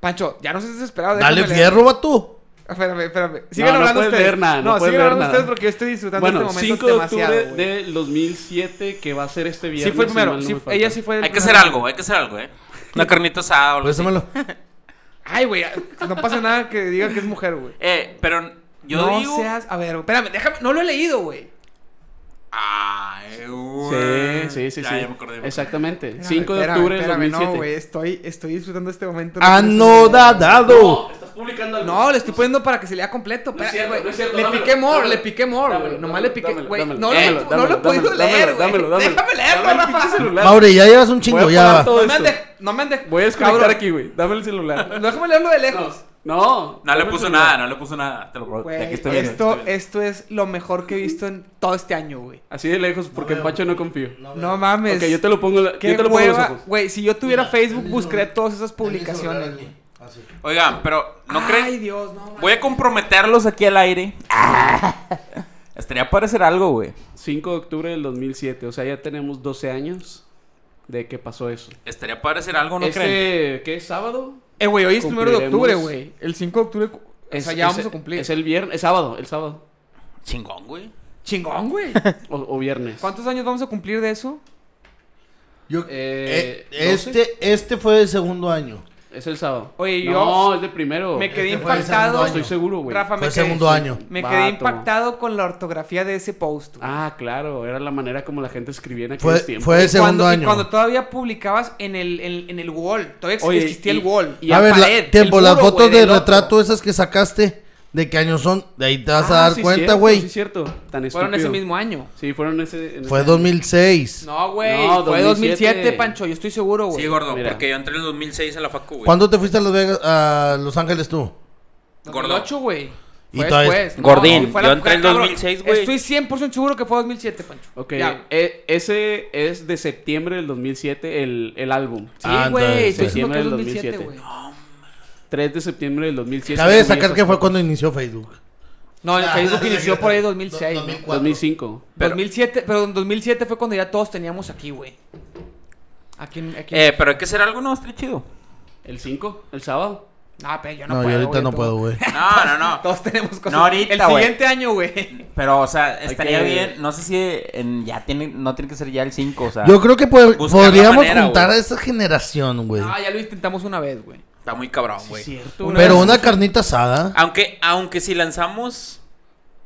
Speaker 1: Pancho, ya no seas desesperado.
Speaker 5: Dale
Speaker 1: déjame leerlo.
Speaker 5: fierro, vato.
Speaker 1: Espérame, espérame. Sigan
Speaker 2: no
Speaker 1: hablando
Speaker 2: puedes
Speaker 1: ustedes.
Speaker 2: leer nada, no puedes
Speaker 1: sigan
Speaker 2: leer
Speaker 1: hablando
Speaker 2: nada.
Speaker 1: ustedes porque yo estoy disfrutando
Speaker 2: Bueno,
Speaker 1: este
Speaker 2: 5
Speaker 1: momento
Speaker 2: de
Speaker 1: demasiado.
Speaker 2: octubre
Speaker 1: güey.
Speaker 2: del 2007, que va a ser este viernes.
Speaker 1: Sí fue el
Speaker 2: si
Speaker 1: primero.
Speaker 2: mal no
Speaker 1: sí,
Speaker 2: me falta.
Speaker 1: ella sí fue. el
Speaker 4: Hay que
Speaker 1: primero.
Speaker 4: hacer algo, hay que hacer algo, ¿eh? Una carnita asada o algo así.
Speaker 5: Préstamelo.
Speaker 1: Ay, güey, no pasa nada que diga que es mujer, güey.
Speaker 4: Eh, pero yo
Speaker 1: no
Speaker 4: digo...
Speaker 1: seas, a ver, espérame, déjame, no lo he leído, güey.
Speaker 4: Ay, güey.
Speaker 2: Sí, sí, sí.
Speaker 4: Ya,
Speaker 2: sí.
Speaker 4: ya me acordé.
Speaker 2: Exactamente.
Speaker 1: Espérame,
Speaker 2: 5 de
Speaker 1: espérame,
Speaker 2: octubre del
Speaker 1: espérame,
Speaker 2: 2007.
Speaker 1: No, güey, estoy estoy disfrutando este momento. no tienes idea.
Speaker 5: Anodadado.
Speaker 2: estás publicando algo.
Speaker 1: No, le estoy poniendo para que se lea completo.
Speaker 2: No es
Speaker 1: espérate,
Speaker 2: cierto,
Speaker 1: güey.
Speaker 2: no es cierto,
Speaker 1: le
Speaker 2: dámelo,
Speaker 1: piqué more,
Speaker 2: dámelo,
Speaker 1: le piqué more,
Speaker 2: dámelo,
Speaker 1: güey. Nomás
Speaker 2: dámelo,
Speaker 1: le piqué,
Speaker 2: dámelo,
Speaker 1: güey.
Speaker 2: dámelo,
Speaker 1: No, le-
Speaker 2: Eh, dámelo,
Speaker 1: no lo he
Speaker 2: dámelo,
Speaker 1: podido
Speaker 2: dámelo,
Speaker 1: leer, güey.
Speaker 2: dámelo, dámelo, dámelo.
Speaker 1: Déjame leerlo,
Speaker 2: Dame el
Speaker 1: Rafa.
Speaker 2: pinche celular.
Speaker 5: Mauri, ya llevas un chingo,
Speaker 2: Voy a
Speaker 5: ya
Speaker 2: parar
Speaker 5: va.
Speaker 2: todo
Speaker 1: No me han
Speaker 2: esto.
Speaker 1: dej- No me han dejado.
Speaker 2: Voy a desconectar aquí, güey. Dame el celular.
Speaker 1: Déjame leerlo de lejos.
Speaker 2: No.
Speaker 4: No le
Speaker 2: dame el
Speaker 4: puso
Speaker 2: celular.
Speaker 4: nada, no le puso nada. Te lo prometo.
Speaker 1: Güey,
Speaker 4: De aquí estoy viendo,
Speaker 1: esto,
Speaker 4: estoy viendo.
Speaker 1: esto es lo mejor que he visto en todo este año, güey.
Speaker 2: Así de lejos, porque en Pacho no confío.
Speaker 1: No mames.
Speaker 2: ok, yo te lo pongo, la-
Speaker 1: Qué
Speaker 2: yo te lo pongo en los
Speaker 1: hueva.
Speaker 2: ojos.
Speaker 1: Güey, si yo tuviera Facebook, buscaré todas esas publicaciones. güey.
Speaker 5: Ah,
Speaker 4: Oigan, pero ¿no Ah. creen?
Speaker 1: Ay, Dios, no. mames.
Speaker 4: Voy a comprometerlos aquí al aire. Estaría para hacer algo, güey.
Speaker 2: 5 de octubre del 2007, o sea, ya tenemos 12 años de que pasó eso.
Speaker 4: Estaría para hacer algo, ¿no creen?
Speaker 2: este, ¿qué es sábado?
Speaker 1: Eh, güey, hoy es primero de octubre,
Speaker 2: Cumpliremos-
Speaker 1: güey. El 5 de octubre. cu- O
Speaker 2: Es-
Speaker 1: sea, ya
Speaker 2: es-
Speaker 1: vamos a cumplir.
Speaker 2: Es el viernes, es sábado, el sábado
Speaker 4: Chingón, güey.
Speaker 1: Chingón, güey.
Speaker 2: o, o viernes.
Speaker 1: ¿Cuántos años vamos a cumplir de eso?
Speaker 5: Yo-
Speaker 2: Eh,
Speaker 5: eh, este, este fue el segundo año.
Speaker 2: Es el sábado.
Speaker 1: Oye,
Speaker 2: no,
Speaker 1: yo-
Speaker 2: es de primero.
Speaker 1: Me quedé
Speaker 5: Este fue el segundo
Speaker 1: impactado.
Speaker 5: año.
Speaker 2: Estoy seguro, güey.
Speaker 1: Rafa,
Speaker 5: Fue
Speaker 1: me
Speaker 5: el
Speaker 1: quedé,
Speaker 5: segundo año.
Speaker 1: me
Speaker 2: Vato.
Speaker 1: quedé impactado con la ortografía de ese post. güey.
Speaker 2: Ah, claro, era la manera como la gente escribía en
Speaker 5: Fue,
Speaker 2: aquellos tiempos.
Speaker 5: fue el
Speaker 1: cuando,
Speaker 5: segundo
Speaker 1: y
Speaker 5: año.
Speaker 1: cuando todavía publicabas en el, en, en el wall. Todavía ex-
Speaker 2: Oye,
Speaker 1: existía
Speaker 2: y-
Speaker 1: el wall.
Speaker 2: y
Speaker 5: a
Speaker 1: la
Speaker 5: ver, la-
Speaker 1: pared,
Speaker 5: tiempo,
Speaker 1: el
Speaker 5: las
Speaker 1: muro,
Speaker 5: fotos
Speaker 1: güey,
Speaker 5: de
Speaker 1: del otro.
Speaker 5: retrato esas que sacaste, ¿de qué año son? De ahí te vas a
Speaker 2: Ah,
Speaker 5: dar
Speaker 2: sí,
Speaker 5: cuenta,
Speaker 2: cierto,
Speaker 5: güey.
Speaker 2: Sí, cierto. Tan
Speaker 1: Fueron ese
Speaker 2: estúpido.
Speaker 1: mismo año.
Speaker 2: Sí, fueron ese. en
Speaker 5: fue
Speaker 2: ese-
Speaker 5: 2006.
Speaker 1: No, güey.
Speaker 2: No,
Speaker 1: fue
Speaker 2: 2007.
Speaker 1: 2007, Pancho. Yo estoy seguro, güey.
Speaker 4: Sí, gordo,
Speaker 2: Mira.
Speaker 4: porque yo entré en el 2006 a la facu, güey.
Speaker 5: ¿Cuándo te fuiste a Las Vegas, a Los Ángeles tú?
Speaker 4: Gordo.
Speaker 1: 2008, güey.
Speaker 5: Y
Speaker 1: Fue
Speaker 5: todavía-
Speaker 1: después.
Speaker 4: Gordín,
Speaker 1: fue
Speaker 4: yo entré en
Speaker 1: cabrón,
Speaker 4: 2006, güey.
Speaker 1: Estoy 100% seguro que fue 2007, Pancho.
Speaker 2: Ok,
Speaker 1: Ya.
Speaker 2: e- ese es de septiembre del 2007, el, el álbum.
Speaker 1: Sí,
Speaker 5: Ah,
Speaker 1: güey.
Speaker 5: entonces,
Speaker 1: estoy diciendo que es
Speaker 2: septiembre del
Speaker 1: 2007,
Speaker 2: 2007.
Speaker 1: güey.
Speaker 2: 3 de septiembre del 2007.
Speaker 5: Cabe destacar
Speaker 2: comienza-
Speaker 5: que fue cuando inició Facebook.
Speaker 1: No, el
Speaker 5: Ah,
Speaker 1: Facebook
Speaker 5: no,
Speaker 1: inició
Speaker 5: no,
Speaker 1: por ahí
Speaker 5: no,
Speaker 1: 2006. ¿no?
Speaker 2: 2005.
Speaker 4: Pero-
Speaker 1: 2007, pero en 2007 fue cuando ya todos teníamos aquí, güey. Aquí, en- aquí.
Speaker 4: Eh, pero hay que hacer algo, ¿no? Estaría chido.
Speaker 2: ¿El 5? ¿El sábado?
Speaker 1: no, Ah, pero yo no,
Speaker 5: No, yo
Speaker 1: puedo.
Speaker 5: ahorita
Speaker 1: güey,
Speaker 5: no
Speaker 1: todo-
Speaker 5: puedo, güey.
Speaker 4: No, no, no.
Speaker 1: Todos tenemos cosas.
Speaker 4: No ahorita,
Speaker 1: El
Speaker 4: güey.
Speaker 1: siguiente año, güey.
Speaker 3: Pero, o sea, estaría
Speaker 4: que-
Speaker 3: bien. No sé si en- ya tiene, no tiene que ser ya el 5, o sea.
Speaker 5: Yo creo que pod-
Speaker 4: Buscar la
Speaker 5: podríamos
Speaker 4: manera,
Speaker 5: juntar
Speaker 4: güey.
Speaker 5: a esa generación, güey.
Speaker 1: Ah, ya lo intentamos una vez, güey.
Speaker 4: Está muy cabrón, güey.
Speaker 1: Cierto.
Speaker 5: Pero una
Speaker 3: Ah.
Speaker 5: carnita asada.
Speaker 4: Aunque, aunque si lanzamos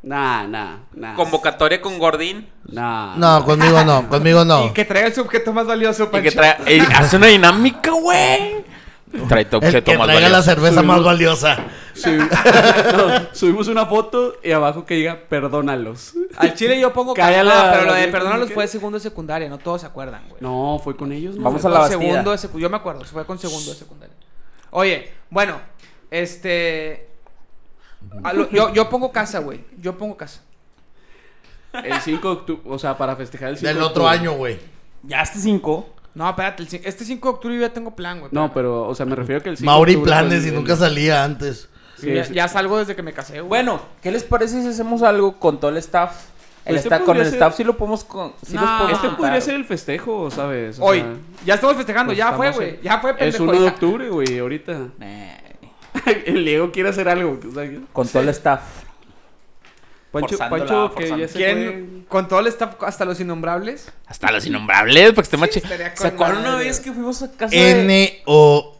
Speaker 2: Nah, nah,
Speaker 4: Ah.
Speaker 2: nah.
Speaker 4: convocatoria con Gordín
Speaker 2: Nah.
Speaker 5: No, conmigo no, conmigo
Speaker 1: Y
Speaker 5: no.
Speaker 1: que traiga el objeto más valioso,
Speaker 4: y
Speaker 1: Pancho.
Speaker 4: que trae, y hace una dinámica, güey. Trae tu
Speaker 5: El
Speaker 4: objeto
Speaker 5: que
Speaker 4: más
Speaker 5: traiga la
Speaker 4: valioso.
Speaker 5: cerveza más valiosa.
Speaker 2: Subi- no, subimos una foto y abajo que diga perdónalos.
Speaker 1: Al chile yo pongo
Speaker 2: Cállala,
Speaker 1: Cállala, pero lo de
Speaker 2: Daniel,
Speaker 1: perdónalos
Speaker 2: ¿qué?
Speaker 1: fue de segundo de secundaria, no todos se acuerdan, güey.
Speaker 2: No, fue con ellos. ¿no?
Speaker 3: Vamos
Speaker 1: Fue
Speaker 3: a la
Speaker 1: con
Speaker 3: Bastida.
Speaker 1: segundo de secu- Yo me acuerdo, fue con segundo de secundaria. Oye, bueno, este. a lo- yo, yo pongo casa, güey. Yo pongo casa.
Speaker 2: El 5 de octubre, o sea, para festejar el 5
Speaker 5: Del
Speaker 2: de
Speaker 5: otro
Speaker 2: octubre.
Speaker 5: año, güey.
Speaker 3: Ya este 5.
Speaker 1: No, espérate, el cin- este 5 de octubre yo ya tengo plan, güey.
Speaker 2: No,
Speaker 1: espérame.
Speaker 2: pero, o sea, me refiero que el 5 de
Speaker 5: Mauri
Speaker 2: octubre
Speaker 5: planes
Speaker 2: fue
Speaker 5: y
Speaker 2: el-
Speaker 5: nunca salía antes.
Speaker 2: Sí,
Speaker 1: ya,
Speaker 2: sí.
Speaker 1: ya salgo desde que me casé, güey.
Speaker 3: Bueno, ¿qué les parece si hacemos algo con todo el staff? El
Speaker 2: Este
Speaker 3: staff- con el
Speaker 2: podría ser-
Speaker 3: staff sí lo podemos con, sí los
Speaker 1: No,
Speaker 3: podemos
Speaker 1: este
Speaker 2: Este
Speaker 3: juntar,
Speaker 2: podría
Speaker 3: güey.
Speaker 2: ser el festejo, ¿sabes? O
Speaker 1: Hoy.
Speaker 2: sea,
Speaker 1: Ya estamos festejando,
Speaker 2: pues
Speaker 1: ya fue,
Speaker 2: estamos
Speaker 1: güey.
Speaker 2: en-
Speaker 1: Ya fue,
Speaker 2: Es
Speaker 1: pendejo.
Speaker 2: 1 de
Speaker 1: ya.
Speaker 2: octubre, güey, ahorita.
Speaker 3: Eh,
Speaker 2: el Diego quiere hacer algo. o sea,
Speaker 3: con todo el staff.
Speaker 2: Pancho,
Speaker 4: Forzándola,
Speaker 2: Pancho que
Speaker 4: forzando.
Speaker 2: ya se
Speaker 1: ¿Quién? Con todo el staff, hasta los innombrables.
Speaker 4: Hasta los innombrables, porque esté más chi-
Speaker 1: estaría
Speaker 4: ¿Se
Speaker 1: con
Speaker 4: acuerdan
Speaker 1: madre,
Speaker 4: una vez
Speaker 1: güey.
Speaker 4: que fuimos a casa de-
Speaker 5: N-O.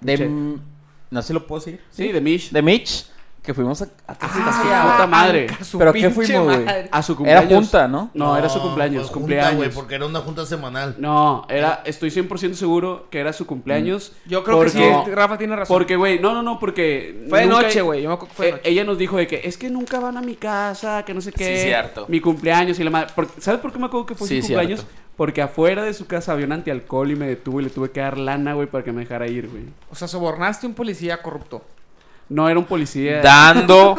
Speaker 3: De,
Speaker 2: Che.
Speaker 3: no sé si lo puedo decir.
Speaker 2: fue. Sí, de Mish.
Speaker 3: De Mitch, que fuimos a, a casa de
Speaker 2: Ah,
Speaker 3: Castilla,
Speaker 2: puta
Speaker 3: güey.
Speaker 2: madre.
Speaker 1: A su
Speaker 3: ¿Pero qué
Speaker 1: pinche
Speaker 3: fuimos, güey?
Speaker 1: madre.
Speaker 2: A su
Speaker 3: Era
Speaker 2: cumpleaños.
Speaker 3: junta, ¿no?
Speaker 2: No, era su cumpleaños.
Speaker 5: fue junta,
Speaker 2: cumpleaños.
Speaker 5: güey, porque era una junta semanal.
Speaker 2: No, era, estoy 100% seguro que era su cumpleaños.
Speaker 1: Mm. Yo creo que
Speaker 2: porque-
Speaker 1: sí, Rafa tiene razón.
Speaker 2: Porque, güey, no, no, no, porque.
Speaker 1: Fue de
Speaker 2: nunca-
Speaker 1: noche, güey. Yo me acuerdo que fue de
Speaker 2: eh,
Speaker 1: noche.
Speaker 2: ella nos dijo de que es que nunca van a mi casa, que no sé qué.
Speaker 4: Sí, cierto.
Speaker 2: Mi cumpleaños y la madre. Porque- ¿Sabes por qué me acuerdo que fue
Speaker 4: Sí,
Speaker 2: su cumpleaños?
Speaker 4: cierto.
Speaker 2: Porque afuera de su casa había un antialcohol y me detuvo y le tuve que dar lana, güey, para que me dejara ir, güey.
Speaker 1: O sea, sobornaste a un policía corrupto.
Speaker 2: No era un policía.
Speaker 4: dando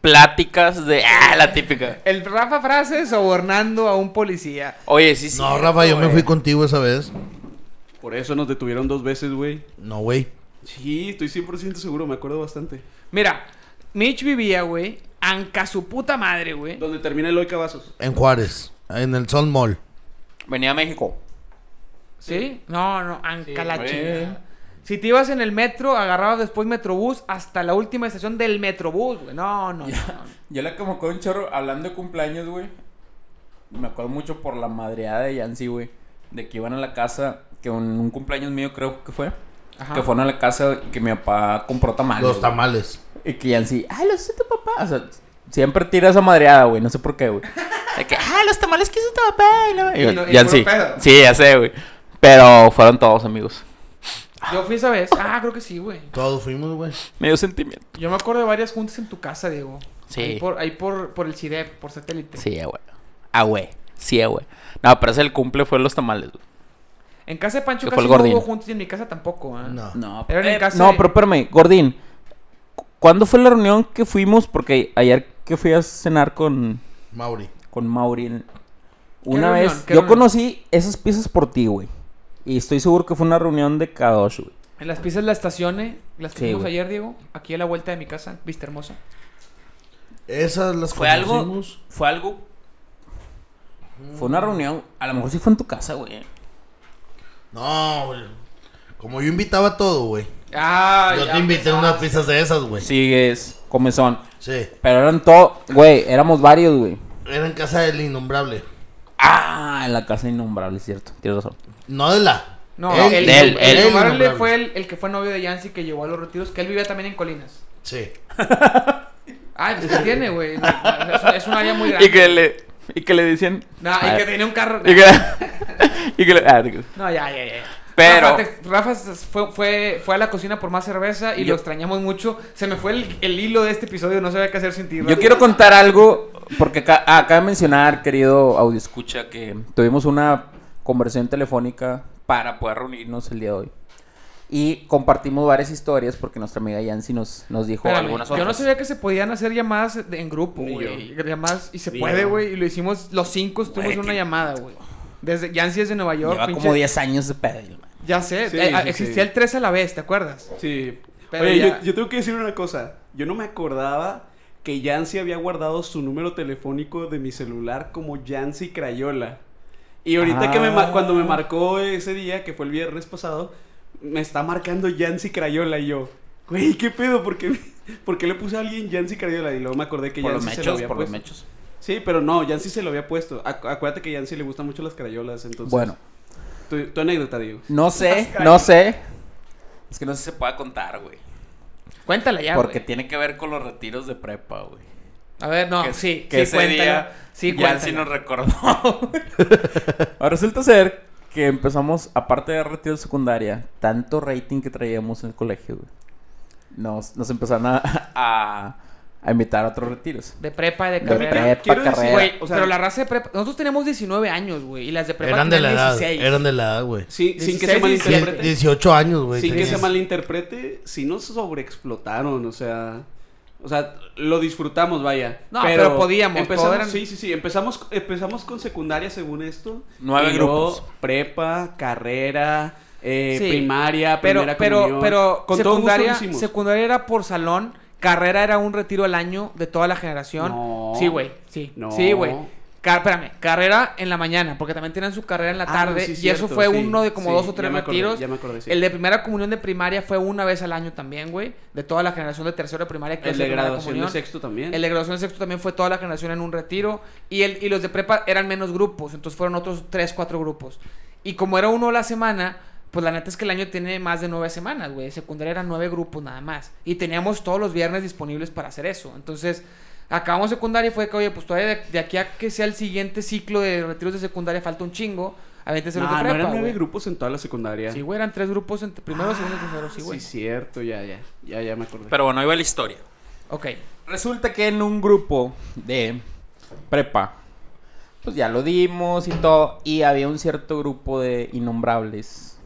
Speaker 4: pláticas de. Ah, la típica.
Speaker 1: El Rafa Frase sobornando a un policía.
Speaker 4: Oye, sí, sí.
Speaker 5: No, Rafa, yo me fui contigo esa vez.
Speaker 2: Por eso nos detuvieron dos veces, güey.
Speaker 5: No, güey.
Speaker 2: Sí, estoy 100% seguro, me acuerdo bastante.
Speaker 1: Mira, Mitch vivía, güey. Anca su puta madre, güey.
Speaker 2: Donde termina Eloy Cavazos.
Speaker 5: En Juárez. En el Sol Mall.
Speaker 4: Venía a México.
Speaker 1: ¿Sí? No, no, Anca la
Speaker 4: güey.
Speaker 1: chingada. Si te ibas en el metro, agarrabas después Metrobús hasta la última estación del Metrobús, güey. No, no, no, no.
Speaker 3: Yo la como con un chorro hablando de cumpleaños, güey. Me acuerdo mucho por la madreada de Yancy, güey. De que iban a la casa, que en un cumpleaños mío creo que fue.
Speaker 1: Ajá.
Speaker 3: Que fueron a la casa y que mi papá compró
Speaker 4: Ah,
Speaker 3: tamales.
Speaker 5: Los
Speaker 3: güey.
Speaker 5: tamales.
Speaker 3: Y que Yancy, ay, los hizo tu papá. O sea, siempre tira esa madreada, güey. No sé por qué, güey.
Speaker 4: De que, ah, los tamales que hizo tu papá. y la-
Speaker 1: Y no- y
Speaker 4: ya
Speaker 1: puro
Speaker 4: sí.
Speaker 1: pedo.
Speaker 4: Sí, ya sé, güey. Pero fueron todos amigos.
Speaker 1: Yo fui esa vez. Ah, creo que sí, güey.
Speaker 5: Todos fuimos, güey.
Speaker 4: Me dio sentimiento.
Speaker 1: Yo me acuerdo de varias juntas en tu casa, Diego.
Speaker 4: Sí.
Speaker 1: Ahí por, ahí por, por el CIDEP, E por satélite.
Speaker 4: Sí, eh, güey. Ah, güey. Sí, eh, güey. No, pero ese el cumple fue los tamales, güey.
Speaker 1: En casa de Pancho
Speaker 4: Que fue
Speaker 1: casi
Speaker 4: el
Speaker 1: no
Speaker 4: Gordín.
Speaker 1: hubo juntas y en mi casa tampoco, ¿ah?
Speaker 5: No.
Speaker 3: No, eh,
Speaker 1: Era en el caso
Speaker 3: no
Speaker 1: de-
Speaker 3: pero espérame, Gordín. ¿cu- ¿Cuándo fue la reunión que fuimos? Porque ayer que fui a cenar con,
Speaker 5: Mauri.
Speaker 3: con Mauri. en- Una
Speaker 1: reunión?
Speaker 3: vez.
Speaker 1: ¿Qué
Speaker 3: Yo
Speaker 1: reunión?
Speaker 3: conocí esas piezas por ti, güey. Y estoy seguro que fue una reunión de Kadosh, güey.
Speaker 1: En las piezas las estaciones, las
Speaker 3: Sí,
Speaker 1: que fuimos
Speaker 3: güey.
Speaker 1: ayer, Diego, aquí a la vuelta de mi casa, vista hermosa.
Speaker 5: Esas las
Speaker 4: Fue algo-
Speaker 5: conocimos.
Speaker 4: Fue algo.
Speaker 3: Fue una reunión. A lo mejor sí fue en tu casa, güey.
Speaker 5: No, güey. Como yo invitaba a todo, güey.
Speaker 1: Ah,
Speaker 5: Yo te invité unas pizzas de esas, güey. Sí.
Speaker 3: Sigues, comezón. Pero eran todo. Güey, éramos varios, güey.
Speaker 5: Era en casa del innombrable.
Speaker 3: Ah, en la casa innombrable, es cierto. Tienes razón.
Speaker 5: No de la.
Speaker 1: No,
Speaker 5: Él-
Speaker 1: el,
Speaker 4: de él,
Speaker 1: el,
Speaker 4: él.
Speaker 1: el innombrable
Speaker 5: innombrable.
Speaker 1: fue el, el que fue novio de Yancy que llevó a los retiros, que él vivía también en Colinas.
Speaker 5: Sí.
Speaker 1: Ah, pues que tiene, güey. Es, un- es un área muy grande.
Speaker 4: Y que le. Y que le decían. "Ah,
Speaker 1: No, y que tenía un carro.
Speaker 4: Y que, y que le. ah, digo,
Speaker 1: No, ya, ya, ya.
Speaker 4: Pero-
Speaker 1: Rafa, te- Rafa se- fue, fue, fue a la cocina por más cerveza y lo extrañamos mucho. Se me fue el, el hilo de este episodio, no sabía qué hacer sin ti.
Speaker 3: Yo
Speaker 1: Rafa.
Speaker 3: quiero contar algo, porque acá, ah, acaba de mencionar, querido audio escucha, que tuvimos una conversación telefónica para poder reunirnos el día de hoy. Y compartimos varias historias porque nuestra amiga Yancy nos, nos dijo
Speaker 1: Espérame,
Speaker 3: algunas
Speaker 1: Yo no
Speaker 3: otras.
Speaker 1: sabía que se podían hacer llamadas de- en grupo, güey. Llamadas, y se puede, güey. Y lo hicimos, los cinco estuvimos en una llamada, güey. Desde Yancy es de Nueva York.
Speaker 3: Lleva
Speaker 1: pinche-
Speaker 3: como 10 años de pedo. man.
Speaker 1: Ya sé,
Speaker 2: Sí,
Speaker 1: eh,
Speaker 2: sí,
Speaker 1: existía
Speaker 2: sí.
Speaker 1: el tres a la vez, ¿te acuerdas?
Speaker 2: Sí.
Speaker 1: Pero
Speaker 2: Oye,
Speaker 1: ya-
Speaker 2: yo, yo tengo que decir una cosa. Yo no me acordaba que Yancy había guardado su número telefónico de mi celular como Yancy Crayola. Y ahorita que me ma-
Speaker 3: Ah.
Speaker 2: cuando me marcó ese día, que fue el viernes pasado, me está marcando Yancy Crayola y yo. Güey, ¿qué pedo? ¿Por qué, por qué le puse a alguien Yancy Cardiola? Y luego me acordé que
Speaker 3: por los
Speaker 2: Yancy se lo
Speaker 3: mechos,
Speaker 2: había
Speaker 3: por los
Speaker 2: puesto.
Speaker 3: mechos.
Speaker 2: Sí, pero no, Yancy se lo había puesto. Acu- acuérdate que a Yancy le gustan mucho las crayolas, entonces.
Speaker 4: Bueno,
Speaker 2: Tu, tu anécdota, Diego.
Speaker 4: no sé, no sé.
Speaker 3: Es que no sé si se pueda contar, güey. Cuéntala ya, Porque tiene que ver con los retiros de prepa, güey.
Speaker 1: A ver, no,
Speaker 3: que,
Speaker 1: sí,
Speaker 3: que
Speaker 1: sí,
Speaker 3: ese
Speaker 1: cuéntala.
Speaker 3: día
Speaker 1: sí,
Speaker 3: ya sí
Speaker 1: cuéntala.
Speaker 3: nos recordó.
Speaker 4: Ahora Resulta ser que empezamos, aparte de retiro de secundaria, tanto rating que traíamos en el colegio, güey. Nos, nos empezaron a, a, a invitar a otros retiros.
Speaker 1: De prepa, de
Speaker 4: De
Speaker 1: carrera.
Speaker 4: prepa,
Speaker 2: quiero decir,
Speaker 4: carrera.
Speaker 1: Güey,
Speaker 2: o sea-
Speaker 1: pero la raza de prepa. Nosotros tenemos 19 años, güey. Y las de prepa
Speaker 5: Eran de la
Speaker 1: tenían
Speaker 5: edad,
Speaker 1: 16.
Speaker 5: eran de la edad, güey.
Speaker 2: Sí, sin que
Speaker 1: 16,
Speaker 2: se malinterprete.
Speaker 5: 18 años, güey.
Speaker 2: sin que se
Speaker 5: tenías.
Speaker 2: malinterprete, si no sobreexplotaron, o sea. O sea, lo disfrutamos, vaya.
Speaker 1: No, pero podíamos,
Speaker 2: Empezamos,
Speaker 1: todo eran-
Speaker 2: Sí, sí, sí. Empezamos, empezamos con secundaria según esto.
Speaker 3: Nueve
Speaker 2: y luego
Speaker 3: grupos.
Speaker 2: Prepa, carrera, eh,
Speaker 1: Sí.
Speaker 2: primaria,
Speaker 1: Pero,
Speaker 2: primera
Speaker 1: pero,
Speaker 2: comunión.
Speaker 1: pero
Speaker 2: con todo gusto lo
Speaker 1: secundaria,
Speaker 2: hicimos.
Speaker 1: secundaria era por salón, carrera era un retiro al año de toda la generación.
Speaker 2: No.
Speaker 1: Sí, güey, sí.
Speaker 2: No.
Speaker 1: Sí, güey. Ca- espérame, carrera en la mañana, porque también tenían su carrera en la
Speaker 2: Ah,
Speaker 1: tarde.
Speaker 2: sí,
Speaker 1: y
Speaker 2: cierto,
Speaker 1: eso fue
Speaker 2: sí,
Speaker 1: uno de como
Speaker 2: sí,
Speaker 1: dos o
Speaker 2: ya
Speaker 1: tres
Speaker 2: me acordé,
Speaker 1: retiros.
Speaker 2: ya me acordé, sí.
Speaker 1: El de primera comunión de primaria fue una vez al año también, güey. De toda la generación de tercero de primaria que
Speaker 2: El
Speaker 1: es la
Speaker 2: de
Speaker 1: primera
Speaker 2: graduación de
Speaker 1: comunión.
Speaker 2: sexto también.
Speaker 1: El de graduación de sexto también fue toda la generación en un retiro. Y, el, y los de prepa eran menos grupos. Entonces fueron otros tres, cuatro grupos. Y como era uno a la semana, pues la neta es que el año tiene más de nueve semanas, güey. Secundaria eran nueve grupos nada más. Y teníamos todos los viernes disponibles para hacer eso. Entonces, acabamos secundaria y fue que, oye, pues todavía de, de aquí a que sea el siguiente ciclo de retiros de secundaria falta un chingo. A veces
Speaker 2: no,
Speaker 1: los de
Speaker 2: Ah, no
Speaker 1: prepa,
Speaker 2: eran nueve
Speaker 1: güey.
Speaker 2: grupos en toda la secundaria.
Speaker 1: Sí, güey, eran tres grupos entre primero, segundo y tercero, sí,
Speaker 2: Sí,
Speaker 1: güey.
Speaker 2: cierto, ya, ya. Ya, ya me acordé.
Speaker 3: Pero bueno, ahí va la historia.
Speaker 1: Ok.
Speaker 4: Resulta que en un grupo de prepa, pues ya lo dimos y todo, y había un cierto grupo de innombrables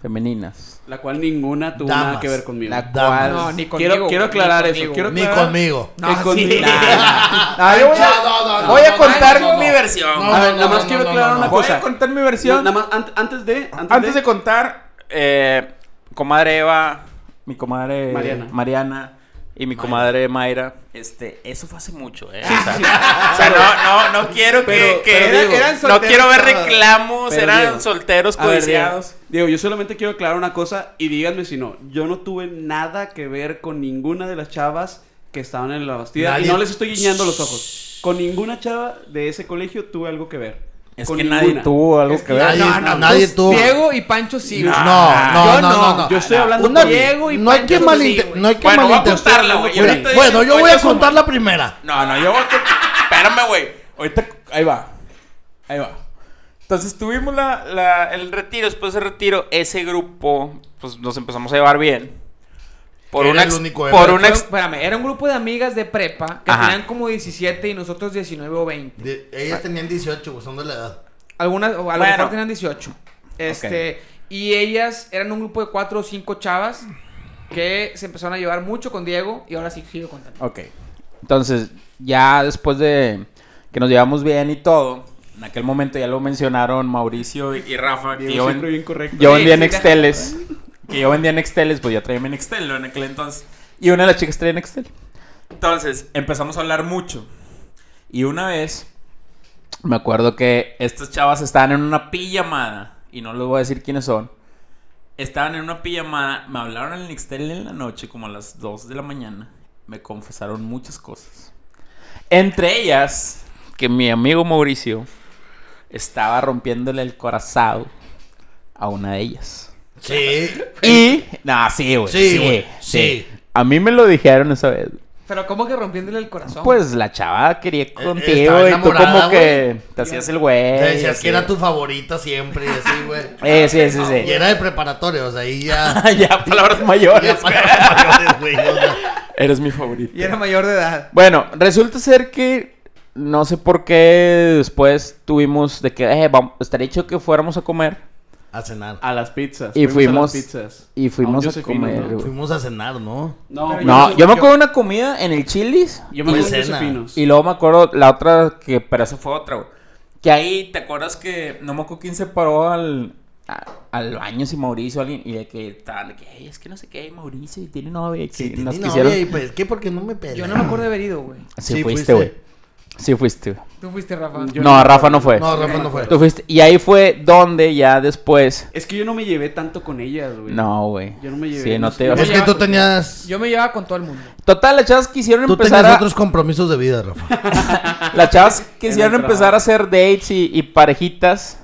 Speaker 4: femeninas.
Speaker 2: la cual ninguna tuvo nada
Speaker 5: Damas.
Speaker 2: que ver conmigo.
Speaker 4: La
Speaker 5: Damas.
Speaker 4: cual...
Speaker 1: No, ni conmigo.
Speaker 2: Quiero, quiero
Speaker 1: güey,
Speaker 2: aclarar
Speaker 1: ni
Speaker 2: eso.
Speaker 1: conmigo,
Speaker 2: Quiero
Speaker 5: Ni
Speaker 2: aclarar
Speaker 5: conmigo.
Speaker 1: No,
Speaker 2: que
Speaker 1: sí.
Speaker 2: conmigo-
Speaker 4: Ah, yo voy a, voy a contar mi versión.
Speaker 5: No,
Speaker 2: A ver,
Speaker 5: no,
Speaker 2: nada
Speaker 5: no,
Speaker 2: más
Speaker 5: no,
Speaker 2: quiero
Speaker 5: no,
Speaker 2: aclarar
Speaker 5: no,
Speaker 2: una
Speaker 5: no.
Speaker 4: Voy
Speaker 2: cosa.
Speaker 4: a contar mi versión.
Speaker 2: No, nada más, an- antes de. Antes,
Speaker 4: Antes
Speaker 2: de,
Speaker 4: de contar, eh, comadre Eva, mi comadre
Speaker 2: Mariana.
Speaker 4: Mariana y mi comadre Mayra, este, eso fue hace mucho, ¿eh? O sea, o sea, no, no, no quiero
Speaker 2: Pero-
Speaker 4: que, que-
Speaker 2: pero
Speaker 4: eran-
Speaker 2: Diego,
Speaker 4: eran solteros, no quiero ver reclamos,
Speaker 2: pero
Speaker 4: eran
Speaker 2: Diego,
Speaker 4: solteros
Speaker 2: A ver, Diego,
Speaker 4: codiciados.
Speaker 2: Diego, yo solamente quiero aclarar una cosa y díganme si no. Yo no tuve nada que ver con ninguna de las chavas que estaban en la bastida.
Speaker 5: Nadie-
Speaker 2: Y no les estoy guiñando los ojos. Con ninguna chava de ese colegio tuve algo que ver.
Speaker 3: Es
Speaker 2: Con
Speaker 3: que nadie
Speaker 4: tuvo algo
Speaker 2: Es
Speaker 4: que
Speaker 2: que
Speaker 4: ver.
Speaker 5: Nadie,
Speaker 1: No, no,
Speaker 5: nadie
Speaker 1: tú-
Speaker 5: tuvo.
Speaker 1: Diego y Pancho sí, güey.
Speaker 5: No, no, no,
Speaker 1: Yo
Speaker 5: no,
Speaker 1: no.
Speaker 5: no.
Speaker 2: Yo estoy hablando
Speaker 5: Una-
Speaker 2: por mí.
Speaker 1: Diego y
Speaker 5: no hay
Speaker 1: Pancho
Speaker 5: que
Speaker 1: sí,
Speaker 5: malinterpretar.
Speaker 1: güey.
Speaker 5: No hay que
Speaker 3: Bueno, voy a
Speaker 5: malinterpretar.
Speaker 3: contarla, güey. Yo ahorita
Speaker 5: Bueno,
Speaker 3: dije-
Speaker 5: yo voy
Speaker 3: ahorita
Speaker 5: a
Speaker 3: sumo.
Speaker 5: contar la primera.
Speaker 3: No, no, yo voy a contar- Espérame, güey.
Speaker 4: Ahorita, ahí va, ahí va.
Speaker 3: Entonces tuvimos la, la- el retiro, después del retiro, ese grupo, pues nos empezamos a llevar bien. Por
Speaker 5: Era
Speaker 3: una,
Speaker 5: el
Speaker 3: ex-
Speaker 5: único
Speaker 3: por
Speaker 5: evento.
Speaker 3: una
Speaker 1: Fue-
Speaker 3: ex-
Speaker 1: espérame, era un grupo de amigas de prepa que
Speaker 3: Ajá.
Speaker 1: tenían como 17 y nosotros 19 o 20.
Speaker 5: De- ellas tenían 18, güey, son de la edad.
Speaker 1: Algunas, o a lo
Speaker 3: Bueno.
Speaker 1: mejor tenían 18. Este, y ellas eran un grupo de 4 o 5 chavas que se empezaron a llevar mucho con Diego y ahora sí sigo contando.
Speaker 4: Ok. Entonces, ya después de que nos llevamos bien y todo, en aquel momento ya lo mencionaron Mauricio y,
Speaker 3: Y Rafa, que
Speaker 2: Diego,
Speaker 3: yo,
Speaker 2: siempre
Speaker 3: ven-
Speaker 2: bien correcto.
Speaker 4: yo vendía
Speaker 1: sí,
Speaker 4: Nexteles. Que yo vendía Nexteles, pues ya traía mi Nextel ¿no? en aquel entonces. Y una de las chicas traía Nextel. Entonces, empezamos a hablar mucho. Y una vez, me acuerdo que estas chavas estaban en una pijamada. Y no les voy a decir quiénes son. Estaban en una pijamada. Me hablaron en el Nextel en la noche, como a las 2 de la mañana. Me confesaron muchas cosas. Entre ellas, que mi amigo Mauricio estaba rompiéndole el corazón a una de ellas.
Speaker 5: Sí.
Speaker 4: Y. No, sí, güey.
Speaker 5: Sí,
Speaker 4: Sí,
Speaker 5: güey,
Speaker 4: sí.
Speaker 5: sí.
Speaker 4: A mí me lo dijeron esa vez.
Speaker 1: Pero como que rompiéndole el corazón.
Speaker 4: Pues la chava quería
Speaker 5: Eh, estaba
Speaker 4: contigo y tú
Speaker 5: enamorada,
Speaker 4: como que te hacías el güey.
Speaker 5: Te decías
Speaker 4: así.
Speaker 5: que era tu favorita siempre y así, güey.
Speaker 4: Eh, sí, sí,
Speaker 5: Y
Speaker 4: sí.
Speaker 5: era de preparatorio, o sea, ahí ya.
Speaker 4: ya, palabras mayores.
Speaker 5: ya para los mayores, güey, o sea.
Speaker 4: Eres mi favorito.
Speaker 1: y era mayor de edad.
Speaker 4: Bueno, resulta ser que no sé por qué después tuvimos de que, eh, vamos, estaría hecho que fuéramos a comer.
Speaker 5: A cenar.
Speaker 2: A las pizzas. a
Speaker 4: Y
Speaker 2: las
Speaker 4: fuimos-
Speaker 2: pizzas.
Speaker 4: y fuimos
Speaker 2: un
Speaker 4: a
Speaker 2: Josefino,
Speaker 4: comer,
Speaker 2: ¿no?
Speaker 4: güey.
Speaker 5: Fuimos a cenar, ¿no?
Speaker 2: No,
Speaker 4: No, yo me
Speaker 2: yo-
Speaker 4: acuerdo de una comida en el Chili's
Speaker 2: Yo me
Speaker 5: Fue
Speaker 2: acuerdo de
Speaker 5: cena.
Speaker 2: Josefinos.
Speaker 4: Y luego me acuerdo la otra que, pero esa fue otra, güey. Que ahí, ¿te acuerdas que no me acuerdo quién se paró al, a- al baño, si Mauricio alguien, y de que estaban de que, "Ey, es que no sé qué, Mauricio, y tiene novia, y que
Speaker 5: Sí,
Speaker 4: nos
Speaker 5: tenía novia
Speaker 4: quisieron.
Speaker 5: y pues, ¿qué? Porque no me peleé.
Speaker 1: Yo no me acuerdo de haber ido, güey.
Speaker 4: Sí, fuiste,
Speaker 5: Sí, fuiste.
Speaker 4: güey. Sí fuiste. güey.
Speaker 1: Tú fuiste, Rafa.
Speaker 2: Yo
Speaker 4: no,
Speaker 2: no.
Speaker 4: Rafa no fue.
Speaker 5: No, Rafa no fue.
Speaker 4: Pues. Tú fuiste. Y ahí fue donde ya después.
Speaker 2: Es que yo no me llevé tanto con ellas, güey.
Speaker 4: No, güey.
Speaker 2: Yo no me llevé.
Speaker 4: Sí, no
Speaker 2: sé.
Speaker 4: te-
Speaker 2: Yo me
Speaker 5: Es que
Speaker 2: llevaba-
Speaker 5: tú tenías.
Speaker 1: Yo me llevaba con todo el mundo.
Speaker 4: Total, las chavas quisieron
Speaker 5: Tú
Speaker 4: empezar
Speaker 5: tenías
Speaker 4: a.
Speaker 5: otros compromisos de vida, Rafa.
Speaker 4: Las chavas quisieron
Speaker 2: el
Speaker 4: empezar
Speaker 2: trabajo.
Speaker 4: a hacer dates y, y parejitas.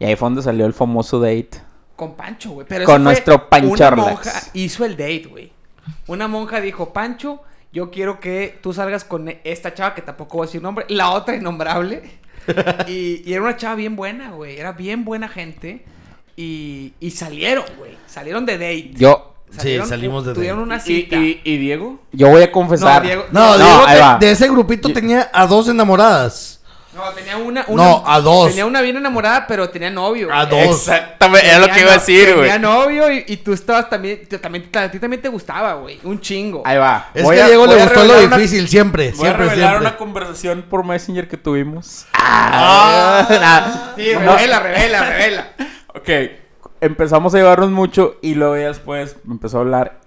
Speaker 4: Y ahí fue donde salió el famoso date.
Speaker 1: Con Pancho, güey. Pero
Speaker 4: Con
Speaker 1: eso fue-
Speaker 4: nuestro Panchorlax.
Speaker 1: Una monja hizo el date, güey. Una monja dijo, Pancho, yo quiero que tú salgas con e-, esta chava que tampoco voy a decir nombre, la otra innombrable. y, y era una chava bien buena, güey. Era bien buena gente. Y, y salieron, güey. Salieron de date.
Speaker 4: Yo,
Speaker 1: Salieron-
Speaker 5: Sí, salimos de date.
Speaker 1: Tuvieron una
Speaker 2: ¿Y,
Speaker 1: cita.
Speaker 2: y, y Diego?
Speaker 4: yo voy a confesar.
Speaker 1: No, Diego-
Speaker 5: No,
Speaker 4: No,
Speaker 5: digo,
Speaker 4: ahí
Speaker 5: de-
Speaker 4: va.
Speaker 5: de ese grupito tenía a dos enamoradas.
Speaker 1: No, tenía una, una.
Speaker 5: No, a dos.
Speaker 1: Tenía una bien enamorada, pero tenía novio.
Speaker 5: A
Speaker 1: güey.
Speaker 5: dos.
Speaker 3: Exactamente, era lo
Speaker 1: Tenía
Speaker 3: que iba a
Speaker 1: no-
Speaker 3: decir, güey.
Speaker 1: Tenía novio y, y tú estabas también, te- también. A ti también te gustaba, güey. Un chingo.
Speaker 4: Ahí va.
Speaker 5: Es
Speaker 4: Voy
Speaker 5: que
Speaker 4: a-
Speaker 5: a Diego
Speaker 4: voy
Speaker 5: le
Speaker 4: a
Speaker 5: gustó lo
Speaker 4: revelar una-
Speaker 5: difícil, siempre,
Speaker 3: Voy a
Speaker 5: siempre,
Speaker 3: revelar
Speaker 5: siempre.
Speaker 3: una conversación por Messenger que tuvimos.
Speaker 5: Ah,
Speaker 1: Sí, revela, revela, revela.
Speaker 3: Ok.
Speaker 4: Empezamos a llevarnos mucho y luego ya después me empezó a hablar.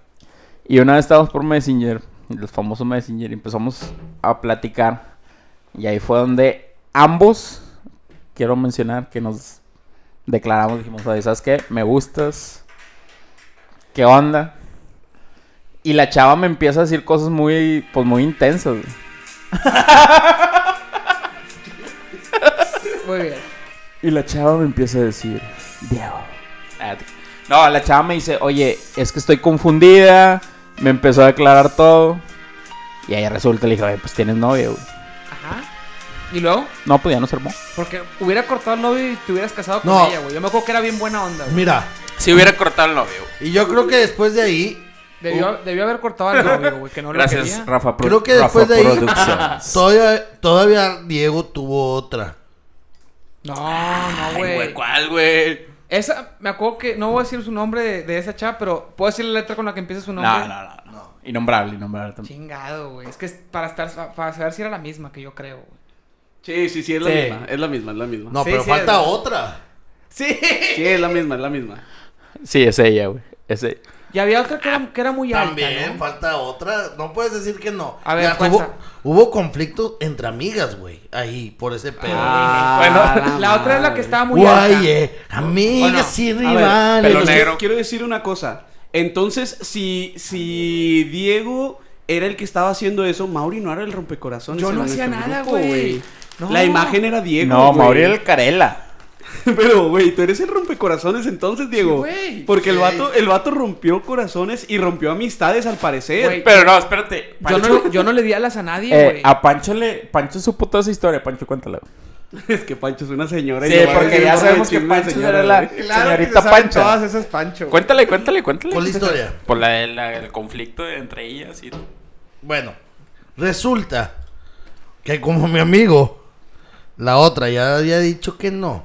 Speaker 4: Y una vez estábamos por Messenger, los famosos Messenger, y empezamos a platicar. Y ahí fue donde ambos, quiero mencionar, que nos declaramos, dijimos, oye, ¿sabes qué? Me gustas. ¿Qué onda? Y la chava me empieza a decir cosas muy, pues muy intensas. güey.
Speaker 1: Muy bien.
Speaker 4: Y la chava me empieza a decir, Diego. Ah, te- No, la chava me dice, oye, es que estoy confundida. Me empezó a declarar todo. Y ahí resulta, le dije, oye, pues tienes novio, güey.
Speaker 1: Ajá. ¿Y luego?
Speaker 4: No, pues ya no se armó.
Speaker 1: Porque hubiera cortado el novio y te hubieras casado con
Speaker 5: No.
Speaker 1: ella, güey. Yo me acuerdo que era bien buena onda,
Speaker 4: Ah.
Speaker 1: güey.
Speaker 5: Mira,
Speaker 3: Si hubiera cortado el novio.
Speaker 5: y yo creo que después de ahí,
Speaker 1: Debió, debió haber cortado al novio, güey, que no lo
Speaker 3: Oh. Gracias,
Speaker 1: quería.
Speaker 3: Rafa. Pro-
Speaker 5: creo que
Speaker 3: Rafa
Speaker 5: después de ahí,
Speaker 3: Productions.
Speaker 5: todavía, todavía Diego tuvo otra.
Speaker 1: No, no,
Speaker 3: Ay, güey,
Speaker 1: güey.
Speaker 3: ¿cuál, güey?
Speaker 1: Esa, me acuerdo que, no voy a decir su nombre de, de esa chava, pero puedo decir la letra con la que empieza su nombre.
Speaker 4: No, no, no, no. Innombrable, innombrable también.
Speaker 1: Chingado, güey. Es que es para estar, para saber si era la misma que yo creo, güey.
Speaker 2: Sí, sí, sí, es la
Speaker 4: Sí.
Speaker 2: misma. Es la misma, es la misma.
Speaker 5: No,
Speaker 1: Sí,
Speaker 5: pero
Speaker 1: sí,
Speaker 5: falta
Speaker 1: es-
Speaker 5: otra.
Speaker 1: Sí.
Speaker 2: Sí, es la misma, es la misma.
Speaker 4: Sí, es ella, güey. Es e-, ella.
Speaker 1: Y había otra que era, que era muy alta,
Speaker 5: También
Speaker 1: ¿no?
Speaker 5: falta otra. No puedes decir que no.
Speaker 1: A ver,
Speaker 5: Ya,
Speaker 1: cuenta.
Speaker 5: hubo, hubo conflicto entre amigas, güey. Ahí, por ese pedo.
Speaker 1: La, otra es la que estaba Ah, muy alta.
Speaker 5: Guay, eh. Amigas y
Speaker 2: A ver,
Speaker 5: rivales.
Speaker 2: pero
Speaker 3: Pelo
Speaker 2: es que
Speaker 3: negro.
Speaker 2: Quiero decir una cosa. Entonces, si, si Diego era el que estaba haciendo eso, Mauri no era el rompecorazones.
Speaker 1: Yo
Speaker 2: en
Speaker 1: no hacía
Speaker 2: nuestro
Speaker 1: nada,
Speaker 2: grupo,
Speaker 1: güey. No.
Speaker 2: La imagen era Diego.
Speaker 4: No,
Speaker 2: güey.
Speaker 4: Mauriel Carela.
Speaker 2: Pero, güey, tú eres el rompecorazones entonces, Diego.
Speaker 1: güey.
Speaker 2: Porque el
Speaker 5: Sí.
Speaker 2: vato, el vato rompió corazones y rompió amistades al parecer.
Speaker 1: Güey,
Speaker 3: Pero no, espérate.
Speaker 1: Yo
Speaker 3: Pancho,
Speaker 1: no, yo no le di alas a nadie, güey.
Speaker 4: Eh, a Pancho le. Pancho supo toda esa historia. Pancho, cuéntala. güey.
Speaker 2: Es que Pancho es una señora. y
Speaker 4: Sí,
Speaker 2: no va a
Speaker 4: porque
Speaker 2: decir
Speaker 4: ya
Speaker 2: un
Speaker 4: sabemos que
Speaker 2: chisme de
Speaker 4: Pancho
Speaker 2: señora,
Speaker 4: era la-
Speaker 2: güey.
Speaker 4: Claro que se Señorita saben Pancha. todas
Speaker 1: esas Pancho.
Speaker 3: Cuéntale, cuéntale, cuéntale.
Speaker 5: ¿Cuál historia?
Speaker 3: Por la, la- el conflicto entre ellas y...
Speaker 5: Bueno, resulta que como mi amigo, la otra ya había dicho que no,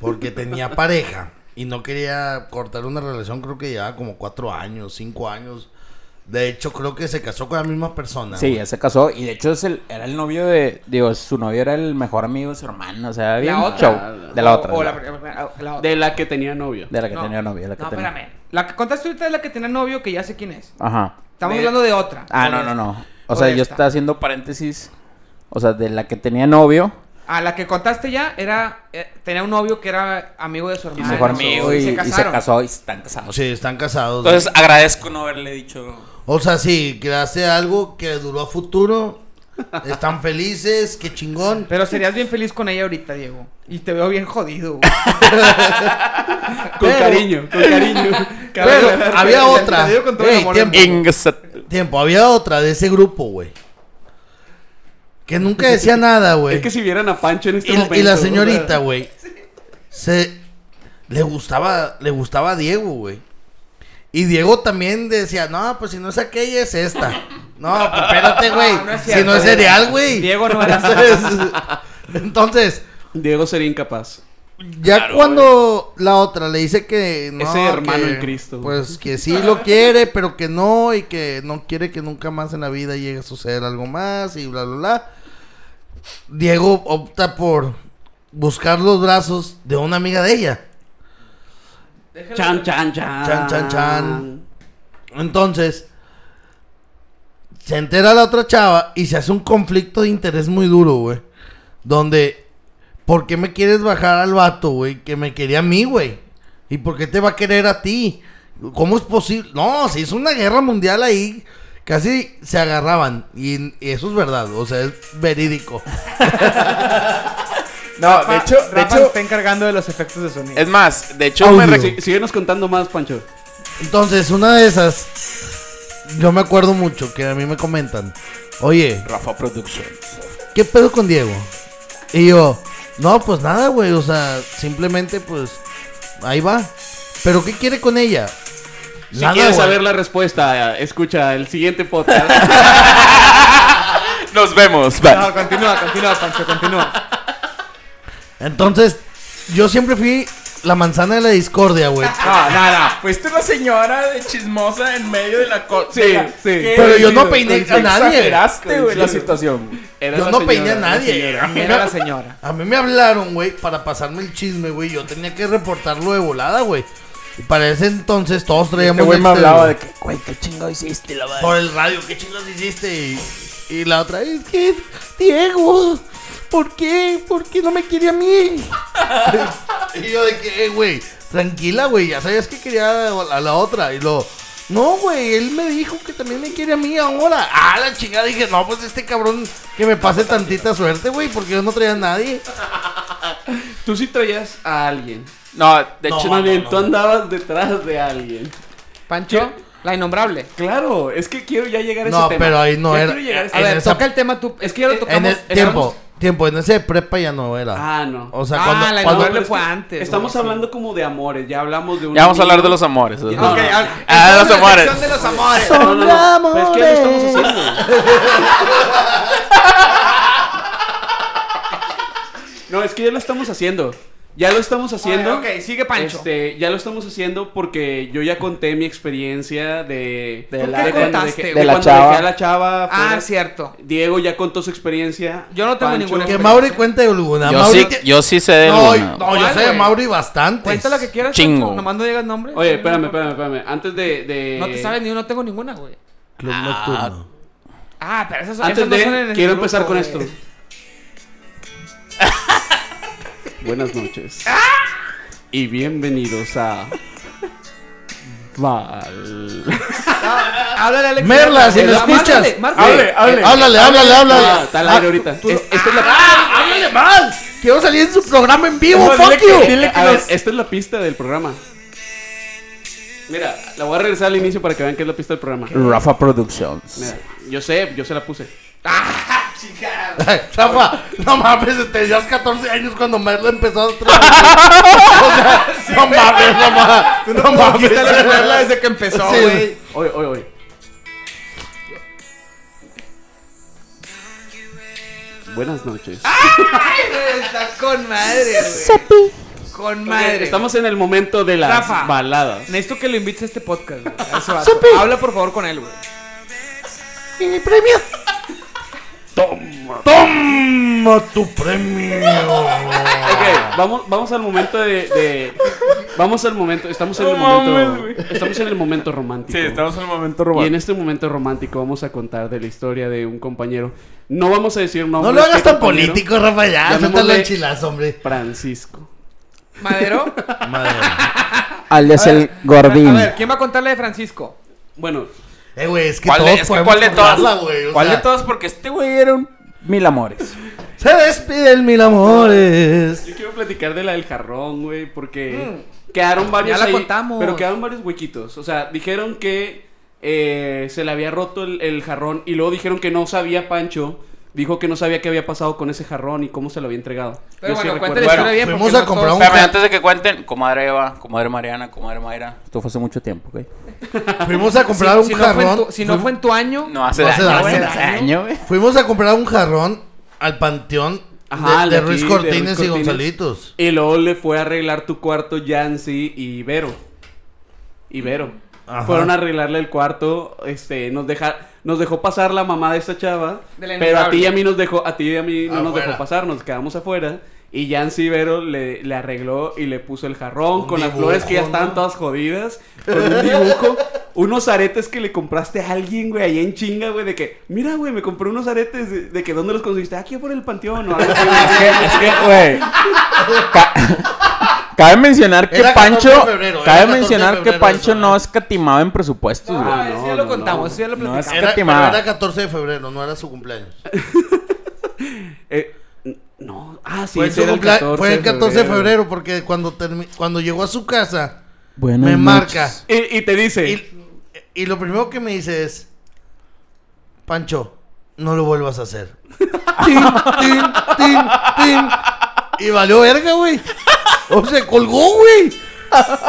Speaker 5: porque tenía pareja y no quería cortar una relación, creo que llevaba como cuatro años, cinco años. De hecho, creo que se casó con la misma persona.
Speaker 4: Sí,
Speaker 5: güey.
Speaker 4: ya se casó. Y de hecho es el, era el novio de. Digo, su novio era el mejor amigo de su hermano. O sea, bien
Speaker 1: La otra.
Speaker 4: show. De la otra.
Speaker 1: O
Speaker 4: de
Speaker 1: la,
Speaker 4: la-
Speaker 1: la otra.
Speaker 2: De la que tenía novio.
Speaker 4: De la que
Speaker 1: No.
Speaker 4: tenía novio. La que
Speaker 1: No,
Speaker 4: tenía...
Speaker 1: espérame. La que contaste ahorita es la que tenía novio, que ya sé quién es.
Speaker 4: Ajá.
Speaker 1: Estamos
Speaker 3: De-
Speaker 1: hablando de otra.
Speaker 4: Ah,
Speaker 1: Por
Speaker 4: no,
Speaker 1: esta.
Speaker 4: no, no. O
Speaker 1: Por
Speaker 4: sea, yo
Speaker 1: esta.
Speaker 4: estaba haciendo paréntesis. O sea, de la que tenía novio.
Speaker 1: Ah, la que contaste ya era. eh, tenía un novio que era amigo de su hermano.
Speaker 4: mejor
Speaker 1: ¿no?
Speaker 4: amigo. Y,
Speaker 1: se
Speaker 4: y se
Speaker 1: casaron.
Speaker 4: casó y están casados.
Speaker 5: Sí, están casados. güey.
Speaker 3: Entonces agradezco no haberle dicho...
Speaker 5: O sea, sí, que hace algo que duró a futuro. Están felices, qué chingón.
Speaker 1: Pero serías bien feliz con ella ahorita, Diego. Y te veo bien jodido, güey.
Speaker 2: Con cariño, con cariño.
Speaker 5: Pero Ah, había
Speaker 1: te-
Speaker 5: otra.
Speaker 1: te digo con todo el
Speaker 5: Ey,
Speaker 1: amor
Speaker 5: tiempo.
Speaker 3: Ingesat.
Speaker 5: Tiempo, había otra de ese grupo, güey. Que nunca decía nada, güey.
Speaker 2: Es que si vieran a Pancho en este
Speaker 5: y,
Speaker 2: momento.
Speaker 5: y la
Speaker 2: o sea,
Speaker 5: señorita, güey. Se le gustaba, le gustaba a Diego, güey. Y Diego también decía, no, pues si no es aquella, es esta. No, pues espérate, güey.
Speaker 1: No, no es
Speaker 5: si
Speaker 1: cierto,
Speaker 5: no es
Speaker 1: güey.
Speaker 5: cereal, güey.
Speaker 1: Diego no era así.
Speaker 5: Entonces, entonces,
Speaker 2: Diego sería incapaz.
Speaker 5: ya cuando la otra le dice que no.
Speaker 2: Ese hermano
Speaker 5: que,
Speaker 2: en Cristo.
Speaker 5: Pues que sí lo quiere, pero que no, y que no quiere que nunca más en la vida llegue a suceder algo más, y bla, bla, bla. Diego opta por buscar los brazos de una amiga de ella.
Speaker 2: Chan, chan, chan.
Speaker 5: Chan, chan, chan. Entonces, Se entera la otra chava y se hace un conflicto de interés muy duro, güey. Donde, ¿por qué me quieres bajar al vato, güey? Que me quería a mí, güey. ¿Y por qué te va a querer a ti? ¿Cómo es posible? No, se hizo una guerra mundial ahí. Casi se agarraban. Y, y eso es verdad, o sea, es verídico.
Speaker 6: No, de hecho, de
Speaker 1: Rafa se
Speaker 6: hecho,
Speaker 1: está encargando de los efectos de sonido.
Speaker 6: es más, de hecho, me
Speaker 5: Audio.
Speaker 6: rec-
Speaker 2: Sí, síguenos contando más, Pancho.
Speaker 5: Entonces, una de esas, yo me acuerdo mucho que a mí me comentan, oye,
Speaker 6: Rafa Productions.
Speaker 5: ¿qué pedo con Diego? Y yo, no, pues nada, güey, o sea, simplemente pues ahí va. ¿Pero qué quiere con ella?
Speaker 2: Si
Speaker 5: Nada,
Speaker 2: quieres
Speaker 5: güey.
Speaker 2: saber la respuesta, eh, escucha el siguiente podcast.
Speaker 6: Nos vemos. bye.
Speaker 1: No, continúa, continúa, Pancho, continúa.
Speaker 5: Entonces, yo siempre fui la manzana de la discordia, güey.
Speaker 2: Ah,
Speaker 6: No, no, no. Fuiste pues, una señora de chismosa en medio de la cosa.
Speaker 2: Sí, sí.
Speaker 5: Pero yo no peiné a nadie.
Speaker 6: Exageraste, güey, la
Speaker 2: Coincido.
Speaker 6: situación.
Speaker 2: Era
Speaker 5: Yo
Speaker 2: la
Speaker 5: no peiné a
Speaker 2: señora, la
Speaker 5: nadie.
Speaker 2: señora.
Speaker 1: Mira la señora.
Speaker 5: A mí me hablaron, güey, para pasarme el chisme, güey. Yo tenía que reportarlo de volada, güey. Y para ese entonces todos traíamos...
Speaker 3: Este güey me
Speaker 5: Nextel,
Speaker 3: hablaba
Speaker 5: güey.
Speaker 3: de que, güey, qué chingado hiciste, la madre.
Speaker 5: por el radio, ¿qué chingados hiciste? Y, y la otra, es que, Diego, ¿por qué? ¿Por qué no me quería a mí? y yo de que, "Eh, güey, tranquila, güey, ya sabías que quería a la otra. Y lo, no, güey, él me dijo que también me quiere a mí ahora. Ah, la chingada, dije, no, pues este cabrón que me pase tantita suerte, güey, porque yo no traía a nadie.
Speaker 2: Tú sí traías a alguien.
Speaker 4: No, de
Speaker 5: No,
Speaker 4: hecho,
Speaker 2: Más bien, tú andabas detrás de alguien.
Speaker 1: Pancho, la innombrable.
Speaker 2: Claro, es que quiero ya llegar a
Speaker 5: No,
Speaker 2: ese tema.
Speaker 5: pero ahí no
Speaker 2: Ya
Speaker 5: era.
Speaker 2: quiero llegar a ese-
Speaker 1: A
Speaker 5: En
Speaker 1: ver,
Speaker 5: esa-
Speaker 1: toca el tema tú. Es que ya lo tocamos.
Speaker 5: En el tiempo,
Speaker 1: estamos-
Speaker 5: tiempo, en ese de prepa ya no era.
Speaker 2: Ah, no.
Speaker 5: O sea,
Speaker 1: Ah,
Speaker 5: cuando,
Speaker 1: la
Speaker 5: cuando-
Speaker 1: innombrable.
Speaker 2: pero es
Speaker 1: fue
Speaker 2: que
Speaker 1: antes, güey,
Speaker 2: Estamos
Speaker 1: sí.
Speaker 2: hablando como de amores. Ya hablamos de un.
Speaker 4: ya vamos a hablar de los
Speaker 2: amores.
Speaker 4: amores.
Speaker 2: Ya.
Speaker 4: ¿no?
Speaker 2: Ok,
Speaker 1: ah,
Speaker 4: Ah, los
Speaker 1: entonces, la
Speaker 4: amores.
Speaker 1: sección de los amores.
Speaker 2: No, no, no. Pero es que ya lo
Speaker 5: amores.
Speaker 2: estamos haciendo. No, es que ya lo estamos haciendo. Ya lo estamos haciendo.
Speaker 1: Ok, sigue Pancho.
Speaker 2: Este, ya lo estamos haciendo porque yo ya conté mi experiencia de, de
Speaker 1: ¿Tú
Speaker 2: la,
Speaker 1: qué
Speaker 2: de cuando
Speaker 1: contaste,
Speaker 2: dejé-
Speaker 1: güey?
Speaker 2: de
Speaker 3: la
Speaker 2: cuando
Speaker 3: chava.
Speaker 2: dejé a la chava.
Speaker 1: Ah,
Speaker 2: fuera.
Speaker 1: cierto.
Speaker 2: Diego ya contó su experiencia.
Speaker 1: Yo no tengo ninguna
Speaker 5: Que
Speaker 1: experiencia.
Speaker 5: Mauri cuente de alguna.
Speaker 4: Yo,
Speaker 5: Mauri
Speaker 4: sí,
Speaker 5: que-
Speaker 4: yo sí sé de
Speaker 5: no,
Speaker 4: alguna.
Speaker 5: no, yo
Speaker 1: ¿Cuál,
Speaker 5: sé de
Speaker 1: güey?
Speaker 5: Mauri bastante.
Speaker 1: Cuenta la que quieras.
Speaker 4: Chingo.
Speaker 1: Pancho, Nomás no digas nombres.
Speaker 2: Oye, espérame, espérame, espérame. Antes de. de-
Speaker 1: No te sabes ni uno, no tengo ninguna, güey.
Speaker 5: Club Nocturno.
Speaker 1: Ah, pero esas,
Speaker 2: Antes
Speaker 1: esas no
Speaker 2: de.
Speaker 1: son en el
Speaker 2: quiero
Speaker 1: grupo,
Speaker 2: empezar con
Speaker 1: güey.
Speaker 2: esto. Buenas noches.
Speaker 1: ¡Ah!
Speaker 2: Y bienvenidos a. Val.
Speaker 1: Háblale, Alex.
Speaker 5: Merla, si
Speaker 1: Háblale,
Speaker 5: lo escuchas.
Speaker 1: márcale, márcale.
Speaker 2: Hable,
Speaker 5: Háblale, háblale, háblale.
Speaker 2: Ah, está al aire ahorita. Es- esta es la.
Speaker 5: ¡Ah! ¡Háblale mal! Quiero salir en su programa en vivo,
Speaker 2: No, dile
Speaker 5: fuck
Speaker 2: que-
Speaker 5: you.
Speaker 2: dile que nos- esta es la pista del programa. Mira, la voy a regresar al inicio para que vean que es la pista del programa.
Speaker 3: Rafa Productions.
Speaker 2: Mira, yo sé, yo se la puse.
Speaker 5: Rafa, no mames, este, tenías 14 años cuando Merla empezó a trabajar. O sea, no mames, no mames. No mames. Merla desde que empezó, güey.
Speaker 2: Hoy, hoy, hoy. Buenas noches.
Speaker 1: Está con madre, güey. Con madre.
Speaker 2: Estamos en el momento de las
Speaker 1: Rafa.
Speaker 2: baladas.
Speaker 1: Necesito que lo invites a este podcast, güey. a ese vato. Habla por favor con él, güey.
Speaker 5: ¿Y mi premio? Toma. Toma tu premio.
Speaker 2: Ok, vamos, vamos al momento de, de- Vamos al momento. Estamos en el momento. Estamos en el momento romántico.
Speaker 6: en el momento
Speaker 2: Y en este momento romántico vamos a contar de la historia de un compañero. No vamos a decir
Speaker 5: No
Speaker 2: nombres.
Speaker 5: lo hagas
Speaker 2: este
Speaker 5: tan
Speaker 2: compañero,
Speaker 5: político, Rafa, ya.
Speaker 2: Llamémosle-
Speaker 5: Suéltalo en chilazo, hombre.
Speaker 2: Francisco.
Speaker 1: Madero.
Speaker 3: Alias
Speaker 1: A ver,
Speaker 3: el Gordín.
Speaker 1: A ver, ¿quién va a contar la de Francisco?
Speaker 2: Bueno,
Speaker 5: Eh, güey, es que
Speaker 4: ¿Cuál de,
Speaker 5: todos
Speaker 4: es que
Speaker 5: podemos
Speaker 4: ¿Cuál de
Speaker 5: contarla,
Speaker 4: todas?
Speaker 5: güey, o
Speaker 4: ¿Cuál de
Speaker 5: sea.
Speaker 4: todas? Porque este güey.
Speaker 3: Era un mil amores.
Speaker 5: Se despide el mil amores.
Speaker 2: yo quiero platicar de la del jarrón, güey, porque quedaron varios.
Speaker 1: Mm. Ya la
Speaker 2: ahí,
Speaker 1: contamos.
Speaker 2: Pero quedaron varios huequitos. O sea, dijeron que eh, se le había roto el, el jarrón y luego dijeron que no sabía Pancho. Dijo que no sabía qué había pasado con ese jarrón y cómo se lo había entregado.
Speaker 1: Pero
Speaker 2: Yo sí
Speaker 1: bueno,
Speaker 2: recuerdo.
Speaker 1: cuéntale la historia bien.
Speaker 4: Bueno,
Speaker 5: fuimos
Speaker 1: porque
Speaker 5: a
Speaker 1: no
Speaker 5: comprar
Speaker 1: todos-
Speaker 5: un-
Speaker 4: Espérame, antes de que cuenten, comadre Eva, comadre Mariana, comadre Mayra.
Speaker 3: Esto fue hace mucho tiempo, güey.
Speaker 5: Fuimos a comprar
Speaker 1: si,
Speaker 5: un
Speaker 1: si no fue en
Speaker 5: jarrón.
Speaker 1: tu, si no fue en tu año,
Speaker 4: No hace
Speaker 5: No hace
Speaker 4: daño.
Speaker 5: daño.
Speaker 4: güey.
Speaker 5: Hace
Speaker 3: daño, güey.
Speaker 5: Fuimos a comprar un jarrón al panteón
Speaker 2: Ajá,
Speaker 5: de, de
Speaker 2: el de
Speaker 5: Ruiz
Speaker 2: aquí, de Ruiz
Speaker 5: Cortines y
Speaker 2: Cortines.
Speaker 5: Gonzalitos.
Speaker 2: Y luego le fue a arreglar tu cuarto Yancy y Vero. Y Vero.
Speaker 5: Ajá.
Speaker 2: Fueron a arreglarle el cuarto, este, nos deja, nos dejó pasar la mamá de esta chava,
Speaker 1: De la
Speaker 2: pero a ti y a
Speaker 1: innombrable.
Speaker 2: mí nos dejó, a ti y a mí no nos
Speaker 5: Afuera.
Speaker 2: dejó pasar, nos quedamos afuera y Yancy y Vero le, le arregló y le puso el jarrón
Speaker 5: Un
Speaker 2: con las flores que ya
Speaker 5: dibujo,
Speaker 2: estaban
Speaker 5: ¿no?
Speaker 2: todas jodidas, con un dibujo unos aretes que le compraste a alguien, güey, ahí en chinga, güey, de que, mira, güey, me compré unos aretes de, de que dónde los conseguiste, aquí por el panteón o algo así, güey.
Speaker 3: Es que, es que, güey. ca- cabe mencionar que
Speaker 5: Era 14
Speaker 3: Pancho.
Speaker 5: de febrero, era
Speaker 3: cabe
Speaker 5: 14 de
Speaker 3: mencionar que
Speaker 5: febrero
Speaker 3: Pancho
Speaker 5: eso,
Speaker 3: no
Speaker 5: ¿eh?
Speaker 3: escatimaba en presupuestos,
Speaker 1: No,
Speaker 3: güey.
Speaker 1: eso ya
Speaker 2: no,
Speaker 1: lo
Speaker 2: no,
Speaker 1: contamos,
Speaker 2: no.
Speaker 1: eso ya lo
Speaker 3: No,
Speaker 1: platicamos.
Speaker 3: es-
Speaker 5: Era, pero
Speaker 3: Escatimada.
Speaker 5: era 14 de febrero, no era su cumpleaños.
Speaker 2: Eh, n- no, ah, sí,
Speaker 5: fue,
Speaker 2: ese
Speaker 5: su
Speaker 2: era
Speaker 5: cumplea- fue el 14 de
Speaker 2: febrero.
Speaker 5: febrero porque cuando, termi- cuando llegó a su casa
Speaker 3: Buenas
Speaker 5: me
Speaker 3: noches.
Speaker 5: marca.
Speaker 2: Y, y te dice,
Speaker 5: Y, y lo primero que me dice es, Pancho, no lo vuelvas a hacer. Tin, tin, tin, tin. Y valió verga, güey. O sea, colgó, güey.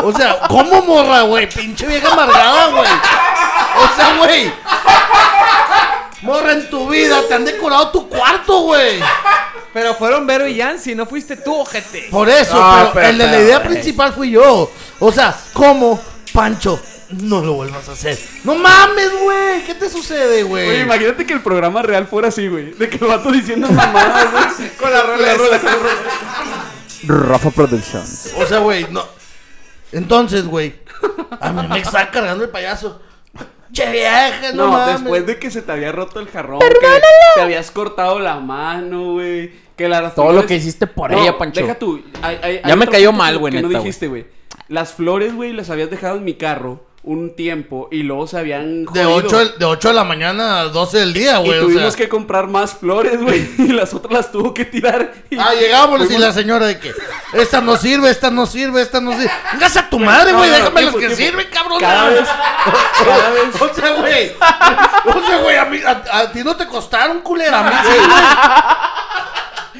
Speaker 5: O sea, ¿cómo morra, güey? Pinche vieja amargada, güey. O sea, güey. Morra en tu vida, te han decorado tu cuarto, güey.
Speaker 1: Pero fueron Vero y Yancy, no fuiste tú, ojete.
Speaker 5: Por eso,
Speaker 3: No,
Speaker 5: pero,
Speaker 3: pero-
Speaker 5: el de la
Speaker 3: pero,
Speaker 5: idea
Speaker 3: güey.
Speaker 5: principal fui yo. O sea, ¿cómo, Pancho? No lo vuelvas a hacer. No mames, güey. ¿Qué te sucede,
Speaker 2: Oye,
Speaker 3: eh.
Speaker 5: güey?
Speaker 2: imagínate que el programa real fuera así, güey. De que el vato diciendo mamadas, güey. Con la rola,
Speaker 3: Rafa Productions.
Speaker 5: O sea, güey, no. Entonces, güey, a mí me está cargando el payaso. Che vieja, no,
Speaker 2: No,
Speaker 5: mames.
Speaker 2: después de que se te había roto el jarrón, que te habías cortado la mano, güey. Que las
Speaker 3: Todo
Speaker 2: flores-
Speaker 3: lo que hiciste por
Speaker 2: No,
Speaker 3: ella, Pancho.
Speaker 2: Deja tú. Hay- hay- hay
Speaker 3: Ya me
Speaker 2: otro
Speaker 3: cayó
Speaker 2: punto
Speaker 3: mal,
Speaker 2: que-
Speaker 3: güey,
Speaker 2: Que no
Speaker 3: neta, güey.
Speaker 2: dijiste, güey. Las flores, güey, las habías dejado en mi carro un tiempo y luego se habían
Speaker 5: De
Speaker 2: jodido.
Speaker 5: 8, de ocho de la mañana a 12 del día,
Speaker 2: Y
Speaker 5: güey. o
Speaker 2: tuvimos
Speaker 5: sea.
Speaker 2: que comprar más flores, güey. Y las otras las tuvo que tirar. Y
Speaker 5: Ah, llegamos y
Speaker 2: fuimos-
Speaker 5: la señora de que esta no sirve, esta no sirve, esta no sirve. Vengas a tu madre,
Speaker 2: No,
Speaker 5: güey,
Speaker 2: no, no,
Speaker 5: déjame las
Speaker 2: tiempo,
Speaker 5: que
Speaker 2: tiempo.
Speaker 5: sirven, cabrón.
Speaker 2: Cada vez, cada vez
Speaker 5: O sea, güey. O sea, güey, a, mí- a- a ti no te costaron, culera. A mí sí, güey.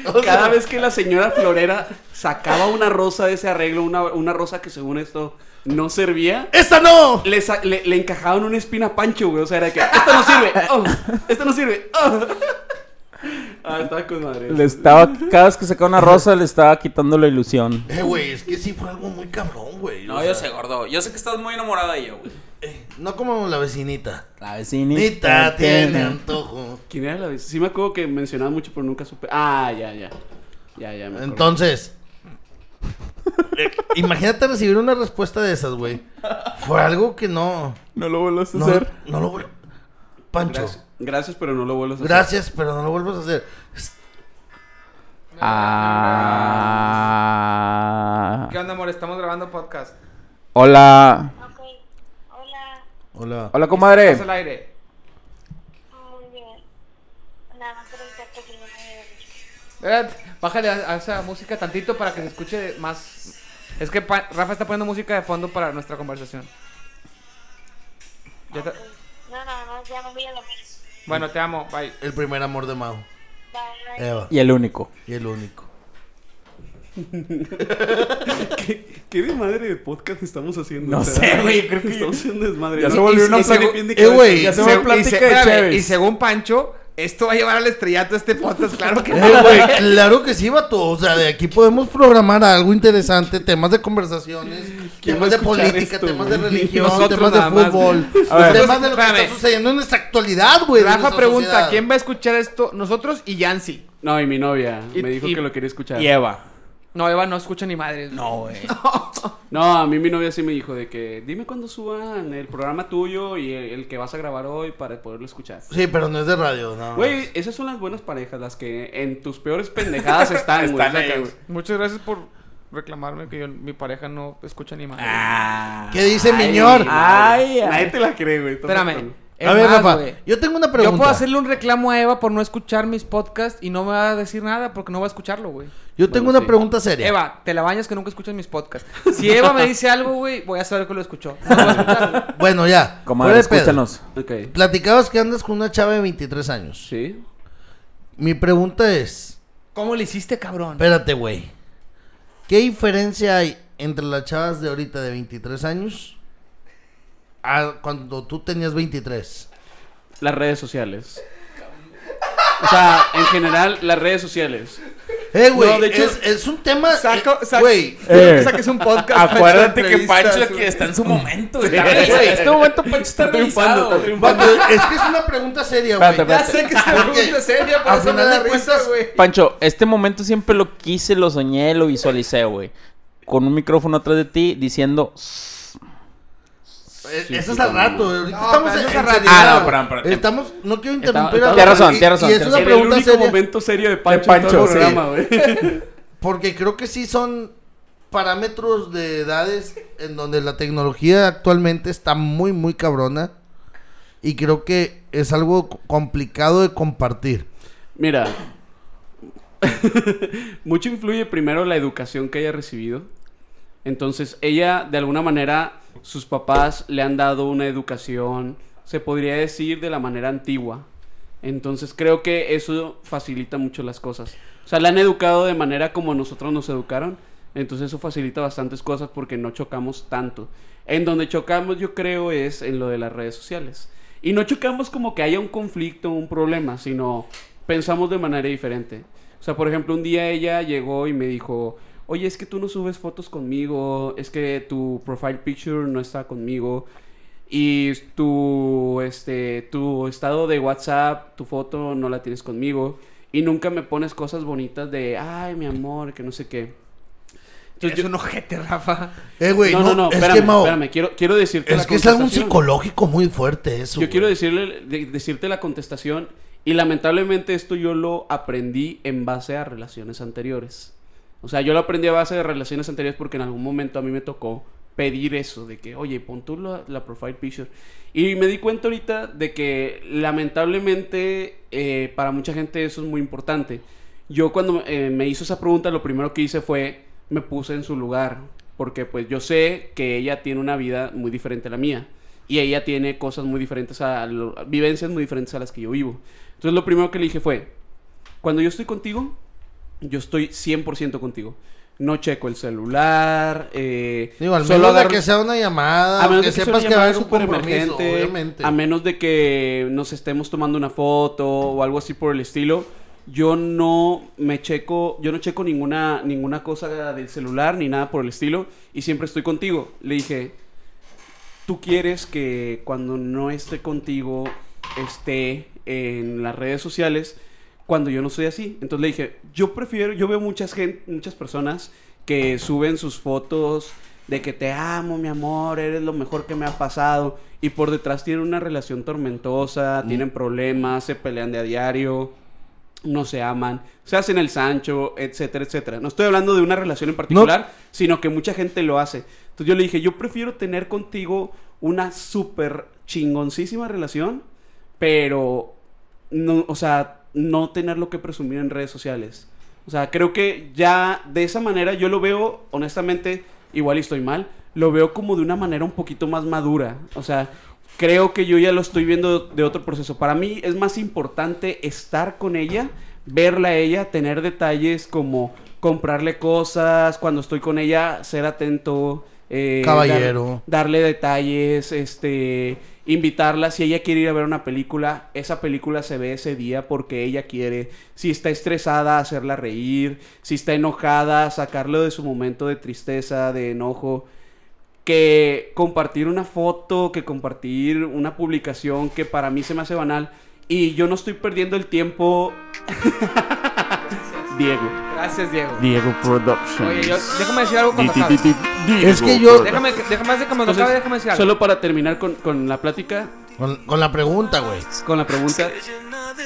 Speaker 5: O sea,
Speaker 2: Cada vez que la señora florera sacaba una rosa de ese arreglo, una, una rosa que según esto no servía,
Speaker 5: ¡Esta no!
Speaker 2: le, sa- le, le encajaban una espina a Pancho, güey. O sea, era de que, esta no sirve, oh, esta no sirve. oh". Ah, estaba con madre.
Speaker 3: Le estaba, cada vez que sacaba una rosa le estaba quitando la ilusión.
Speaker 5: Eh, güey, es que sí fue algo muy cabrón, güey.
Speaker 4: No,
Speaker 5: O
Speaker 4: yo
Speaker 5: sea,
Speaker 4: sé,
Speaker 5: eh,
Speaker 4: gordo. Yo sé que estás muy enamorada de yo, güey.
Speaker 5: No como la vecinita.
Speaker 3: La vecinita
Speaker 5: Nita tiene antojo.
Speaker 2: ¿Quién era la vez? Sí me acuerdo que mencionaba mucho, pero nunca supe. Ah, ya, ya. Ya, ya. me acuerdo.
Speaker 5: Entonces, eh, imagínate recibir una respuesta de esas, güey. Fue algo que no.
Speaker 3: No lo vuelvas a
Speaker 5: No,
Speaker 3: hacer.
Speaker 5: no lo vuel- Pancho,
Speaker 2: Gracias,
Speaker 5: gracias.
Speaker 2: gracias, pero no lo vuelvas a hacer.
Speaker 5: pero no lo vuelvas a hacer.
Speaker 3: Ah.
Speaker 1: ¿Qué onda, amor? Estamos grabando podcast.
Speaker 3: Hola.
Speaker 7: Ok, hola,
Speaker 5: Hola.
Speaker 3: Hola,
Speaker 4: Eh.
Speaker 1: Estás
Speaker 3: comadre.
Speaker 1: al aire.
Speaker 7: muy bien. Nada más preguntarte si no me había dicho.
Speaker 1: Eh, Bájale a, a esa música tantito para que se escuche más. Es que Pa- Rafa está poniendo música de fondo para nuestra conversación. Ya te-
Speaker 7: No, no, no, ya me voy a dormir.
Speaker 1: Bueno, te amo. Bye.
Speaker 5: El primer amor de Mao.
Speaker 7: Bye, bye.
Speaker 5: Eva.
Speaker 3: Y el único.
Speaker 5: Y el único.
Speaker 2: ¿Qué, qué desmadre de podcast estamos haciendo?
Speaker 3: No
Speaker 2: O sea,
Speaker 3: sé, güey, creo que-
Speaker 2: Estamos haciendo desmadre.
Speaker 3: Ya
Speaker 2: ¿no?
Speaker 3: se volvió
Speaker 2: Y-
Speaker 3: una
Speaker 2: y se
Speaker 3: pregu-
Speaker 2: defiende
Speaker 5: Eh,
Speaker 2: cada vez
Speaker 5: güey,
Speaker 2: que-
Speaker 3: Ya se
Speaker 1: Seg-
Speaker 3: fue plática
Speaker 1: se-
Speaker 3: de
Speaker 1: espérame,
Speaker 3: Chévez.
Speaker 1: y según Pancho, esto va a llevar al estrellato este podcast, claro que
Speaker 5: Eh,
Speaker 1: no.
Speaker 5: güey, claro que sí, vato. O sea, de aquí podemos programar algo interesante, temas de conversaciones,
Speaker 2: ¿Quién va a
Speaker 5: temas de
Speaker 2: escuchar
Speaker 5: política,
Speaker 2: esto,
Speaker 5: temas
Speaker 2: güey?
Speaker 5: de religión,
Speaker 1: Nosotros
Speaker 5: temas de
Speaker 1: nada más,
Speaker 5: fútbol,
Speaker 3: A ver.
Speaker 5: temas de lo que
Speaker 1: Espérame.
Speaker 5: está sucediendo en nuestra actualidad, güey. de
Speaker 1: Rafa
Speaker 5: nuestra
Speaker 1: pregunta,
Speaker 5: sociedad.
Speaker 1: ¿quién va a escuchar esto? Nosotros y Yancy.
Speaker 2: No, y mi novia
Speaker 1: Y-
Speaker 2: me dijo
Speaker 1: y-
Speaker 2: que lo quería escuchar.
Speaker 3: Y Eva.
Speaker 1: No, Eva no escucha ni madre. No, güey.
Speaker 2: No, a mí mi novia sí me dijo de que dime cuándo suban el programa tuyo y el, el que vas a grabar hoy para poderlo escuchar.
Speaker 5: Sí, pero no es de radio, no.
Speaker 2: Güey, esas son las buenas parejas, las que en tus peores pendejadas están, güey.
Speaker 4: Están
Speaker 2: O sea, que-
Speaker 4: ellos.
Speaker 1: Muchas gracias por reclamarme que yo- mi pareja no escucha ni madre.
Speaker 5: ¿Qué dice Miñor?
Speaker 3: Ah. Ay,
Speaker 2: Nadie te la cree, güey. Estamos
Speaker 1: Espérame.
Speaker 2: hablando.
Speaker 1: Es
Speaker 5: a ver,
Speaker 1: más,
Speaker 5: Rafa,
Speaker 1: güey,
Speaker 5: yo tengo una
Speaker 1: Yo
Speaker 5: pregunta.
Speaker 1: puedo hacerle un reclamo a Eva por no escuchar mis podcasts y no me va a decir nada porque no va a escucharlo, güey.
Speaker 5: Yo tengo
Speaker 2: Bueno,
Speaker 5: una
Speaker 2: sí.
Speaker 5: pregunta seria.
Speaker 1: Eva, te la bañas que nunca escuchas mis podcasts. Si Eva me dice algo, güey, voy a saber que lo escuchó. No lo voy a escuchar, güey.
Speaker 5: Bueno, ya.
Speaker 3: Comadre,
Speaker 5: fuera de pedo.
Speaker 3: escúchanos.
Speaker 2: Ok.
Speaker 5: Platicabas que andas con una chava de 23 años.
Speaker 2: Sí.
Speaker 5: Mi pregunta es,
Speaker 1: ¿Cómo le hiciste, cabrón?
Speaker 5: Espérate, güey. ¿Qué diferencia hay entre las chavas de ahorita de 23 años a cuando tú tenías 23?
Speaker 2: Las redes sociales. O sea, en general, las redes sociales.
Speaker 5: Eh, güey,
Speaker 2: No, de hecho-
Speaker 5: es, es un tema...
Speaker 1: Saco,
Speaker 5: eh,
Speaker 1: saco-
Speaker 5: Güey,
Speaker 1: Creo que saques un podcast.
Speaker 4: Acuérdate que
Speaker 1: entrevistas,
Speaker 4: Pancho
Speaker 1: güey.
Speaker 4: que está en su momento. güey. Está
Speaker 5: Sí.
Speaker 4: realizado. En
Speaker 5: Güey.
Speaker 4: este momento Pancho está
Speaker 2: triunfando,
Speaker 4: realizado.
Speaker 2: está
Speaker 4: güey.
Speaker 5: vato, es que es una pregunta seria, güey. Eh,
Speaker 1: Ya
Speaker 3: Espérate,
Speaker 1: sé que es una
Speaker 5: Porque,
Speaker 1: pregunta seria, por
Speaker 5: al
Speaker 1: eso me da
Speaker 5: final de
Speaker 1: risa,
Speaker 5: cuentas,
Speaker 1: güey.
Speaker 3: Pancho, este momento siempre lo quise, lo soñé, lo visualicé, güey. Con un micrófono atrás de ti diciendo. "Sss".
Speaker 5: eh, eso es al rato. Ahorita estamos
Speaker 1: pero
Speaker 5: en,
Speaker 1: eso es al
Speaker 5: en
Speaker 1: rato.
Speaker 5: seriedad.
Speaker 4: Ah, no, perdón, perdón.
Speaker 5: Estamos, no quiero interrumpir
Speaker 3: Está-
Speaker 5: a-
Speaker 3: tienes razón,
Speaker 5: y-
Speaker 3: tienes razón,
Speaker 5: Y es
Speaker 3: tienes
Speaker 5: una
Speaker 2: El único
Speaker 5: pregunta seria.
Speaker 2: momento serio de Pancho, en
Speaker 3: Pancho,
Speaker 2: todo el
Speaker 3: sí.
Speaker 2: programa, güey.
Speaker 5: Porque creo que sí son parámetros de edades en donde la tecnología actualmente está muy, muy cabrona. Y creo que es algo c- complicado de compartir.
Speaker 2: Mira, mucho influye primero la educación que haya recibido. Entonces, ella, de alguna manera, sus papás le han dado una educación, se podría decir, de la manera antigua. Entonces, creo que eso facilita mucho las cosas. O sea, la han educado de manera como nosotros nos educaron. Entonces, eso facilita bastantes cosas porque no chocamos tanto. En donde chocamos, yo creo, es en lo de las redes sociales. Y no chocamos como que haya un conflicto, un problema, sino pensamos de manera diferente. O sea, por ejemplo, un día ella llegó y me dijo, oye, es que tú no subes fotos conmigo, es que tu profile picture no está conmigo, y tu, este, tu estado de WhatsApp, tu foto no la tienes conmigo, y nunca me pones cosas bonitas de, ay, mi amor, que no sé qué. Entonces
Speaker 1: Es
Speaker 2: yo-
Speaker 1: un ojete, Rafa.
Speaker 5: Eh, güey,
Speaker 2: no, no, no,
Speaker 5: es
Speaker 2: espérame,
Speaker 5: que, Mao,
Speaker 2: espérame, quiero, quiero decirte
Speaker 5: es
Speaker 2: la
Speaker 5: que es algo
Speaker 2: contestación.
Speaker 5: psicológico muy fuerte eso.
Speaker 2: Yo
Speaker 5: güey.
Speaker 2: quiero decirle, de- decirte la contestación y lamentablemente esto yo lo aprendí en base a relaciones anteriores. O sea, yo lo aprendí a base de relaciones anteriores porque en algún momento a mí me tocó pedir eso, de que, oye, pon tú la, la profile picture. Y me di cuenta ahorita de que lamentablemente eh, para mucha gente eso es muy importante. Yo cuando eh, me hizo esa pregunta lo primero que hice fue, me puse en su lugar, porque pues yo sé que ella tiene una vida muy diferente a la mía y ella tiene cosas muy diferentes a lo- vivencias muy diferentes a las que yo vivo. Entonces lo primero que le dije fue, cuando yo estoy contigo, yo estoy 100% contigo. No checo el celular, eh,
Speaker 5: Digo, al
Speaker 2: solo
Speaker 5: menos de
Speaker 2: agarro-
Speaker 5: que sea una llamada,
Speaker 2: a menos
Speaker 5: que,
Speaker 2: de que
Speaker 5: sepas
Speaker 2: sea
Speaker 5: que va a haber un
Speaker 2: súper
Speaker 5: compromiso,
Speaker 2: emergente,
Speaker 5: obviamente.
Speaker 2: a menos de que nos estemos tomando una foto o algo así por el estilo, yo no me checo, yo no checo ninguna ninguna cosa del celular ni nada por el estilo y siempre estoy contigo. Le dije, tú quieres que cuando no esté contigo esté en las redes sociales cuando yo no soy así. Entonces le dije, yo prefiero, yo veo muchas gente, muchas personas que suben sus fotos de que te amo, mi amor, eres lo mejor que me ha pasado y por detrás tienen una relación tormentosa, tienen problemas, se pelean de a diario, no se aman, se hacen el Sancho, etcétera, etcétera. No estoy hablando de una relación en particular, sino que mucha gente lo hace. Entonces yo le dije, yo prefiero tener contigo una súper chingoncísima relación, pero, no, o sea, no tener lo que presumir en redes sociales. O sea, creo que ya de esa manera yo lo veo, honestamente, igual y estoy mal, lo veo como de una manera un poquito más madura. O sea, creo que yo ya lo estoy viendo de otro proceso. Para mí es más importante estar con ella, verla a ella, tener detalles como comprarle cosas, cuando estoy con ella, ser atento. eh,
Speaker 5: Caballero.
Speaker 2: dar- darle detalles, este, invitarla. Si ella quiere ir a ver una película, esa película se ve ese día porque ella quiere. Si está estresada, hacerla reír. Si está enojada, sacarlo de su momento de tristeza, de enojo que compartir una foto, que compartir una publicación que para mí se me hace banal y yo no estoy perdiendo el tiempo. Diego.
Speaker 1: Gracias, Diego.
Speaker 3: Diego Productions.
Speaker 1: Oye, yo, déjame decir algo cuando acabe.
Speaker 5: Es que yo,
Speaker 1: Déjame, déjame, más de cuando
Speaker 2: Entonces,
Speaker 1: acabe, déjame decir algo.
Speaker 2: Solo para terminar con, con la plática,
Speaker 5: con, con la pregunta, güey.
Speaker 2: con la pregunta,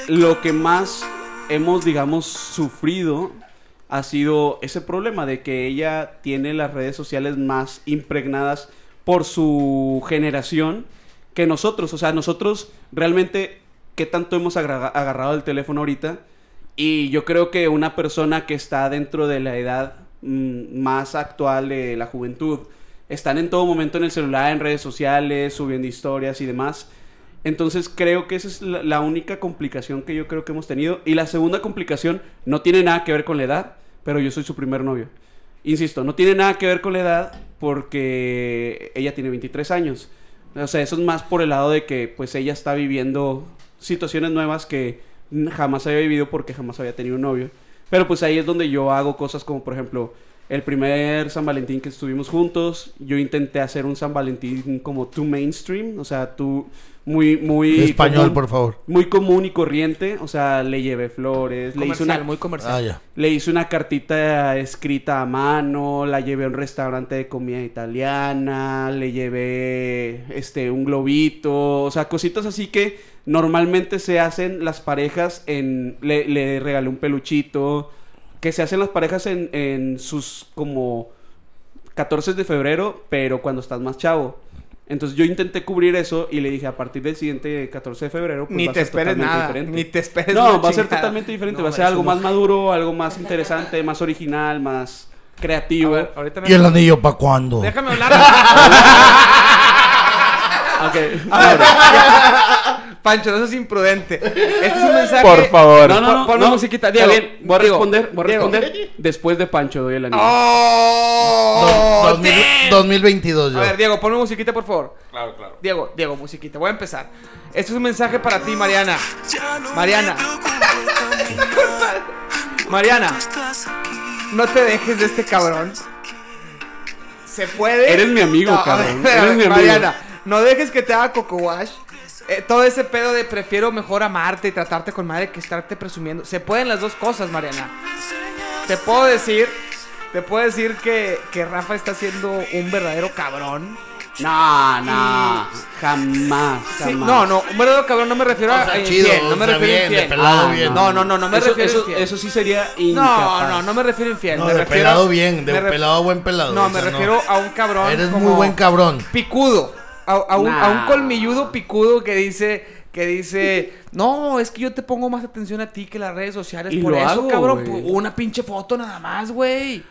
Speaker 2: lo que más hemos, digamos, sufrido ha sido ese problema de que ella tiene las redes sociales más impregnadas por su generación que nosotros. O sea, nosotros realmente, ¿qué tanto hemos agra- agarrado el teléfono ahorita? Y yo creo que una persona que está dentro de la edad mm, más actual de la juventud, están en todo momento en el celular, en redes sociales, subiendo historias y demás. Entonces creo que esa es la, la única complicación que yo creo que hemos tenido. Y la segunda complicación no tiene nada que ver con la edad, pero yo soy su primer novio. Insisto, no tiene nada que ver con la edad porque ella tiene 23 años. O sea, eso es más por el lado de que pues ella está viviendo situaciones nuevas que n- jamás había vivido porque jamás había tenido un novio. Pero pues ahí es donde yo hago cosas como por ejemplo, El primer San Valentín que estuvimos juntos, yo intenté hacer un San Valentín como tú mainstream, o sea, tú muy, muy...
Speaker 5: Español,
Speaker 2: común-
Speaker 5: por favor.
Speaker 2: Muy común y corriente, o sea, le llevé flores, le hice una...
Speaker 1: Comercial, muy comercial.
Speaker 5: Ah, ya.
Speaker 2: Le hice una cartita escrita a mano, la llevé a un restaurante de comida italiana, le llevé este un globito, o sea, cositas así que normalmente se hacen las parejas en le, le regalé un peluchito, que se hacen las parejas en, en sus como 14 de febrero, pero cuando estás más chavo. Entonces yo intenté cubrir eso y le dije a partir del siguiente 14 de febrero pues
Speaker 1: ni
Speaker 2: va a
Speaker 1: te
Speaker 2: ser
Speaker 1: esperes
Speaker 2: totalmente
Speaker 1: nada.
Speaker 2: diferente".
Speaker 1: Ni te esperes
Speaker 2: No,
Speaker 1: una
Speaker 2: va a ser
Speaker 1: chingada.
Speaker 2: totalmente diferente.
Speaker 1: No,
Speaker 2: va a ser
Speaker 1: es
Speaker 2: algo
Speaker 1: un-
Speaker 2: más maduro, algo más interesante, más original, más
Speaker 1: A
Speaker 2: creativo.
Speaker 1: ver, ahorita me-
Speaker 5: ¿Y el anillo para cuándo?
Speaker 1: Déjame hablar.
Speaker 2: Ok.
Speaker 1: Pancho, no seas imprudente. Este es un mensaje.
Speaker 3: Por favor.
Speaker 2: No, no, no.
Speaker 1: Ponme
Speaker 2: no.
Speaker 1: musiquita.
Speaker 2: Está
Speaker 1: Diego,
Speaker 2: bien, Voy a
Speaker 1: Diego,
Speaker 2: responder. Voy a
Speaker 1: Diego. Oh.
Speaker 2: responder. Después de Pancho doy el anillo.
Speaker 5: Dos- dos mil- 2022 yo.
Speaker 1: A ver, Diego, ponme musiquita, por favor.
Speaker 6: Claro, claro.
Speaker 1: Diego, Diego, musiquita. Voy a empezar. Este es un mensaje para ti, Mariana. Mariana. Mariana. No te dejes de este cabrón. Se puede.
Speaker 2: Eres mi amigo,
Speaker 1: No, a
Speaker 2: cabrón.
Speaker 1: ver, a
Speaker 2: Eres
Speaker 1: ver,
Speaker 2: mi amigo.
Speaker 1: Mariana, no dejes que te haga coco wash. Eh, todo ese pedo de prefiero mejor amarte y tratarte con madre que estarte presumiendo. Se pueden las dos cosas, Mariana. Te puedo decir, te puedo decir que, que Rafa está siendo un verdadero cabrón.
Speaker 2: No, no. Jamás.
Speaker 1: Sí,
Speaker 2: jamás.
Speaker 1: no, no, un verdadero cabrón no me refiero
Speaker 5: O
Speaker 1: a
Speaker 5: sea,
Speaker 1: a
Speaker 5: chido,
Speaker 1: infiel, Ah, eh, no me
Speaker 5: o sea,
Speaker 1: refiero a
Speaker 5: bien, de
Speaker 1: infiel.
Speaker 5: pelado
Speaker 2: Ah,
Speaker 5: bien.
Speaker 1: No, no, no, no me
Speaker 2: eso,
Speaker 1: refiero a
Speaker 2: eso,
Speaker 1: infiel.
Speaker 2: eso sí sería
Speaker 1: no,
Speaker 2: incapaz.
Speaker 1: no, no me refiero a infiel.
Speaker 5: No,
Speaker 1: me
Speaker 5: de
Speaker 1: refiero-
Speaker 5: pelado bien, de
Speaker 1: me ref-
Speaker 5: pelado buen pelado.
Speaker 1: No,
Speaker 5: o
Speaker 1: me
Speaker 5: sea,
Speaker 1: refiero a un cabrón.
Speaker 5: Eres muy
Speaker 1: como-
Speaker 5: buen cabrón.
Speaker 1: picudo. A, a un, a un
Speaker 2: Nah.
Speaker 1: colmilludo picudo que dice, que dice, no, es que yo te pongo más atención a ti que las redes sociales.
Speaker 2: Y
Speaker 1: Por
Speaker 2: lo
Speaker 1: eso,
Speaker 2: hago,
Speaker 1: cabrón,
Speaker 2: güey.
Speaker 1: pu- una pinche foto nada más, güey.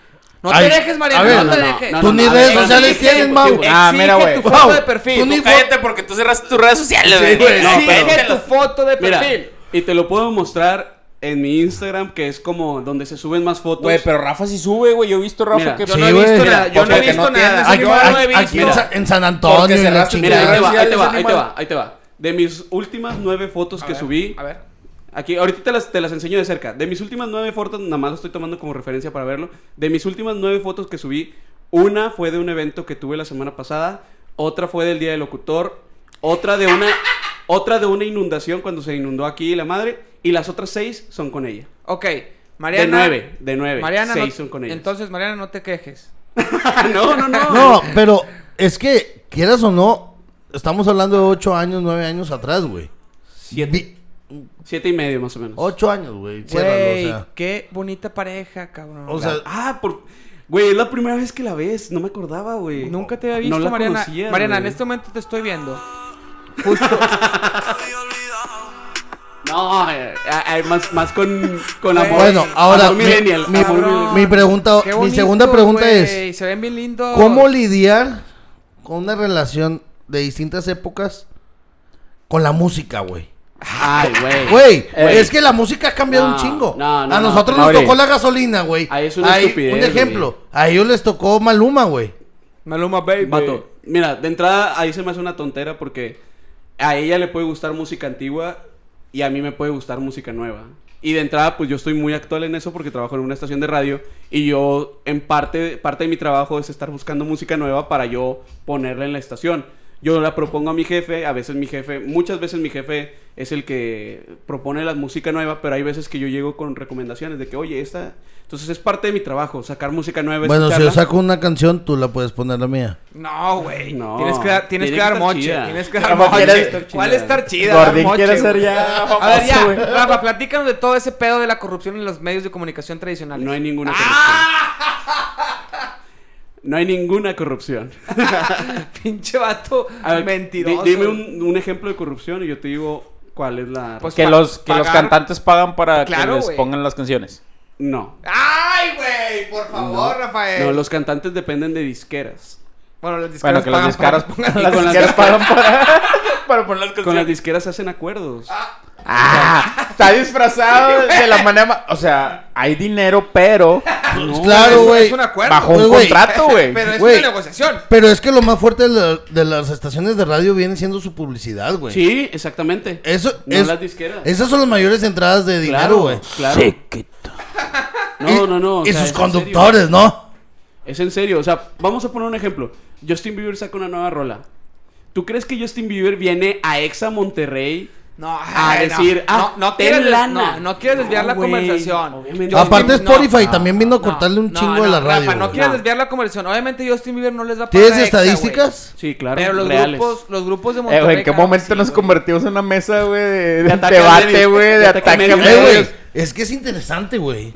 Speaker 1: No
Speaker 5: Ay,
Speaker 1: te dejes, Mariana,
Speaker 5: a ver,
Speaker 1: no, te
Speaker 2: no, no,
Speaker 1: dejes.
Speaker 2: no,
Speaker 5: Tú ni
Speaker 2: a
Speaker 5: redes
Speaker 2: ver,
Speaker 5: sociales
Speaker 2: exige-
Speaker 5: tienes, Mau.
Speaker 1: Exige
Speaker 3: Ah, mira, güey.
Speaker 1: tu foto
Speaker 5: Wow.
Speaker 1: de perfil.
Speaker 5: Tú ni-
Speaker 4: Cállate porque tú cerraste tus redes sociales,
Speaker 5: Sí,
Speaker 4: güey.
Speaker 5: güey,
Speaker 2: no,
Speaker 1: Exige
Speaker 2: pero-
Speaker 1: tu foto de
Speaker 2: Mira,
Speaker 1: perfil.
Speaker 2: y te lo puedo mostrar en mi Instagram, que es como donde se suben más fotos.
Speaker 3: Güey, pero Rafa sí sube, güey. Yo he visto Rafa
Speaker 2: Mira,
Speaker 3: que.
Speaker 1: Yo
Speaker 5: Sí,
Speaker 1: no he
Speaker 5: güey.
Speaker 1: visto
Speaker 5: Mira,
Speaker 1: nada, yo no he
Speaker 3: porque
Speaker 1: visto
Speaker 3: no
Speaker 1: nada.
Speaker 3: tienes-
Speaker 1: ese
Speaker 5: Aquí,
Speaker 1: animal no he
Speaker 5: aquí- aquí en,
Speaker 1: visto.
Speaker 5: Sa- en San
Speaker 3: Porque
Speaker 5: Antonio y la
Speaker 3: cerraste tu
Speaker 2: Mira,
Speaker 5: chingada.
Speaker 2: ahí te va, ahí te va, ahí
Speaker 3: Sociales,
Speaker 2: te
Speaker 3: animal.
Speaker 2: va, ahí te va. De mis últimas nueve fotos que subí,
Speaker 1: A ver.
Speaker 2: Aquí, ahorita te las, te las enseño de cerca. De mis últimas nueve fotos, nada más lo estoy tomando como referencia para verlo. De mis últimas nueve fotos que subí, una fue de un evento que tuve la semana pasada, otra fue del Día del Locutor, otra de una, otra de una inundación cuando se inundó aquí la madre, y las otras seis son con ella.
Speaker 1: Ok, Mariana.
Speaker 2: de nueve, de nueve.
Speaker 1: Mariana,
Speaker 2: seis
Speaker 1: no-
Speaker 2: son con ella.
Speaker 1: entonces, Mariana, no te quejes.
Speaker 2: no, no, no.
Speaker 5: No, pero es que, quieras o no, estamos hablando de 8 años, 9 años atrás, güey.
Speaker 2: Siete. Siete y medio más o menos.
Speaker 5: 8 años, güey.
Speaker 1: Güey,
Speaker 5: Ciérralo,
Speaker 1: qué bonita pareja, cabrón.
Speaker 5: o sea. O sea,
Speaker 2: Ah, por... Güey, es la primera vez que la ves, no me acordaba, güey.
Speaker 1: Nunca te había
Speaker 2: No
Speaker 1: visto,
Speaker 2: la
Speaker 1: Mariana.
Speaker 2: conocía,
Speaker 1: Mariana, en
Speaker 2: güey.
Speaker 1: este momento te estoy viendo. Justo.
Speaker 2: No, eh, eh, más, más con, con amor.
Speaker 5: bueno, ahora
Speaker 2: amor
Speaker 5: mi,
Speaker 2: millennial,
Speaker 5: mi-
Speaker 2: amor
Speaker 1: cabrón.
Speaker 5: mi pregunta,
Speaker 1: Qué
Speaker 5: mi
Speaker 1: bonito,
Speaker 5: segunda pregunta
Speaker 1: güey,
Speaker 5: es,
Speaker 1: Se ven bien lindos.
Speaker 5: ¿cómo lidiar con una relación de distintas épocas con la música, güey?
Speaker 2: Ay, güey. Eh,
Speaker 5: Güey,
Speaker 2: Güey.
Speaker 5: es que la música ha cambiado
Speaker 2: No,
Speaker 5: un chingo.
Speaker 2: no, no,
Speaker 5: a
Speaker 2: no.
Speaker 5: nosotros
Speaker 2: Ahora,
Speaker 5: nos tocó la gasolina, güey.
Speaker 2: ahí es una
Speaker 5: Ahí,
Speaker 2: estupidez,
Speaker 5: Un
Speaker 2: güey.
Speaker 5: ejemplo, a ellos les tocó Maluma, güey.
Speaker 1: Maluma Baby.
Speaker 2: Vato, mira, de entrada ahí se me hace una tontera porque a ella le puede gustar música antigua y a mí me puede gustar música nueva. Y de entrada, pues yo estoy muy actual en eso porque trabajo en una estación de radio y yo, en parte, parte de mi trabajo es estar buscando música nueva para yo ponerla en la estación. Yo la propongo a mi jefe, a veces mi jefe, muchas veces mi jefe es el que propone la música nueva, pero hay veces que yo llego con recomendaciones de que, oye, esta... Entonces es parte de mi trabajo, sacar música nueva.
Speaker 5: Bueno, si
Speaker 2: escucharla.
Speaker 5: yo saco una canción, tú la puedes poner la mía.
Speaker 1: No, güey.
Speaker 2: No.
Speaker 1: Tienes que dar, tienes
Speaker 2: Tiene
Speaker 1: que
Speaker 2: que
Speaker 1: dar
Speaker 2: estar
Speaker 1: moche.
Speaker 2: chida.
Speaker 1: Tienes que dar
Speaker 3: Rafa,
Speaker 1: moche.
Speaker 3: ¿quieres-
Speaker 1: ¿Cuál estar chida? Dar
Speaker 3: Gordín
Speaker 1: moche,
Speaker 3: quiere ser
Speaker 1: güey.
Speaker 3: ya.
Speaker 1: A ver,
Speaker 3: famoso, güey.
Speaker 1: ya. Rafa, platícanos de todo ese pedo de la corrupción en los medios de comunicación tradicionales.
Speaker 2: No hay ninguna
Speaker 1: ¡Ah!
Speaker 2: corrupción. No hay ninguna corrupción.
Speaker 1: Pinche vato
Speaker 2: A ver,
Speaker 1: mentiroso.
Speaker 2: di- dime un, un ejemplo de corrupción y yo te digo cuál es la.
Speaker 1: Pues-
Speaker 3: Que
Speaker 1: pa-
Speaker 3: los, que los
Speaker 1: pagar-
Speaker 3: cantantes pagan para
Speaker 1: Claro,
Speaker 3: que les
Speaker 1: güey.
Speaker 3: pongan las canciones.
Speaker 2: no.
Speaker 1: ¡Ay, güey! Por favor, Rafael.
Speaker 2: No, los cantantes dependen de disqueras.
Speaker 1: Bueno, las discaras
Speaker 3: Bueno, que las
Speaker 1: pagan
Speaker 3: discaras
Speaker 1: para-
Speaker 3: pongan
Speaker 2: y
Speaker 3: las
Speaker 2: con las
Speaker 3: discaras pagan para, para poner las canciones.
Speaker 2: Con las disqueras hacen acuerdos.
Speaker 3: Ah, está disfrazado de la manera. ma- O sea, hay dinero, pero
Speaker 2: No,
Speaker 5: Pues claro,
Speaker 1: es-
Speaker 5: güey.
Speaker 1: es un acuerdo.
Speaker 3: bajo un
Speaker 5: Pues, güey,
Speaker 3: contrato, güey.
Speaker 1: Pero es
Speaker 5: Güey.
Speaker 1: una negociación.
Speaker 5: Pero es que lo más fuerte de, la- de las estaciones de radio viene siendo su publicidad, güey.
Speaker 2: Sí, exactamente.
Speaker 5: Eso
Speaker 2: No
Speaker 5: es-
Speaker 2: las disqueras.
Speaker 5: Esas son las mayores entradas de dinero,
Speaker 2: claro,
Speaker 5: güey.
Speaker 2: claro. No, no, no. o
Speaker 5: Y
Speaker 2: sea,
Speaker 5: sus
Speaker 2: es en serio.
Speaker 5: conductores, ¿no?
Speaker 2: Es en serio, o sea, vamos a poner un ejemplo. Justin Bieber saca una nueva rola. ¿Tú crees que Justin Bieber viene a Exa Monterrey
Speaker 1: No,
Speaker 2: a
Speaker 1: ay, no,
Speaker 2: decir, ah,
Speaker 1: no, no
Speaker 2: ten
Speaker 1: quieres,
Speaker 2: lana?
Speaker 1: No, no quieres desviar
Speaker 2: No,
Speaker 1: la
Speaker 2: güey,
Speaker 1: conversación.
Speaker 2: obviamente
Speaker 1: Justin-
Speaker 5: Aparte
Speaker 1: no,
Speaker 5: Spotify también vino a cortarle un
Speaker 1: no,
Speaker 5: chingo
Speaker 1: no,
Speaker 5: de la
Speaker 1: Rafa,
Speaker 5: radio.
Speaker 1: no
Speaker 5: güey.
Speaker 1: quieres
Speaker 2: No.
Speaker 1: desviar la conversación. Obviamente Justin Bieber no les va a pagar.
Speaker 5: ¿Tienes
Speaker 1: a Exa, güey.
Speaker 5: estadísticas?
Speaker 2: Sí, claro.
Speaker 1: Pero los
Speaker 2: reales.
Speaker 1: grupos, los grupos de
Speaker 3: Eh,
Speaker 1: Monterrey.
Speaker 3: güey, ¿en qué
Speaker 1: claro que
Speaker 3: momento
Speaker 1: sí,
Speaker 3: nos
Speaker 1: güey.
Speaker 3: convertimos en una mesa, güey, de, de
Speaker 2: ataque a
Speaker 3: debate,
Speaker 2: medios,
Speaker 3: güey, de,
Speaker 2: de ataque a
Speaker 3: ataque a
Speaker 2: medios.
Speaker 5: Eh, güey,
Speaker 3: medios?
Speaker 5: es que es interesante, güey.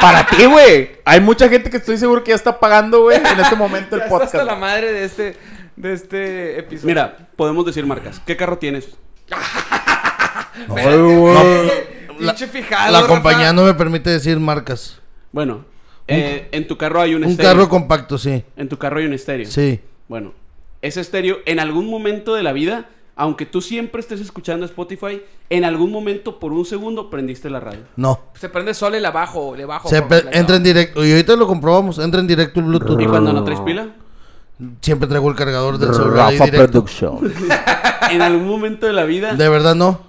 Speaker 3: Para ti, güey. Hay mucha gente que estoy seguro que ya está pagando, güey, en este momento
Speaker 1: Ya
Speaker 3: el
Speaker 1: está
Speaker 3: podcast.
Speaker 1: hasta la madre de este, de este episodio.
Speaker 2: Mira, podemos decir marcas. ¿Qué carro tienes?
Speaker 3: Ay, güey.
Speaker 1: Pinche fijado,
Speaker 5: La
Speaker 1: Rafa.
Speaker 5: compañía no me permite decir marcas.
Speaker 2: Bueno, eh, en tu carro hay un,
Speaker 1: este
Speaker 5: Un
Speaker 2: estéreo.
Speaker 5: carro compacto, sí.
Speaker 2: En tu carro hay un estéreo.
Speaker 5: Sí.
Speaker 2: Bueno, ese estéreo en algún momento de la vida, aunque tú siempre estés escuchando Spotify, en algún momento por un segundo prendiste la radio.
Speaker 5: No.
Speaker 1: Se prende sola y la bajo, le bajo.
Speaker 5: Se
Speaker 1: por
Speaker 5: pe-
Speaker 1: completo.
Speaker 5: entra en directo. Y ahorita lo comprobamos. Entra en directo el Bluetooth.
Speaker 2: ¿Y cuando no traes pila?
Speaker 5: Siempre traigo el cargador del celular ahí
Speaker 3: Rafa
Speaker 5: directo.
Speaker 3: Production.
Speaker 2: En algún momento de la vida,
Speaker 5: De verdad no.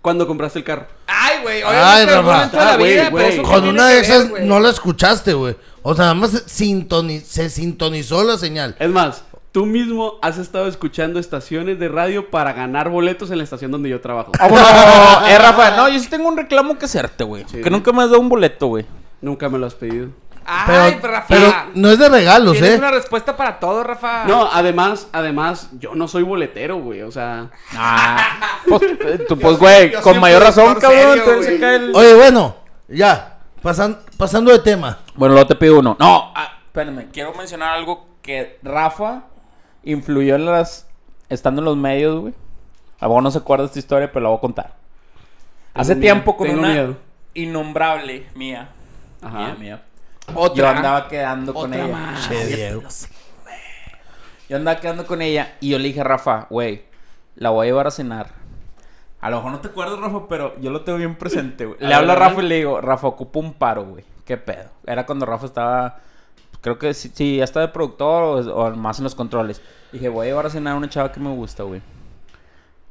Speaker 2: cuando compraste el carro.
Speaker 1: Ay, güey,
Speaker 5: Ay,
Speaker 1: obviamente Ay,
Speaker 5: Rafa.
Speaker 1: momento de la
Speaker 2: Ah, güey,
Speaker 1: vida,
Speaker 2: güey.
Speaker 1: pero eso
Speaker 5: Con
Speaker 1: qué
Speaker 5: una
Speaker 1: tiene
Speaker 5: de
Speaker 1: que ver,
Speaker 5: esas
Speaker 1: güey?
Speaker 5: no la escuchaste, güey. O sea, nada más se sintoni- se sintonizó la señal.
Speaker 2: Es más, tú mismo has estado escuchando estaciones de radio para ganar boletos en la estación donde yo trabajo.
Speaker 5: Ah,
Speaker 3: Vámonos. Eh, Rafa, no, yo sí tengo un reclamo que hacerte, güey.
Speaker 2: Sí.
Speaker 3: Que nunca me has dado un boleto, güey.
Speaker 2: Nunca me lo has pedido.
Speaker 1: Ay,
Speaker 5: Pero,
Speaker 1: Rafa.
Speaker 5: pero no es de regalos,
Speaker 1: Tienes
Speaker 5: ¿eh?
Speaker 1: una respuesta para todo, Rafa.
Speaker 2: No, además, además, yo no soy boletero, güey. O sea,
Speaker 3: Ah. Pues, eh, tú, pues, güey,
Speaker 1: yo soy
Speaker 3: con
Speaker 1: un
Speaker 3: mayor razón,
Speaker 1: productor
Speaker 3: cabrón.
Speaker 1: serio,
Speaker 3: tú eres
Speaker 1: güey.
Speaker 3: acá el-
Speaker 5: Oye, bueno, ya. Pasan- pasando de tema.
Speaker 3: Bueno, luego te pido uno. No, ah, espérame, quiero mencionar algo que Rafa influyó en las. estando en los medios, güey. A vos no se acuerda esta historia, pero la voy a contar. Hace
Speaker 2: miedo,
Speaker 3: tiempo con
Speaker 2: Mm, tengo
Speaker 3: una
Speaker 2: miedo.
Speaker 3: innombrable mía.
Speaker 2: Ajá.
Speaker 3: Mía, mía.
Speaker 1: Otra.
Speaker 3: Yo andaba quedando con ella.
Speaker 5: Che, Diego.
Speaker 3: Yo andaba quedando con ella y yo le dije a Rafa, güey, la voy a llevar a cenar. A lo mejor no te acuerdas, Rafa, pero yo lo tengo bien presente, güey.
Speaker 2: A
Speaker 3: Le
Speaker 2: ver,
Speaker 3: hablo a
Speaker 2: a ver.
Speaker 3: Rafa y le digo, Rafa, ocupa un paro, güey. ¿Qué pedo? Era cuando Rafa estaba, creo que sí, sí, ya estaba de productor o, o más en los controles. Dije, voy a llevar a cenar a una chava que me gusta, güey.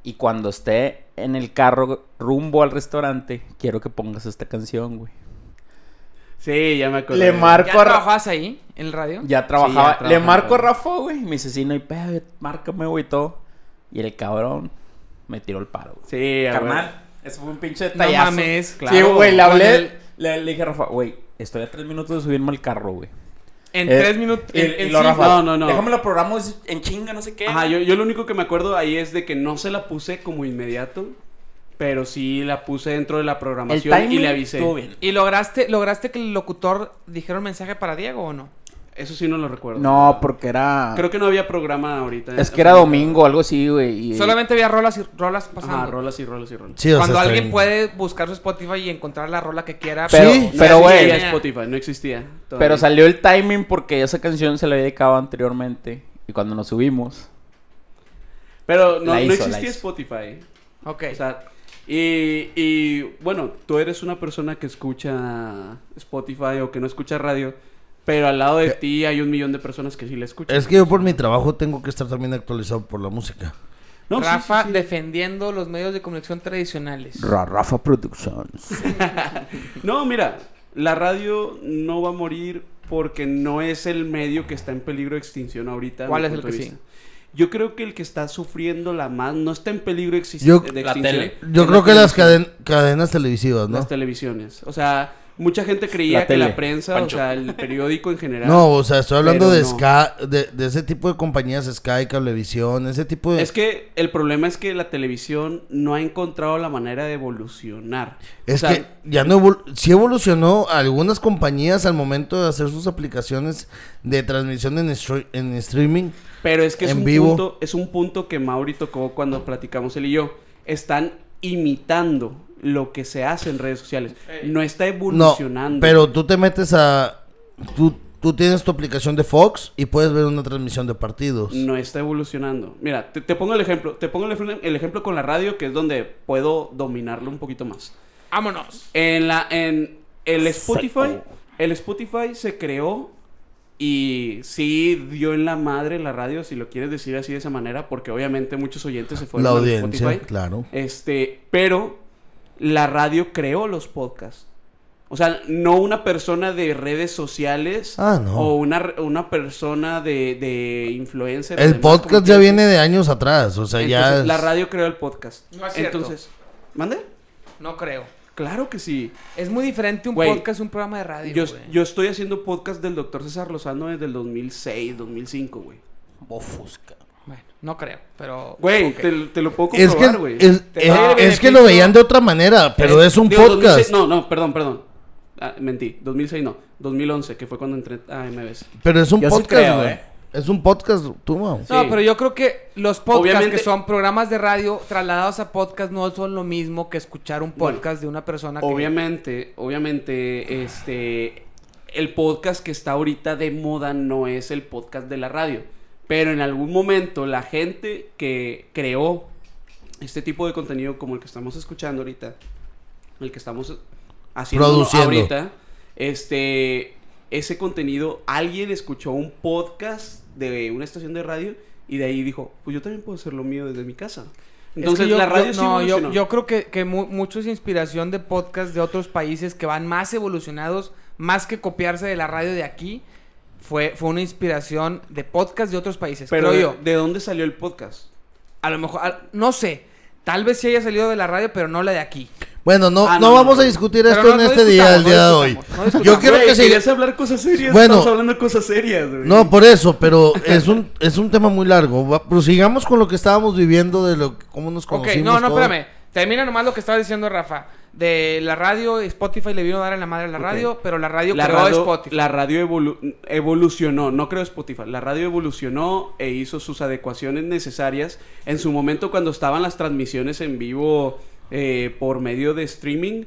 Speaker 3: Y cuando esté en el carro rumbo al restaurante, quiero que pongas esta canción, güey.
Speaker 2: sí, ya me acordé.
Speaker 3: Le marco
Speaker 1: ¿Ya
Speaker 3: a Rafa.
Speaker 1: trabajabas ahí en el radio?
Speaker 3: Ya trabajaba.
Speaker 2: trabajaba.
Speaker 3: Le marco a Rafa, güey. y Me dice, sí, no hay pedo, yo- márcame, güey, y todo. Y el cabrón me tiró el paro, güey.
Speaker 2: Sí, a ver.
Speaker 3: Carnal, eso fue un pinche detallazo.
Speaker 1: mames,
Speaker 3: Sí,
Speaker 1: claro,
Speaker 3: güey, le
Speaker 1: con
Speaker 3: hablé,
Speaker 1: el-
Speaker 3: le, le dije a Rafa, güey, estoy a tres minutos de subirme al carro, güey.
Speaker 1: En
Speaker 3: Eh,
Speaker 1: tres minutos.
Speaker 3: Y,
Speaker 1: en-
Speaker 3: y
Speaker 1: en
Speaker 3: lo
Speaker 1: sí-
Speaker 3: Rafa,
Speaker 2: no, no, no.
Speaker 3: Déjame lo programo en chinga, no sé qué.
Speaker 2: Ajá, yo, yo lo único que me acuerdo ahí es de que no se la puse como inmediato, pero sí la puse dentro de la
Speaker 3: el
Speaker 2: programación
Speaker 3: timing
Speaker 2: y le avisé.
Speaker 3: estuvo bien.
Speaker 1: ¿Y lograste, lograste que el locutor dijera un mensaje para Diego o no?
Speaker 2: Eso sí no lo recuerdo.
Speaker 3: No, porque era...
Speaker 2: Creo que no había programa ahorita.
Speaker 3: Es que era domingo, algo así, güey. y-
Speaker 1: Solamente había rolas y rolas pasando.
Speaker 2: Ajá, rolas y rolas y rolas.
Speaker 5: Sí, o sea,
Speaker 1: Cuando
Speaker 5: está
Speaker 1: alguien
Speaker 5: bien.
Speaker 1: puede buscar su Spotify y encontrar la rola que quiera.
Speaker 3: Pero,
Speaker 5: Sí.
Speaker 3: pero,
Speaker 2: no
Speaker 3: güey...
Speaker 2: existía Spotify, no existía. todavía.
Speaker 3: Pero salió el timing porque esa canción se la había dedicado anteriormente. Y cuando nos subimos...
Speaker 2: Pero no,
Speaker 3: La
Speaker 2: no
Speaker 3: hizo, la
Speaker 2: existía
Speaker 3: hizo.
Speaker 2: Spotify.
Speaker 1: Ok.
Speaker 2: O sea, y, y, bueno, tú eres una persona que escucha Spotify o que no escucha radio, pero al lado de ti hay un millón de personas que sí la escuchan.
Speaker 5: Es que yo por mi trabajo tengo que estar también actualizado por la música.
Speaker 2: No, sí,
Speaker 1: Rafa
Speaker 2: sí, sí.
Speaker 1: defendiendo los medios de comunicación tradicionales.
Speaker 3: Rafa Productions.
Speaker 2: No, mira, la radio no va a morir porque no es el medio que está en peligro de extinción ahorita. a
Speaker 1: ¿Cuál
Speaker 2: mi
Speaker 1: es el
Speaker 2: punto de
Speaker 1: que
Speaker 2: vista. Yo creo que el que está sufriendo la más no está en peligro de, exis-
Speaker 5: Yo-
Speaker 2: de
Speaker 4: La
Speaker 2: extinción.
Speaker 4: tele.
Speaker 5: Yo
Speaker 2: es
Speaker 5: creo
Speaker 2: la
Speaker 5: que las
Speaker 2: televisión.
Speaker 5: caden- cadenas televisivas, ¿no?
Speaker 2: Las televisiones. O sea, mucha gente creía
Speaker 3: La
Speaker 2: que
Speaker 3: tele.
Speaker 2: la prensa,
Speaker 4: Pancho.
Speaker 2: o sea, el periódico en general.
Speaker 5: No, o sea, estoy hablando
Speaker 2: Pero
Speaker 5: de,
Speaker 2: no.
Speaker 5: Ska- de, de ese tipo de compañías, Sky, Cablevisión, ese tipo de...
Speaker 2: Es que el problema es que la televisión no ha encontrado la manera de evolucionar.
Speaker 5: Es
Speaker 2: O sea,
Speaker 5: que ya no evol- sí evolucionó algunas compañías al momento de hacer sus aplicaciones de transmisión en, stre- en streaming.
Speaker 2: Pero es que es
Speaker 5: en
Speaker 2: un,
Speaker 5: vivo.
Speaker 2: Punto, es un punto que Mauri tocó cuando platicamos él y yo. Están imitando lo que se hace en redes sociales. No está
Speaker 5: No,
Speaker 2: evolucionando.
Speaker 5: pero tú te metes a... Tú, tú tienes tu aplicación de Fox y puedes ver una transmisión de partidos.
Speaker 2: No está evolucionando. Mira, te, te pongo el ejemplo. Te pongo el, ejemplo- el ejemplo con la radio, que es donde puedo dominarlo un poquito más.
Speaker 1: Vámonos.
Speaker 2: En la. En el Spotify. El Spotify se creó. Y sí dio en la madre la radio, si lo quieres decir así de esa manera, porque obviamente muchos oyentes se fueron
Speaker 5: La
Speaker 2: al
Speaker 5: audiencia,
Speaker 2: Spotify.
Speaker 5: claro.
Speaker 2: Este, pero la radio creó los podcasts. O sea, no una persona de redes sociales
Speaker 5: Ah, no.
Speaker 2: o una, re- una persona de, de influencer.
Speaker 5: El
Speaker 2: además, como
Speaker 5: podcast
Speaker 2: que-
Speaker 5: ya viene de años atrás, o sea, ya
Speaker 2: Entonces,
Speaker 5: es...
Speaker 2: La radio creó el podcast.
Speaker 1: No es cierto.
Speaker 2: Entonces, ¿mande?
Speaker 1: No creo.
Speaker 2: Claro que sí.
Speaker 1: Es muy diferente un
Speaker 2: Güey,
Speaker 1: podcast a un programa de radio.
Speaker 2: Yo,
Speaker 1: Ah, güey.
Speaker 2: yo estoy haciendo podcast del doctor César Lozano desde el 2006, 2005, güey.
Speaker 3: Bofusca.
Speaker 1: Bueno, no creo, pero.
Speaker 2: Güey,
Speaker 1: ok.
Speaker 2: te, te lo puedo
Speaker 5: Es que,
Speaker 2: comprobar, güey.
Speaker 5: es,
Speaker 2: Te
Speaker 5: es-
Speaker 2: da el
Speaker 5: es que lo
Speaker 2: beneficio-
Speaker 5: veían de otra manera, pero es un
Speaker 2: Digo, 2006
Speaker 5: podcast.
Speaker 2: no, no, perdón, perdón. Ah, mentí. 2006 no. 2011, que fue cuando entré a MBS.
Speaker 5: Pero es un
Speaker 3: Yo sí
Speaker 5: podcast,
Speaker 3: creo,
Speaker 5: güey.
Speaker 3: eh.
Speaker 5: Es un podcast, tú, Mau.
Speaker 1: No,
Speaker 2: Sí.
Speaker 1: pero yo creo que los podcasts
Speaker 2: Obviamente-
Speaker 1: que son programas de radio trasladados a podcast no son lo mismo que escuchar un podcast de una persona que...
Speaker 2: Obviamente, obviamente, este, el podcast que está ahorita de moda no es el podcast de la radio, pero en algún momento la gente que creó este tipo de contenido como el que estamos escuchando ahorita, el que estamos haciendo
Speaker 5: Produciendo.
Speaker 2: ahorita, este, ese contenido, alguien escuchó un podcast de una estación de radio y de ahí dijo, pues yo también puedo hacer lo mío desde mi casa.
Speaker 1: Es
Speaker 2: Entonces
Speaker 1: que yo-
Speaker 2: la radio
Speaker 1: yo,
Speaker 2: sí
Speaker 1: no, yo,
Speaker 2: evolucionó.
Speaker 1: yo creo que, que mu- mucho es inspiración de podcasts de otros países que van más evolucionados, más que copiarse de la radio de aquí. Fue, fue una inspiración de podcasts de otros países,
Speaker 2: pero
Speaker 1: creo yo.
Speaker 2: ¿de dónde salió el podcast?
Speaker 1: A lo mejor, a- no sé. Tal vez sí haya salido de la radio, pero no la de aquí.
Speaker 5: Bueno, no,
Speaker 2: Ah,
Speaker 5: no,
Speaker 2: no, no,
Speaker 5: vamos
Speaker 2: no.
Speaker 5: a discutir
Speaker 1: Pero
Speaker 5: esto
Speaker 1: no-
Speaker 5: en
Speaker 1: no
Speaker 5: este día, el
Speaker 1: discutamos,
Speaker 5: día
Speaker 1: no
Speaker 5: de hoy.
Speaker 1: discutamos, no discutamos.
Speaker 5: Yo quiero
Speaker 2: Güey,
Speaker 5: que se...
Speaker 2: querías hablar cosas serias.
Speaker 5: Bueno.
Speaker 2: estamos hablando cosas serias, güey.
Speaker 5: No, por eso, pero es un, es un tema muy largo. Va- Prosigamos con lo que estábamos viviendo, de lo que- cómo nos
Speaker 1: Ok,
Speaker 5: conocimos.
Speaker 1: no, no,
Speaker 5: todo.
Speaker 1: espérame. Termina nomás lo que estaba diciendo Rafa. De la radio, Spotify le vino a dar en la madre a la
Speaker 2: Ok.
Speaker 1: radio, pero la radio
Speaker 2: la
Speaker 1: creó
Speaker 2: radio,
Speaker 1: Spotify.
Speaker 2: la radio evolu- evolucionó, no creo Spotify. La radio evolucionó e hizo sus adecuaciones necesarias. En su momento, cuando estaban las transmisiones en vivo eh, por medio de streaming,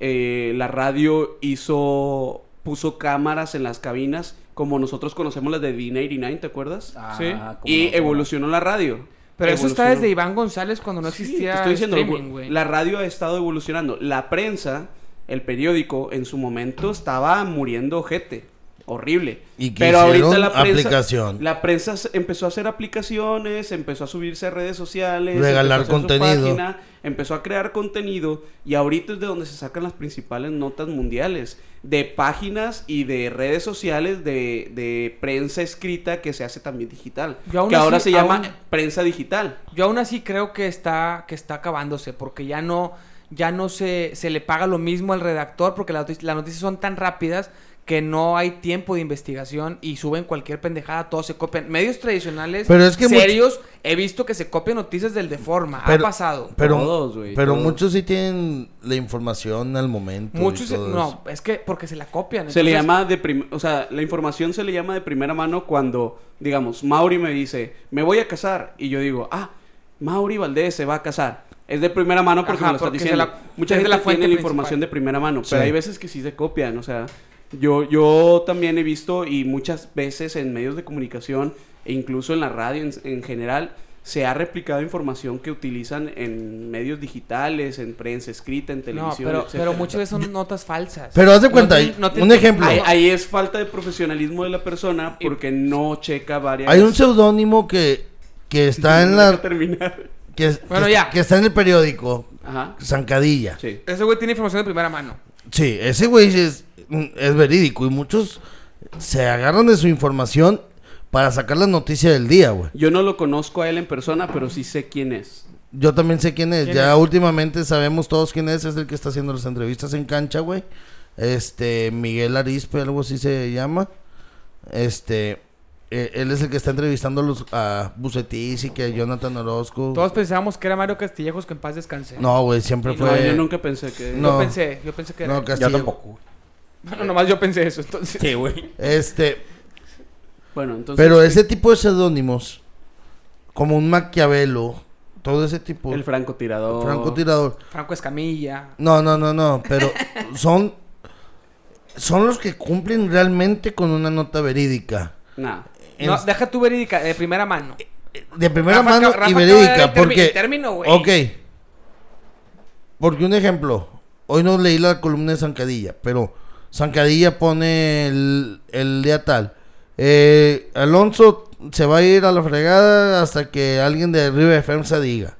Speaker 2: eh, la radio hizo puso cámaras en las cabinas, como nosotros conocemos las de D99, ¿te acuerdas?
Speaker 3: Ah,
Speaker 1: Sí.
Speaker 3: cómo
Speaker 2: y
Speaker 3: no.
Speaker 2: evolucionó la radio.
Speaker 1: Pero eso está
Speaker 2: Evolucionó.
Speaker 1: desde Iván González cuando no
Speaker 2: Sí,
Speaker 1: existía
Speaker 2: te estoy diciendo,
Speaker 1: streaming,
Speaker 2: evo-
Speaker 1: güey.
Speaker 2: La radio ha estado evolucionando. La prensa, el periódico, en su momento estaba muriendo gente. Horrible.
Speaker 5: Y que hicieron aplicación.
Speaker 2: La prensa se- empezó a hacer aplicaciones, empezó a subirse a redes sociales,
Speaker 5: Regalar
Speaker 2: empezó a hacer su
Speaker 5: contenido.
Speaker 2: página, empezó a crear contenido y ahorita es de donde se sacan las principales notas mundiales de páginas y de redes sociales de, de prensa escrita que se hace también digital. Que
Speaker 1: Yo aún
Speaker 2: ahora
Speaker 1: así-
Speaker 2: se llama
Speaker 1: aún-
Speaker 2: prensa digital.
Speaker 1: Yo aún así creo que está, que está acabándose, porque ya no, ya no se, se le paga lo mismo al redactor, porque las noticias, las noticias son tan rápidas que no hay tiempo de investigación y suben cualquier pendejada, todos se copian. Medios tradicionales,
Speaker 5: Pero es que much-
Speaker 1: serios, he visto que se copian noticias del de forma,
Speaker 5: Pero-
Speaker 1: ha pasado.
Speaker 5: Pero,
Speaker 2: Todos, güey,
Speaker 5: pero
Speaker 2: todos.
Speaker 5: muchos sí tienen la información al momento. y
Speaker 1: Muchos, se-
Speaker 5: todo eso.
Speaker 1: no, es que porque se la copian.
Speaker 2: Se le
Speaker 1: entonces-
Speaker 2: llama de prim- o sea, la información se le llama de primera mano cuando, digamos, Mauri me dice, me voy a casar, y yo digo, ah, Mauri Valdés se va a casar. Es de primera mano porque
Speaker 1: Ajá,
Speaker 2: me lo estás
Speaker 1: porque se
Speaker 2: diciendo.
Speaker 1: la- es de
Speaker 2: Mucha gente
Speaker 1: la
Speaker 2: tiene
Speaker 1: fuente
Speaker 2: la
Speaker 1: principal.
Speaker 2: información de primera mano,
Speaker 5: Sí.
Speaker 2: pero hay veces que sí se copian, o sea, yo, yo también he visto y muchas veces en medios de comunicación e incluso en la radio en, en general se ha replicado información que utilizan en medios digitales, en prensa escrita, en
Speaker 1: No,
Speaker 2: televisión.
Speaker 1: pero, pero
Speaker 2: etcétera.
Speaker 1: muchas veces son notas falsas.
Speaker 5: Pero haz de
Speaker 1: No
Speaker 5: cuenta,
Speaker 1: tienen- no
Speaker 5: un
Speaker 1: tienen-
Speaker 5: ejemplo.
Speaker 2: Ahí, ahí es falta de profesionalismo de la persona porque no checa varias.
Speaker 5: Hay un seudónimo que, que está en la...
Speaker 2: terminar.
Speaker 5: Que,
Speaker 1: Bueno,
Speaker 5: que-
Speaker 1: ya.
Speaker 5: que está en el periódico,
Speaker 2: Ajá.
Speaker 5: Zancadilla. Sí,
Speaker 2: Sí.
Speaker 1: Ese güey tiene información de primera mano.
Speaker 5: ese güey es, mm, es verídico y muchos se agarran de su información para sacar la noticia del día, güey.
Speaker 2: Yo no lo conozco a él en persona, pero sí sé quién es.
Speaker 5: Yo también sé quién es.
Speaker 1: ¿Quién
Speaker 5: ya
Speaker 1: es?
Speaker 5: últimamente sabemos todos quién es. Es el que está haciendo las entrevistas en cancha, güey. Este, Miguel Arispe, algo así se llama. Este, eh, él es el que está entrevistando a, los, a Bucetich y que a Jonathan Orozco.
Speaker 1: Todos pensábamos que era Mario Castillejos que en paz descanse.
Speaker 5: No, güey, siempre
Speaker 1: Y no,
Speaker 5: fue.
Speaker 2: No, yo nunca pensé que.
Speaker 1: Yo
Speaker 5: no.
Speaker 1: pensé, yo pensé que era.
Speaker 5: No, Castillo.
Speaker 3: Yo tampoco.
Speaker 1: Bueno, nomás yo pensé eso, entonces.
Speaker 3: Sí, güey.
Speaker 5: Este,
Speaker 2: Bueno, entonces.
Speaker 5: pero ese tipo de seudónimos, como un Maquiavelo, todo ese tipo.
Speaker 2: El francotirador.
Speaker 5: francotirador.
Speaker 1: Franco Escamilla.
Speaker 5: No, no, no, no, pero son son los que cumplen realmente con una nota verídica.
Speaker 2: Nah.
Speaker 5: En-
Speaker 1: No, deja tu verídica de primera mano.
Speaker 5: de primera
Speaker 1: Rafa
Speaker 5: mano
Speaker 1: acaba- Rafa
Speaker 5: y
Speaker 1: acaba de dar el
Speaker 5: verídica,
Speaker 1: termi-
Speaker 5: porque
Speaker 1: el término, güey.
Speaker 5: Ok. Porque un ejemplo, hoy no leí la columna de Zancadilla, pero Zancadilla pone el, el día tal. eh, Alonso se va a ir a la fregada hasta que alguien de River FM se diga.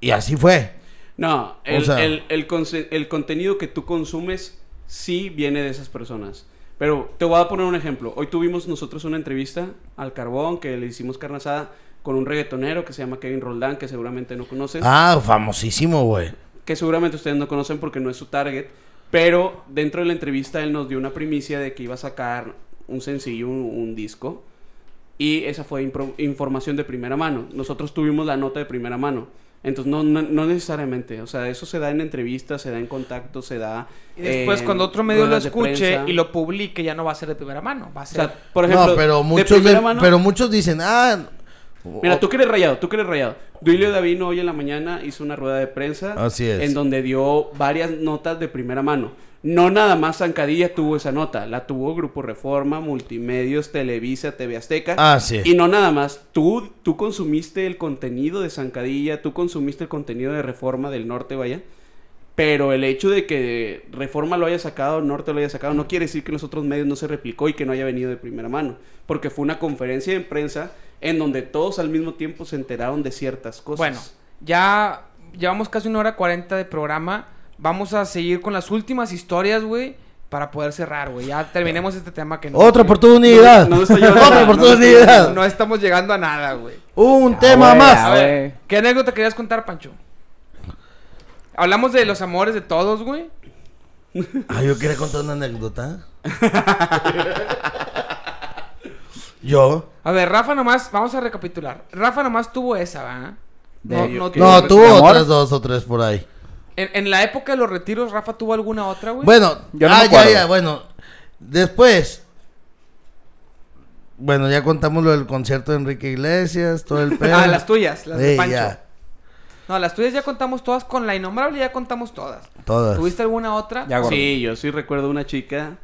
Speaker 5: Y así fue.
Speaker 2: No, el,
Speaker 5: sea-
Speaker 2: el- el conse- el contenido que tú consumes sí viene de esas personas. Pero te voy a poner un ejemplo. Hoy tuvimos nosotros una entrevista al Carbón, que le hicimos carne asada con un reggaetonero que se llama Kevin Roldán, que seguramente no conocen.
Speaker 5: Ah, famosísimo, güey.
Speaker 2: que seguramente ustedes no conocen porque no es su target, pero dentro de la entrevista él nos dio una primicia de que iba a sacar un sencillo, un, un disco, y esa fue impro- información de primera mano. Nosotros tuvimos la nota de primera mano. Entonces, no, no, no necesariamente, o sea, eso se da en entrevistas, se da en contacto, se da...
Speaker 1: Y después,
Speaker 2: en
Speaker 1: cuando otro medio lo
Speaker 2: ruedas de
Speaker 1: escuche
Speaker 2: prensa.
Speaker 1: y lo publique, ya no va a ser de primera mano. Va a
Speaker 2: O
Speaker 1: ser.
Speaker 2: sea, por ejemplo,
Speaker 5: no, pero
Speaker 2: de
Speaker 5: muchos,
Speaker 2: primera
Speaker 5: de-
Speaker 2: mano-
Speaker 5: pero muchos dicen, ah, o-
Speaker 2: Mira, tú que eres rayado, tú que eres rayado. Duilio Davino hoy en la mañana hizo una rueda de prensa.
Speaker 5: Así es.
Speaker 2: En donde dio varias notas de primera mano. No nada más Zancadilla tuvo esa nota. La tuvo Grupo Reforma, Multimedios, Televisa, TV Azteca.
Speaker 5: Así es.
Speaker 2: Y no nada más. Tú, tú consumiste el contenido de Zancadilla, tú consumiste el contenido de Reforma del Norte, vaya. Pero el hecho de que Reforma lo haya sacado, Norte lo haya sacado, no quiere decir que los otros medios no se replicó y que no haya venido de primera mano. Porque fue una conferencia de prensa en donde todos al mismo tiempo se enteraron de ciertas cosas.
Speaker 1: Bueno, ya llevamos casi una hora cuarenta de programa. Vamos a seguir con las últimas historias, güey, para poder cerrar, güey. Ya terminemos este tema que no.
Speaker 5: otra oportunidad.
Speaker 2: No, no estoy llorando,
Speaker 5: otra
Speaker 2: no estoy
Speaker 5: oportunidad.
Speaker 1: No estamos llegando a nada, güey.
Speaker 5: Un
Speaker 3: Ya,
Speaker 5: tema
Speaker 3: güey,
Speaker 5: más.
Speaker 3: ya,
Speaker 1: A ver,
Speaker 3: güey.
Speaker 1: ¿qué anécdota querías contar, Pancho? Hablamos de los amores de todos, güey.
Speaker 5: Ah, yo quería contar una anécdota. yo.
Speaker 1: A ver, Rafa nomás, vamos a recapitular. Rafa nomás tuvo esa, ¿verdad?
Speaker 3: De-
Speaker 1: No, no tuvo-
Speaker 5: No, tuvo
Speaker 3: amor?
Speaker 5: otras dos o tres por ahí.
Speaker 1: En, en la época de los retiros, Rafa tuvo alguna otra, güey.
Speaker 5: Bueno,
Speaker 3: Yo no
Speaker 5: ah,
Speaker 3: me
Speaker 5: ya,
Speaker 3: acuerdo.
Speaker 5: ya, bueno. Después. Bueno, ya contamos lo del concierto de Enrique Iglesias, todo el pedo.
Speaker 1: ah, las tuyas, las de
Speaker 5: Sí,
Speaker 1: Pancho.
Speaker 5: ya,
Speaker 1: No, las tuyas ya contamos todas, con la innombrable ya contamos todas.
Speaker 5: todas.
Speaker 1: ¿Tuviste alguna otra?
Speaker 3: Ya, gordo.
Speaker 2: Sí, yo sí recuerdo una chica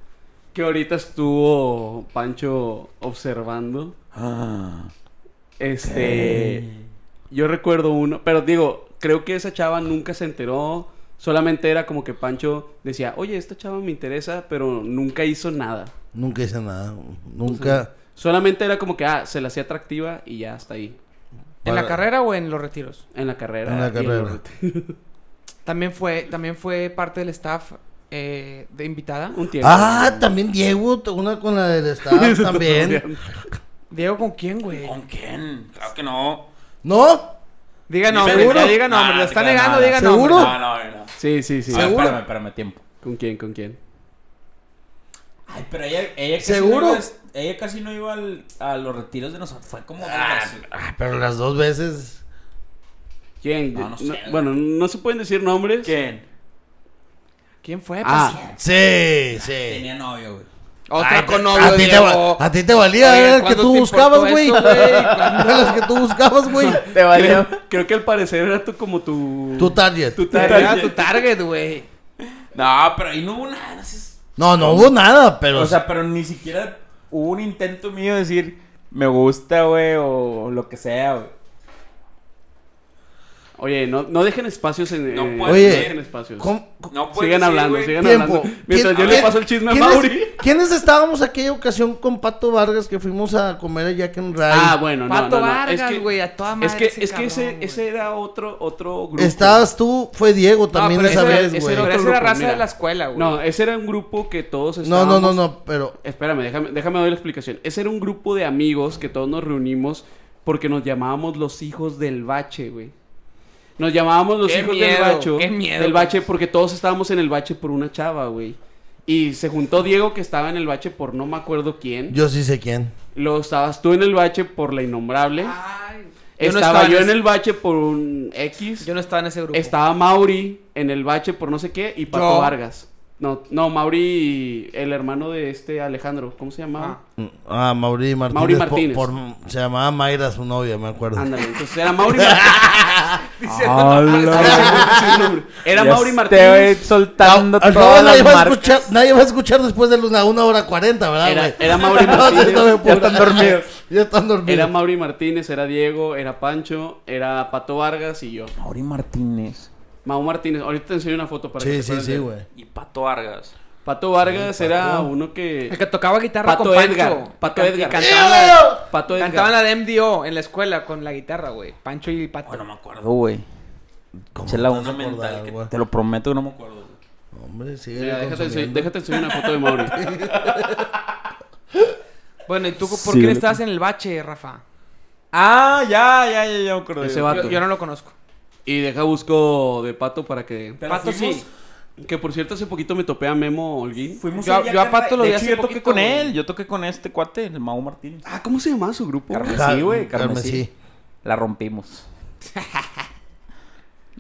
Speaker 2: que ahorita estuvo Pancho observando.
Speaker 3: Ah.
Speaker 2: Este. Yo recuerdo uno, pero digo, creo que esa chava nunca se enteró. Solamente era como que Pancho decía, oye, esta chava me interesa, pero nunca hizo nada.
Speaker 5: Nunca hice nada.
Speaker 2: Pues, eh.
Speaker 5: Nunca.
Speaker 2: Solamente era como que, ah, se la hacía atractiva y ya hasta ahí.
Speaker 1: ¿En la
Speaker 5: Para-
Speaker 1: carrera o en los retiros?
Speaker 2: En la carrera.
Speaker 5: En la
Speaker 2: y
Speaker 5: carrera.
Speaker 2: los-
Speaker 1: También fue, también fue parte del staff eh, de invitada.
Speaker 2: Un tiempo.
Speaker 5: Ah, también Diego, una con la del staff también.
Speaker 1: Diego, ¿con quién, güey?
Speaker 4: ¿Con quién? Claro que no.
Speaker 5: ¿No?
Speaker 1: Diga
Speaker 4: no
Speaker 1: nombre, ya diga nombre. lo está negando, diga nombre.
Speaker 5: ¿Seguro?
Speaker 4: No, no, no.
Speaker 2: Sí, sí, sí.
Speaker 3: Ah,
Speaker 4: A ver, espérame, espérame, tiempo.
Speaker 2: ¿Con quién? ¿Con quién?
Speaker 8: Ay, pero ella, ella casi
Speaker 5: ¿Seguro?
Speaker 8: No iba, a- ella casi no iba al- a los retiros de nosotros. Fue como.
Speaker 5: Ah, pero las dos veces.
Speaker 2: ¿Quién?
Speaker 8: No, no sé.
Speaker 2: bueno, no se pueden decir nombres.
Speaker 4: ¿Quién?
Speaker 1: ¿Quién fue? Pues,
Speaker 2: Ah,
Speaker 5: Sí, sí.
Speaker 8: Tenía novio, güey.
Speaker 1: Otra
Speaker 5: Ay,
Speaker 1: con
Speaker 5: te-
Speaker 1: novio,
Speaker 5: a, ti te,
Speaker 1: Diego.
Speaker 5: va- a ti te valía,
Speaker 1: Oye,
Speaker 5: era el que
Speaker 1: ¿cuándo
Speaker 5: tú
Speaker 1: te
Speaker 5: buscabas,
Speaker 1: importó
Speaker 5: güey.
Speaker 1: eso,
Speaker 5: Era las que tú buscabas, güey.
Speaker 3: Te valió.
Speaker 2: creo, creo que al parecer era tú como tu...
Speaker 5: Tu target.
Speaker 2: tu target.
Speaker 1: Era tu target, güey.
Speaker 8: No, pero ahí no hubo nada. no sé-
Speaker 5: No, no hubo nada, pero.
Speaker 8: o sea, pero ni siquiera
Speaker 3: Hubo un intento mío de decir, me gusta, güey, o lo que sea, güey.
Speaker 2: Oye, no, no dejen espacios en...
Speaker 4: No
Speaker 2: eh,
Speaker 4: puedes
Speaker 5: Oye,
Speaker 2: no dejen espacios.
Speaker 5: ¿cómo-
Speaker 4: No puede
Speaker 2: Sigan
Speaker 4: ser,
Speaker 2: hablando,
Speaker 4: güey.
Speaker 2: sigan
Speaker 5: tiempo.
Speaker 2: hablando. Mientras yo
Speaker 5: ¿Quién-
Speaker 2: le paso el chisme a
Speaker 5: ¿quiénes-
Speaker 2: Mauri.
Speaker 5: ¿Quiénes estábamos aquella ocasión con Pato Vargas que fuimos a comer a Jack and Ryan?
Speaker 2: Ah, bueno, no,
Speaker 1: Pato
Speaker 2: no, no.
Speaker 1: Vargas,
Speaker 2: es que,
Speaker 1: güey, a toda
Speaker 2: Es
Speaker 1: madre
Speaker 2: que,
Speaker 1: ese
Speaker 2: es que
Speaker 1: cabrón,
Speaker 2: ese,
Speaker 1: güey.
Speaker 2: ese era otro, otro grupo.
Speaker 5: Estabas tú, fue Diego también
Speaker 1: pero
Speaker 5: esa
Speaker 1: ese-
Speaker 5: vez,
Speaker 1: ese
Speaker 5: güey.
Speaker 1: era otro-
Speaker 2: grupo,
Speaker 1: raza
Speaker 2: mira.
Speaker 1: de la escuela, güey.
Speaker 2: No, ese era un grupo que todos
Speaker 5: No,
Speaker 2: estábamos...
Speaker 5: no, no, no, pero.
Speaker 2: Espérame, déjame, déjame dar la explicación. Ese era un grupo de amigos que todos nos reunimos porque nos llamábamos los hijos del bache, güey. Nos llamábamos los
Speaker 1: Qué
Speaker 2: hijos del
Speaker 1: miedo,
Speaker 2: bacho.
Speaker 1: qué miedo,
Speaker 2: Del
Speaker 1: pues.
Speaker 2: bache porque todos estábamos en el bache por una chava, güey. Y se juntó Diego que estaba en el bache por no me acuerdo quién.
Speaker 5: Yo sí sé quién.
Speaker 2: Luego estabas tú en el bache por la innombrable.
Speaker 1: Ay, yo no
Speaker 2: estaba yo en
Speaker 1: ese-
Speaker 2: el bache por un X.
Speaker 1: Yo no estaba en ese grupo.
Speaker 2: Estaba Mauri en el bache por no sé qué y Pato
Speaker 1: Yo.
Speaker 2: Vargas. No, no, Mauri, el hermano de este Alejandro. ¿Cómo se llamaba?
Speaker 1: Ah.
Speaker 5: Ah, Mauri Martínez.
Speaker 2: Mauri
Speaker 5: po-
Speaker 2: Martínez.
Speaker 5: por- se llamaba Mayra, su novia, me acuerdo.
Speaker 2: Ándale, entonces era Mauri Martínez.
Speaker 8: Ah,
Speaker 3: ¡Hala!
Speaker 2: Era
Speaker 3: Ya
Speaker 2: Mauri
Speaker 3: te voy
Speaker 2: Martínez.
Speaker 8: Ah,
Speaker 3: soltando
Speaker 5: Al
Speaker 3: todas
Speaker 5: cabo nadie,
Speaker 3: las
Speaker 5: va a
Speaker 3: marcas.
Speaker 5: escuchar, nadie va a escuchar después de una, una hora cuarenta, ¿verdad,
Speaker 2: Era,
Speaker 5: güey?
Speaker 2: era Mauri
Speaker 5: Entonces, no me
Speaker 2: Martínez.
Speaker 5: puedo-
Speaker 3: están dormidos.
Speaker 5: ya están dormidos.
Speaker 2: Era Mauri Martínez, era Diego, era Pancho, era Pato Vargas y yo.
Speaker 3: Mauri Martínez.
Speaker 2: Mau Martínez, ahorita te enseño una foto para que
Speaker 5: sí,
Speaker 2: te
Speaker 5: sí,
Speaker 2: acuerdes de
Speaker 5: sí,
Speaker 2: él.
Speaker 5: güey.
Speaker 4: Y Pato Vargas.
Speaker 2: Pato Vargas era uno
Speaker 1: El
Speaker 2: que.
Speaker 1: que tocaba guitarra
Speaker 2: Pato
Speaker 1: con Pancho.
Speaker 2: Edgar, Pato
Speaker 1: Can-
Speaker 2: Edgar.
Speaker 1: Y cantaban la,
Speaker 2: Pato Edgar.
Speaker 1: cantaban la de MDO en la escuela con la guitarra, güey. Pancho y Pato.
Speaker 4: Bueno, no me acuerdo.
Speaker 3: güey.
Speaker 5: ¿Cómo
Speaker 3: Chela
Speaker 5: te
Speaker 3: uno
Speaker 5: vas a
Speaker 3: mental
Speaker 5: acordar,
Speaker 3: que
Speaker 5: güey?
Speaker 3: Te lo prometo que no me acuerdo. güey.
Speaker 5: Hombre, sigue
Speaker 2: Mira, déjate, subir- déjate subir una foto de Mauri.
Speaker 1: Bueno, ¿y tú por
Speaker 2: Sí,
Speaker 1: qué
Speaker 2: lo-
Speaker 1: le estabas en el bache, Rafa?
Speaker 2: ah, ya, ya, ya, ya me acordé.
Speaker 1: Yo- Yo, no lo conozco.
Speaker 2: Y deja busco de pato para que.
Speaker 8: Pero
Speaker 1: Pato
Speaker 8: fuimos-
Speaker 1: sí.
Speaker 2: Que por cierto, hace poquito me topé a Memo Holguín.
Speaker 8: Fuimos
Speaker 1: Yo-
Speaker 8: allá
Speaker 1: yo a
Speaker 8: que-
Speaker 1: Pato lo
Speaker 8: de
Speaker 1: vi
Speaker 8: hecho,
Speaker 1: hace
Speaker 8: yo toqué
Speaker 1: poquito,
Speaker 8: con
Speaker 1: güey.
Speaker 8: él. Yo toqué con este cuate, el Mau Martínez.
Speaker 2: Ah, ¿cómo se llamaba su grupo?
Speaker 3: Carmesí, güey.
Speaker 5: Carmesí.
Speaker 3: Carmesí. La rompimos.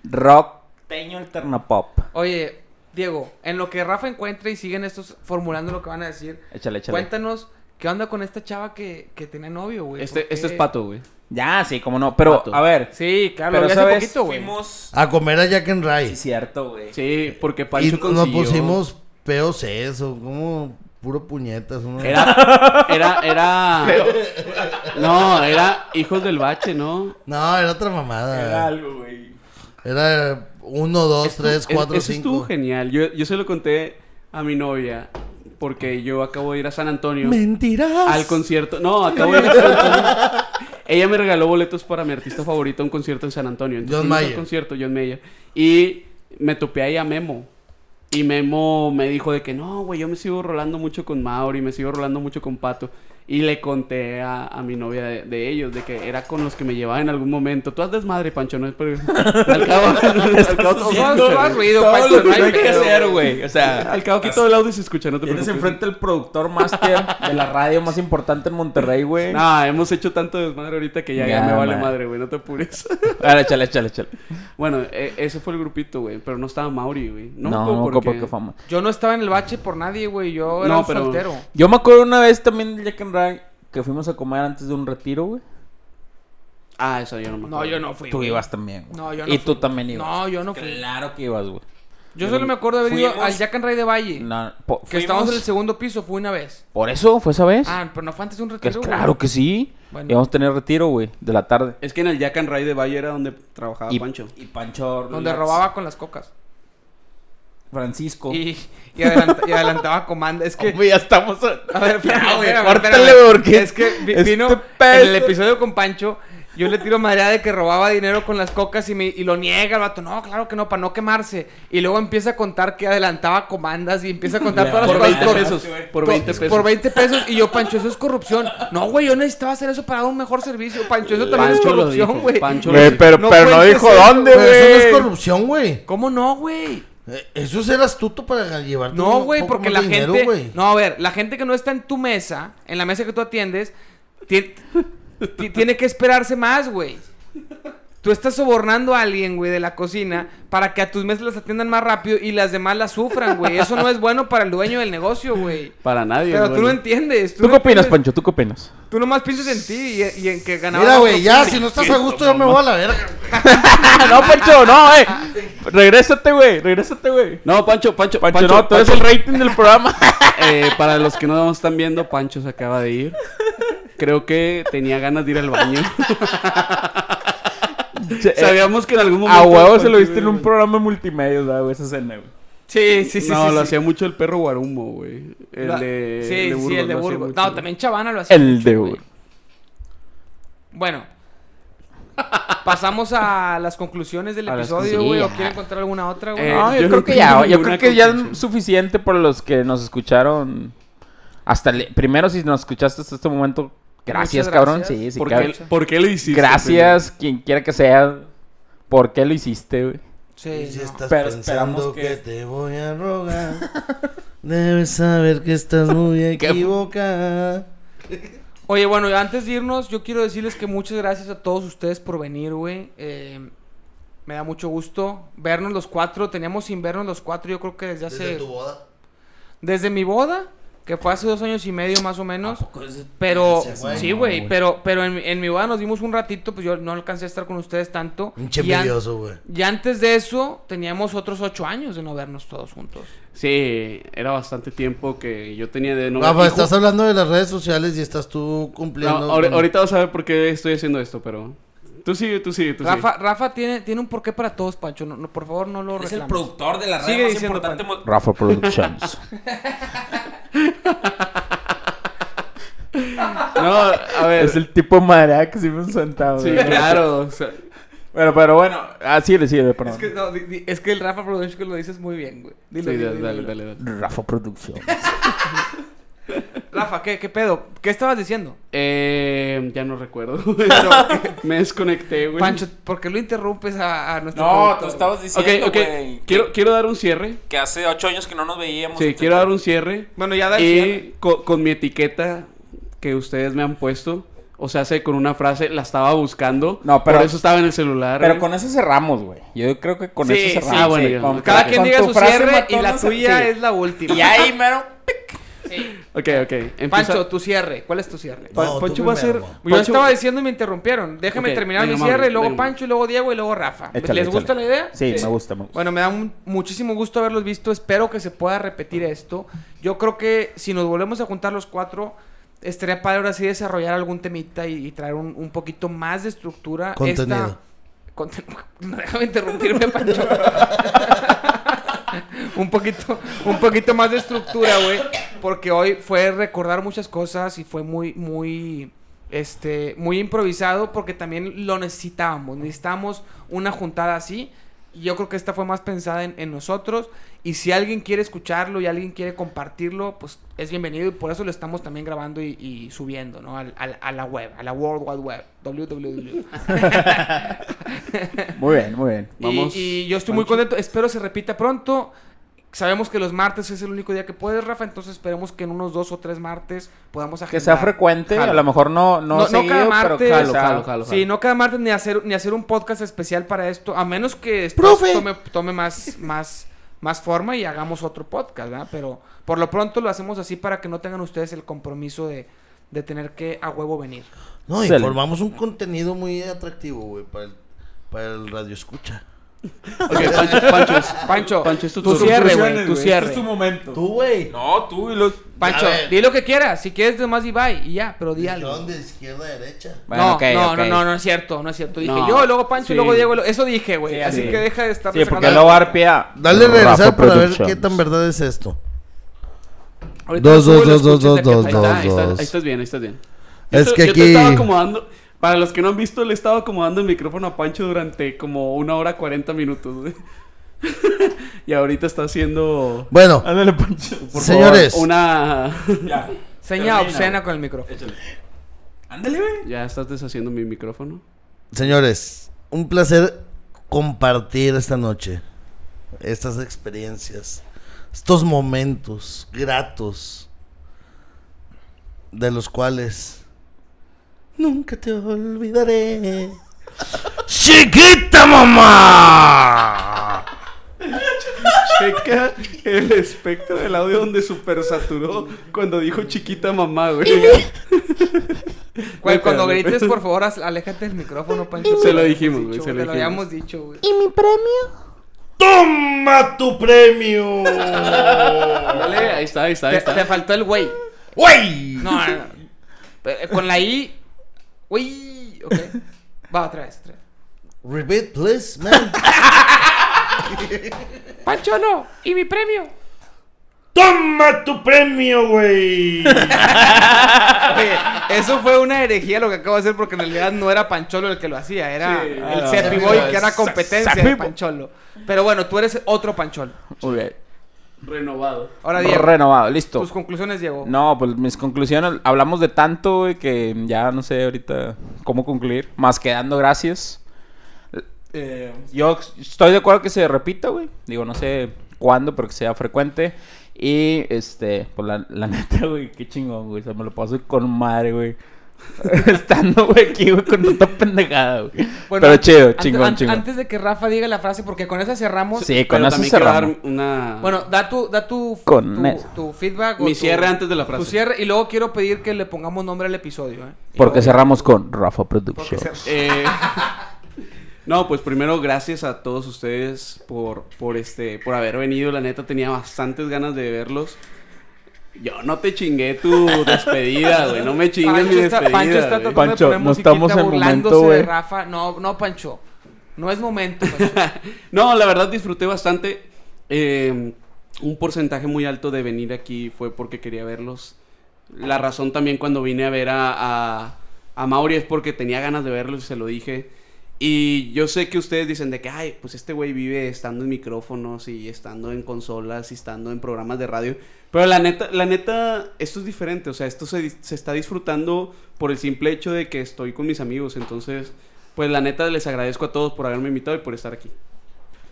Speaker 3: Rock. Teño alternapop.
Speaker 1: Oye, Diego, en lo que Rafa encuentra y siguen estos formulando lo que van a decir,
Speaker 3: Échale, échale.
Speaker 1: cuéntanos qué onda con esta chava que, que tenía novio, güey. ¿Por
Speaker 2: Este,
Speaker 1: qué?
Speaker 2: este es pato, güey.
Speaker 3: Ya, sí, como no. Pero,
Speaker 2: Pato.
Speaker 3: a ver.
Speaker 1: Sí, claro,
Speaker 3: Pero,
Speaker 1: lo vi hace
Speaker 3: ¿sabes?
Speaker 1: poquito, güey.
Speaker 8: Fuimos.
Speaker 5: A comer a Jack and Rye.
Speaker 3: Sí, cierto, güey.
Speaker 2: Sí, porque
Speaker 5: y
Speaker 2: Pancho consiguió.
Speaker 5: nos pusimos peos eso, como puro puñetas. uno-
Speaker 2: Era, era, era. No, era Hijos del Bache, ¿no?
Speaker 5: No, era otra mamada.
Speaker 8: Era
Speaker 5: Era,
Speaker 8: algo, güey.
Speaker 5: 1, 2, 3, 4,
Speaker 2: Eso estuvo
Speaker 5: 5.
Speaker 2: genial. Yo, yo se lo conté a mi novia porque yo acabo de ir a San Antonio.
Speaker 5: Mentiras.
Speaker 2: Al concierto. No, acabo de ir a San Antonio. Ella me regaló boletos para mi artista favorito a un concierto en San Antonio. Entonces,
Speaker 5: John
Speaker 2: fuimos al
Speaker 5: Mayer.
Speaker 2: concierto, John Mayer. Y me topé ahí a Memo. Y Memo me dijo de que no, güey, yo me sigo rolando mucho con Mauri, me sigo rolando mucho con Pato. Y le conté a, a mi novia de, de ellos, de que era con los que me llevaba en algún momento. Tú haz desmadre, Pancho, no es por... Al cabo, al cabo todo se
Speaker 1: No,
Speaker 2: escucha,
Speaker 1: no has
Speaker 2: güey.
Speaker 1: ruido,
Speaker 8: Todo
Speaker 1: Pancho,
Speaker 8: lo que
Speaker 1: no hay
Speaker 8: hay que
Speaker 1: pedo.
Speaker 8: hacer, güey. O sea,
Speaker 2: Al cabo aquí todo el audio se escucha, no te
Speaker 8: tienes
Speaker 2: preocupes.
Speaker 8: enfrente el productor master de la radio más importante en Monterrey, güey.
Speaker 2: Nah, hemos hecho tanto desmadre ahorita que ya, ya
Speaker 3: Ya,
Speaker 2: me vale
Speaker 3: man.
Speaker 2: madre, güey, no te apures.
Speaker 3: Ahora, échale, échale, échale.
Speaker 2: Bueno, e- ese fue el grupito, güey. Pero no estaba Mauri, güey. No,
Speaker 3: No, no,
Speaker 2: me acuerdo
Speaker 3: me
Speaker 2: por
Speaker 3: acuerdo
Speaker 2: qué.
Speaker 3: por qué fama.
Speaker 1: Yo no estaba en el bache por nadie, güey. Yo era
Speaker 2: No,
Speaker 1: un
Speaker 2: pero-
Speaker 1: soltero.
Speaker 3: Yo me acuerdo una vez también del Jack and Ryan que fuimos a comer antes de un retiro, güey.
Speaker 2: Ah, eso yo no me
Speaker 1: No,
Speaker 2: acuerdo.
Speaker 1: yo no fui.
Speaker 3: Tú
Speaker 1: güey.
Speaker 3: ibas también, güey.
Speaker 1: No, yo no
Speaker 3: Y
Speaker 1: fui.
Speaker 3: tú también ibas.
Speaker 1: No, yo no fui.
Speaker 3: Claro que ibas, güey.
Speaker 1: Yo solo me acuerdo de haber ido
Speaker 8: Fuimos-
Speaker 1: al Jack and Ray de Valle.
Speaker 3: No, po-
Speaker 1: Que estábamos en
Speaker 3: fuimos-
Speaker 1: el segundo piso, fue una vez.
Speaker 3: Por eso, fue esa vez.
Speaker 1: Ah, pero no fue antes de un
Speaker 3: Que-
Speaker 1: retiro, güey.
Speaker 3: claro que sí.
Speaker 1: Bueno.
Speaker 3: Íbamos a tener retiro, güey, de la tarde.
Speaker 2: Es que en el Jack and Ray de Valle era donde trabajaba
Speaker 3: Y-
Speaker 2: Pancho.
Speaker 8: Y Pancho.
Speaker 1: Donde
Speaker 8: Relax.
Speaker 1: robaba con las cocas.
Speaker 8: Francisco.
Speaker 1: Y, y, adelanta- y adelantaba comando. Es que.
Speaker 3: ya estamos.
Speaker 1: A ver, espérame,
Speaker 3: güey,
Speaker 1: espérame,
Speaker 3: córtale,
Speaker 1: espérame.
Speaker 3: porque
Speaker 1: Es que vi-
Speaker 3: este
Speaker 1: vino
Speaker 3: pedo-
Speaker 1: en el episodio con Pancho. Yo le tiro madreada de que robaba dinero con las cocas y, me, y lo niega el vato. No, claro que no, para no quemarse. Y luego empieza a contar que adelantaba comandas y empieza a contar todas las
Speaker 2: Por
Speaker 1: cosas.
Speaker 2: 20
Speaker 1: con-
Speaker 2: pesos. Por
Speaker 1: to-
Speaker 2: 20 pesos.
Speaker 1: Por 20 pesos. Y yo, Pancho, eso es corrupción. No, güey, yo necesitaba hacer eso para dar un mejor servicio. Pancho, eso también
Speaker 2: Pancho
Speaker 1: es
Speaker 2: lo
Speaker 1: corrupción,
Speaker 2: dijo,
Speaker 1: güey.
Speaker 2: Pancho lo dijo.
Speaker 1: No cuentes eso.
Speaker 5: Pero eso no es corrupción, güey.
Speaker 1: ¿Cómo no, güey?
Speaker 5: Eh, Eso es ser astuto para llevarte
Speaker 1: No,
Speaker 5: un
Speaker 1: güey,
Speaker 5: poco
Speaker 1: porque
Speaker 5: más
Speaker 1: la
Speaker 5: de dinero,
Speaker 1: gente.
Speaker 5: güey.
Speaker 1: No, a ver, la gente que no está en tu mesa, en la mesa que tú atiendes, ti- ti- tiene que esperarse más, güey. Tú estás sobornando a alguien, güey, de la cocina para que a tus mesas las atiendan más rápido y las demás las sufran, güey. Eso no es bueno para el dueño del negocio, güey.
Speaker 2: Para nadie,
Speaker 1: Pero
Speaker 2: güey.
Speaker 1: tú no entiendes.
Speaker 3: ¿Tú qué
Speaker 1: no
Speaker 3: opinas,
Speaker 1: entiendes.
Speaker 3: Pancho? ¿Tú qué opinas?
Speaker 1: Tú nomás piensas en ti y, y en que ganaba.
Speaker 5: Mira,
Speaker 1: la
Speaker 5: güey, ya,
Speaker 1: cocina.
Speaker 5: si no estás a gusto, yo me voy a la verga.
Speaker 3: no, Pancho, no, eh. Regrésate, güey. Regrésate, güey.
Speaker 2: No, Pancho, Pancho,
Speaker 3: Pancho,
Speaker 2: Pancho,
Speaker 3: no, tú eres el
Speaker 2: Pancho.
Speaker 3: rating del programa.
Speaker 2: Eh, para los que no nos están viendo, Pancho se acaba de ir. Creo que tenía ganas de ir al baño. Sabíamos que en algún momento.
Speaker 3: A huevo se
Speaker 2: Pancho
Speaker 3: lo viste en
Speaker 2: iba
Speaker 3: un
Speaker 2: al
Speaker 3: programa multimedia, ¿verdad, güey? Esa escena, güey.
Speaker 1: Sí, sí, sí.
Speaker 2: baño. No,
Speaker 1: sí,
Speaker 2: lo
Speaker 1: sí.
Speaker 2: hacía mucho el perro Guarumo, güey. El
Speaker 1: La-
Speaker 2: de.
Speaker 1: Sí, sí, sí, el de
Speaker 2: lo hacía
Speaker 1: Burgos.
Speaker 2: mucho,
Speaker 1: No,
Speaker 2: güey.
Speaker 1: también Chavana lo hacía.
Speaker 3: El
Speaker 1: mucho,
Speaker 3: de,
Speaker 1: güey.
Speaker 3: güey.
Speaker 1: Bueno. Pasamos a las conclusiones del
Speaker 3: A las
Speaker 1: episodio, güey. ¿O
Speaker 3: conclusiones.
Speaker 1: quieren encontrar alguna otra, güey?
Speaker 2: Eh,
Speaker 3: No, yo,
Speaker 2: yo no
Speaker 3: creo que
Speaker 2: tengo
Speaker 3: ya, yo
Speaker 2: ninguna
Speaker 3: creo que ya
Speaker 2: conclusión.
Speaker 3: es suficiente para los que nos escucharon. Hasta el- primero, si nos escuchaste hasta este momento, gracias,
Speaker 1: Muchas gracias.
Speaker 3: cabrón. Sí, sí,
Speaker 2: ¿Por
Speaker 3: cabrón.
Speaker 2: qué, ¿Por qué lo hiciste?
Speaker 3: Gracias, quien quiera que sea. ¿Por qué lo hiciste, güey?
Speaker 1: sí,
Speaker 5: Si
Speaker 1: no.
Speaker 5: estás
Speaker 8: pero
Speaker 5: pensando
Speaker 8: esperamos
Speaker 5: que...
Speaker 8: que-
Speaker 5: te voy a rogar, debes saber que estás muy equivocada.
Speaker 1: Oye, bueno, antes de irnos, yo quiero decirles que muchas gracias a todos ustedes por venir, güey. Eh, me da mucho gusto vernos los cuatro. Teníamos sin vernos los cuatro, yo creo que desde hace. Desde,
Speaker 5: boda.
Speaker 1: mi boda, que fue hace dos años y medio más o menos. Pero,
Speaker 5: güey?
Speaker 1: sí, güey, pero, pero en, en mi boda nos dimos un ratito, pues yo no alcancé a estar con ustedes tanto.
Speaker 5: Pinche
Speaker 1: Y an-
Speaker 5: envidioso, güey.
Speaker 1: Y antes de eso, teníamos otros ocho años de no vernos todos juntos.
Speaker 2: Sí, era bastante tiempo que yo tenía de no.
Speaker 5: Rafa,
Speaker 2: y ju-
Speaker 5: Ah, pues, estás hablando de las redes sociales y estás tú
Speaker 2: No,
Speaker 5: cumpliendo.
Speaker 2: ahor-
Speaker 5: con-
Speaker 2: ahorita vas a ver por qué estoy haciendo esto, pero. Tú sigue, tú sigue, tú sigue.
Speaker 1: Rafa, Rafa tiene, tiene un porqué para todos, Pancho. No, no, por favor, no lo
Speaker 8: Es el
Speaker 1: reclames.
Speaker 8: productor de la radio
Speaker 1: Sigue
Speaker 8: más
Speaker 1: diciendo,
Speaker 8: importante. mo-
Speaker 3: Rafa Productions.
Speaker 2: No, a ver.
Speaker 3: es el tipo de madera que sí me han sentado.
Speaker 2: Sí,
Speaker 3: güey.
Speaker 2: claro. o sea,
Speaker 3: Bueno, pero bueno, así le sirve, perdón.
Speaker 1: Es que, no, di- di- es que el Rafa Productions lo dices muy bien, güey. Dilo,
Speaker 2: Sí,
Speaker 1: dilo,
Speaker 2: dale,
Speaker 1: dilo,
Speaker 2: dale,
Speaker 1: dilo.
Speaker 2: dale, dale.
Speaker 3: Rafa Producción.
Speaker 1: Rafa, ¿qué, ¿qué pedo? ¿Qué estabas diciendo?
Speaker 2: Eh, ya no recuerdo. pero me desconecté, güey.
Speaker 1: Pancho, ¿por qué lo interrumpes a, a nuestro
Speaker 4: No,
Speaker 1: productor,
Speaker 4: tú
Speaker 1: güey?
Speaker 4: estabas
Speaker 2: Ok,
Speaker 4: diciendo,
Speaker 2: ok.
Speaker 4: güey,
Speaker 2: Quiero, quiero dar un cierre.
Speaker 4: que hace ocho años que no nos veíamos.
Speaker 2: Sí,
Speaker 4: etcétera.
Speaker 2: quiero dar un cierre.
Speaker 1: Bueno, ya da el cierre.
Speaker 2: Y co- con, mi etiqueta que ustedes me han puesto, o sea, sé, con una frase, la estaba buscando.
Speaker 3: No, pero-
Speaker 2: por eso estaba en el celular.
Speaker 3: Pero
Speaker 2: güey.
Speaker 3: con eso cerramos, güey. Yo creo que con
Speaker 1: Sí,
Speaker 3: eso
Speaker 1: sí,
Speaker 3: cerramos.
Speaker 2: ah, bueno, ya.
Speaker 3: con-
Speaker 1: Cada
Speaker 3: con-
Speaker 1: quien
Speaker 3: con
Speaker 1: diga
Speaker 3: tu
Speaker 1: su
Speaker 3: frase
Speaker 1: cierre y
Speaker 3: matona,
Speaker 1: la
Speaker 3: sí.
Speaker 1: tuya es la última.
Speaker 4: Y ahí, mero.
Speaker 2: Ok, ok. Empieza-
Speaker 1: Pancho, tu cierre. ¿Cuál es tu cierre?
Speaker 2: Pa-
Speaker 5: No, tú
Speaker 2: Pancho va a ser.
Speaker 5: primero, amor.
Speaker 1: Pues Yo
Speaker 2: Pancho-
Speaker 1: estaba diciendo y me interrumpieron. Déjame
Speaker 2: Ok,
Speaker 1: terminar
Speaker 2: venga,
Speaker 1: mi
Speaker 2: Mauro,
Speaker 1: cierre, y luego
Speaker 2: venga, Mauro.
Speaker 1: Pancho, y luego Diego, y luego Rafa.
Speaker 3: Échale,
Speaker 1: ¿Les gusta
Speaker 3: échale.
Speaker 1: la idea?
Speaker 3: Sí, me gusta, me gusta.
Speaker 1: Bueno, me da un- muchísimo gusto haberlos visto. Espero que se pueda repetir esto. Yo creo que si nos volvemos a juntar los cuatro, estaría padre ahora sí desarrollar algún temita y, y traer un, un poquito más de estructura.
Speaker 5: Contenido.
Speaker 1: Conte- No, déjame interrumpirme, Pancho. un poquito, un poquito más de estructura, güey. Porque hoy fue recordar muchas cosas y fue muy, muy, este, muy improvisado porque también lo necesitábamos. Necesitábamos una juntada así. Y Yo creo que esta fue más pensada en, en nosotros. Y si alguien quiere escucharlo y alguien quiere compartirlo, pues es bienvenido. Y por eso lo estamos también grabando y, y subiendo, ¿no? Al- al- a la web, a la World Wide Web. www.
Speaker 3: Muy bien, muy bien.
Speaker 1: Y-
Speaker 2: Vamos,
Speaker 1: Y, yo estoy muy
Speaker 2: Pancho.
Speaker 1: contento. Espero se repita pronto. Sabemos que los martes es el único día que puedes, Rafa. Entonces esperemos que en unos dos o tres martes podamos agendar.
Speaker 3: Que sea frecuente,
Speaker 1: Jalo.
Speaker 3: a lo mejor no, no,
Speaker 1: No, no
Speaker 3: seguido,
Speaker 1: cada
Speaker 3: pero
Speaker 1: martes.
Speaker 3: que
Speaker 1: Jalo,
Speaker 3: sea-
Speaker 2: jalo, jalo.
Speaker 1: Sí, no cada martes ni hacer, ni hacer un podcast especial para esto. A menos que después
Speaker 5: ¡Profe!
Speaker 1: tome, tome más, más, más forma y hagamos otro podcast, ¿verdad? Pero por lo pronto lo hacemos así para que no tengan ustedes el compromiso de, de tener que a huevo venir.
Speaker 5: No, y
Speaker 3: Excelente.
Speaker 5: formamos un contenido muy atractivo, güey, para el, para el radio escucha.
Speaker 2: Ok, Pancho, Pancho, es-
Speaker 1: Pancho,
Speaker 2: Pancho, es tu
Speaker 1: tu,
Speaker 2: turno.
Speaker 1: cierre, güey.
Speaker 8: Conclusiones,
Speaker 1: Tu
Speaker 8: güey.
Speaker 1: cierre.
Speaker 8: Este es tu momento.
Speaker 5: Tú, güey.
Speaker 4: No, tú y los.
Speaker 1: Pancho,
Speaker 5: A ver.
Speaker 1: di lo que quieras. Si quieres, nomás di bye y ya, pero di algo.
Speaker 5: Dijeron de izquierda a derecha.
Speaker 3: Bueno,
Speaker 1: no,
Speaker 3: ok,
Speaker 1: no,
Speaker 3: ok.
Speaker 1: no, no, no es cierto, no es cierto. Dije
Speaker 2: No.
Speaker 1: yo, luego Pancho,
Speaker 2: Sí.
Speaker 1: luego Diego. luego- Eso dije, güey.
Speaker 3: Sí,
Speaker 1: así
Speaker 3: sí.
Speaker 1: que deja de estar
Speaker 3: Sí, porque
Speaker 1: sacando-
Speaker 3: luego arpea.
Speaker 5: Dale regresar
Speaker 3: Rafa
Speaker 5: para ver
Speaker 3: Productions.
Speaker 5: qué tan verdad es esto.
Speaker 1: Ahorita
Speaker 5: Dos,
Speaker 1: tú lo
Speaker 5: dos, dos, dos,
Speaker 1: escuchas de
Speaker 5: dos,
Speaker 1: que
Speaker 5: dos,
Speaker 1: ahí está.
Speaker 5: dos.
Speaker 2: Ah, ahí, estás,
Speaker 5: dos.
Speaker 2: ahí estás bien, ahí estás bien.
Speaker 5: Es
Speaker 2: Yo te-
Speaker 5: que
Speaker 2: yo te estaba
Speaker 5: aquí-
Speaker 2: acomodando. Para los que no han visto, le estaba acomodando el micrófono a Pancho durante como una hora cuarenta minutos. güey. y ahorita está haciendo.
Speaker 5: Bueno,
Speaker 3: Ándale, Pancho.
Speaker 5: señores,
Speaker 2: Una.
Speaker 8: Ya.
Speaker 1: Seña
Speaker 8: Termina,
Speaker 1: obscena con el micrófono.
Speaker 8: Ándale, güey.
Speaker 2: ya estás deshaciendo mi micrófono.
Speaker 5: señores, un placer compartir esta noche. Estas experiencias, estos momentos gratos de los cuales nunca te olvidaré. ¡Chiquita mamá!
Speaker 2: Checa el espectro del audio donde super saturó cuando dijo chiquita mamá, güey.
Speaker 1: Güey,
Speaker 2: Güey,
Speaker 1: cuando
Speaker 2: pero-
Speaker 1: grites, por favor, haz- aléjate del micrófono, Pancho.
Speaker 2: Se lo
Speaker 1: habíamos
Speaker 2: dijimos, güey,
Speaker 1: dicho,
Speaker 2: se lo
Speaker 1: Te lo
Speaker 2: dijimos.
Speaker 1: habíamos dicho, güey.
Speaker 5: ¡Toma tu premio!
Speaker 2: Dale, ahí está, ahí está, ahí
Speaker 1: Te,
Speaker 2: está.
Speaker 1: te faltó el güey.
Speaker 5: ¡Güey!
Speaker 1: No, no, no. Pero, Con la I. Güey. Ok. Va, otra vez, otra vez.
Speaker 5: Repeat, please, man.
Speaker 1: Pancho, no. ¿Y mi premio?
Speaker 5: ¡Toma tu premio, güey!
Speaker 1: Oye, eso fue una herejía lo que acabo de hacer porque en realidad no era Pancholo el que lo hacía, era
Speaker 2: Sí,
Speaker 1: el
Speaker 2: claro.
Speaker 1: Cepi
Speaker 5: Cepi
Speaker 1: Boy
Speaker 5: Boy,
Speaker 1: que era
Speaker 5: sa-
Speaker 1: competencia
Speaker 3: Cepi
Speaker 1: de
Speaker 3: Boy.
Speaker 1: Pancholo. Pero bueno, tú eres otro Pancholo.
Speaker 3: Muy bien.
Speaker 2: Renovado.
Speaker 1: Ahora Diego,
Speaker 3: Renovado, listo.
Speaker 1: tus conclusiones Diego.
Speaker 3: No, pues mis conclusiones, hablamos de tanto, güey, que ya no sé ahorita cómo concluir. Más que dando gracias. Eh, yo estoy de acuerdo que se repita, güey. Digo, no sé cuándo, pero que sea frecuente. Y, este, pues la, la neta, güey, qué chingón, güey. O sea, me lo paso con madre, güey. Estando, güey, aquí, güey, con tanta pendejada, güey.
Speaker 1: Bueno,
Speaker 3: pero chido,
Speaker 1: ante-
Speaker 3: chingón,
Speaker 1: an-
Speaker 3: chingón.
Speaker 1: Antes de que Rafa diga la frase porque con esa cerramos.
Speaker 3: Sí, con
Speaker 2: Pero
Speaker 3: eso
Speaker 2: también quiero
Speaker 3: cerramos.
Speaker 2: dar una...
Speaker 1: Bueno, da tu da tu
Speaker 3: Con
Speaker 1: tu,
Speaker 3: eso.
Speaker 1: tu feedback o
Speaker 2: mi
Speaker 1: tu-
Speaker 2: cierre antes de la
Speaker 1: Tu
Speaker 2: frase.
Speaker 1: cierre y luego quiero pedir que le pongamos nombre al episodio, ¿eh? Y
Speaker 3: Porque
Speaker 1: luego-
Speaker 3: cerramos con Rafa
Speaker 1: porque
Speaker 3: Productions.
Speaker 1: cer-
Speaker 2: Eh, no, pues primero gracias a todos ustedes por, por este, por haber venido. La neta tenía bastantes ganas de verlos. Yo no te chingué tu despedida, güey. No me chingues mi
Speaker 1: Pancho está,
Speaker 2: despedida.
Speaker 1: Pancho está
Speaker 2: güey.
Speaker 1: tratando de
Speaker 3: Pancho,
Speaker 1: poner
Speaker 3: no
Speaker 1: musiquita
Speaker 3: estamos en
Speaker 1: burlándose
Speaker 3: momento,
Speaker 1: de
Speaker 3: güey.
Speaker 1: Rafa. No, no, Pancho. No es momento, Pancho.
Speaker 2: No, la verdad disfruté bastante. Eh, un porcentaje muy alto de venir aquí fue porque quería verlos. La razón también cuando vine a ver a, a, a Mauri es porque tenía ganas de verlos y se lo dije. Y yo sé que ustedes dicen de que, ay, pues este güey vive estando en micrófonos y estando en consolas y estando en programas de radio. Pero la neta, la neta, esto es diferente. O sea, esto se, dis- se está disfrutando por el simple hecho de que estoy con mis amigos. Entonces, pues la neta les agradezco a todos por haberme invitado y por estar aquí.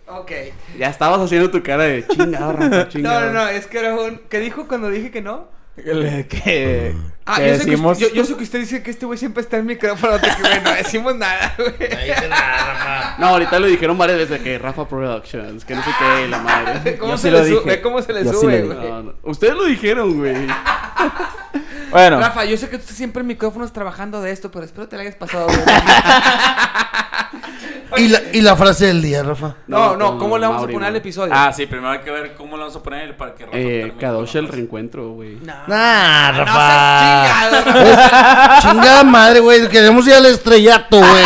Speaker 1: Ok.
Speaker 2: Ya estabas haciendo tu cara de chingado, Rafa,
Speaker 1: No,
Speaker 2: chingado.
Speaker 1: no, no, es que era un... ¿Qué dijo cuando dije que no?
Speaker 3: Que,
Speaker 1: Ah,
Speaker 3: que
Speaker 1: yo sé, que
Speaker 3: decimos-
Speaker 1: usted, yo, yo sé que usted dice que este güey siempre está en micrófono, de que bueno, decimos nada, güey.
Speaker 2: No, ahorita lo dijeron varias veces que Rafa Productions, que no sé qué, la madre.
Speaker 1: ¿Cómo
Speaker 3: Yo
Speaker 1: se
Speaker 3: sí
Speaker 1: le
Speaker 3: lo
Speaker 1: sube?
Speaker 3: dije.
Speaker 1: Ve ¿Cómo se le
Speaker 3: Yo sí
Speaker 1: sube,
Speaker 3: lo
Speaker 1: güey?
Speaker 2: No, no. Ustedes lo dijeron, güey.
Speaker 3: Bueno,
Speaker 1: Rafa, yo sé que tú estás siempre en micrófonos trabajando de esto, pero espero te la hayas pasado, güey.
Speaker 5: Y la, y la frase del día, Rafa.
Speaker 1: No, no,
Speaker 2: con
Speaker 1: ¿cómo le vamos
Speaker 2: Mauri,
Speaker 1: a poner al
Speaker 2: güey.
Speaker 1: episodio?
Speaker 4: Ah, sí, primero hay que ver cómo lo vamos a poner para que Rafa
Speaker 2: Eh,
Speaker 4: termine
Speaker 2: Kadosh
Speaker 4: con
Speaker 2: el
Speaker 4: la
Speaker 2: reencuentro, güey.
Speaker 1: No.
Speaker 5: Nah,
Speaker 1: No
Speaker 5: Rafa.
Speaker 1: seas chingado, Rafa.
Speaker 5: Chingada madre, güey. Queremos ir al estrellato, güey.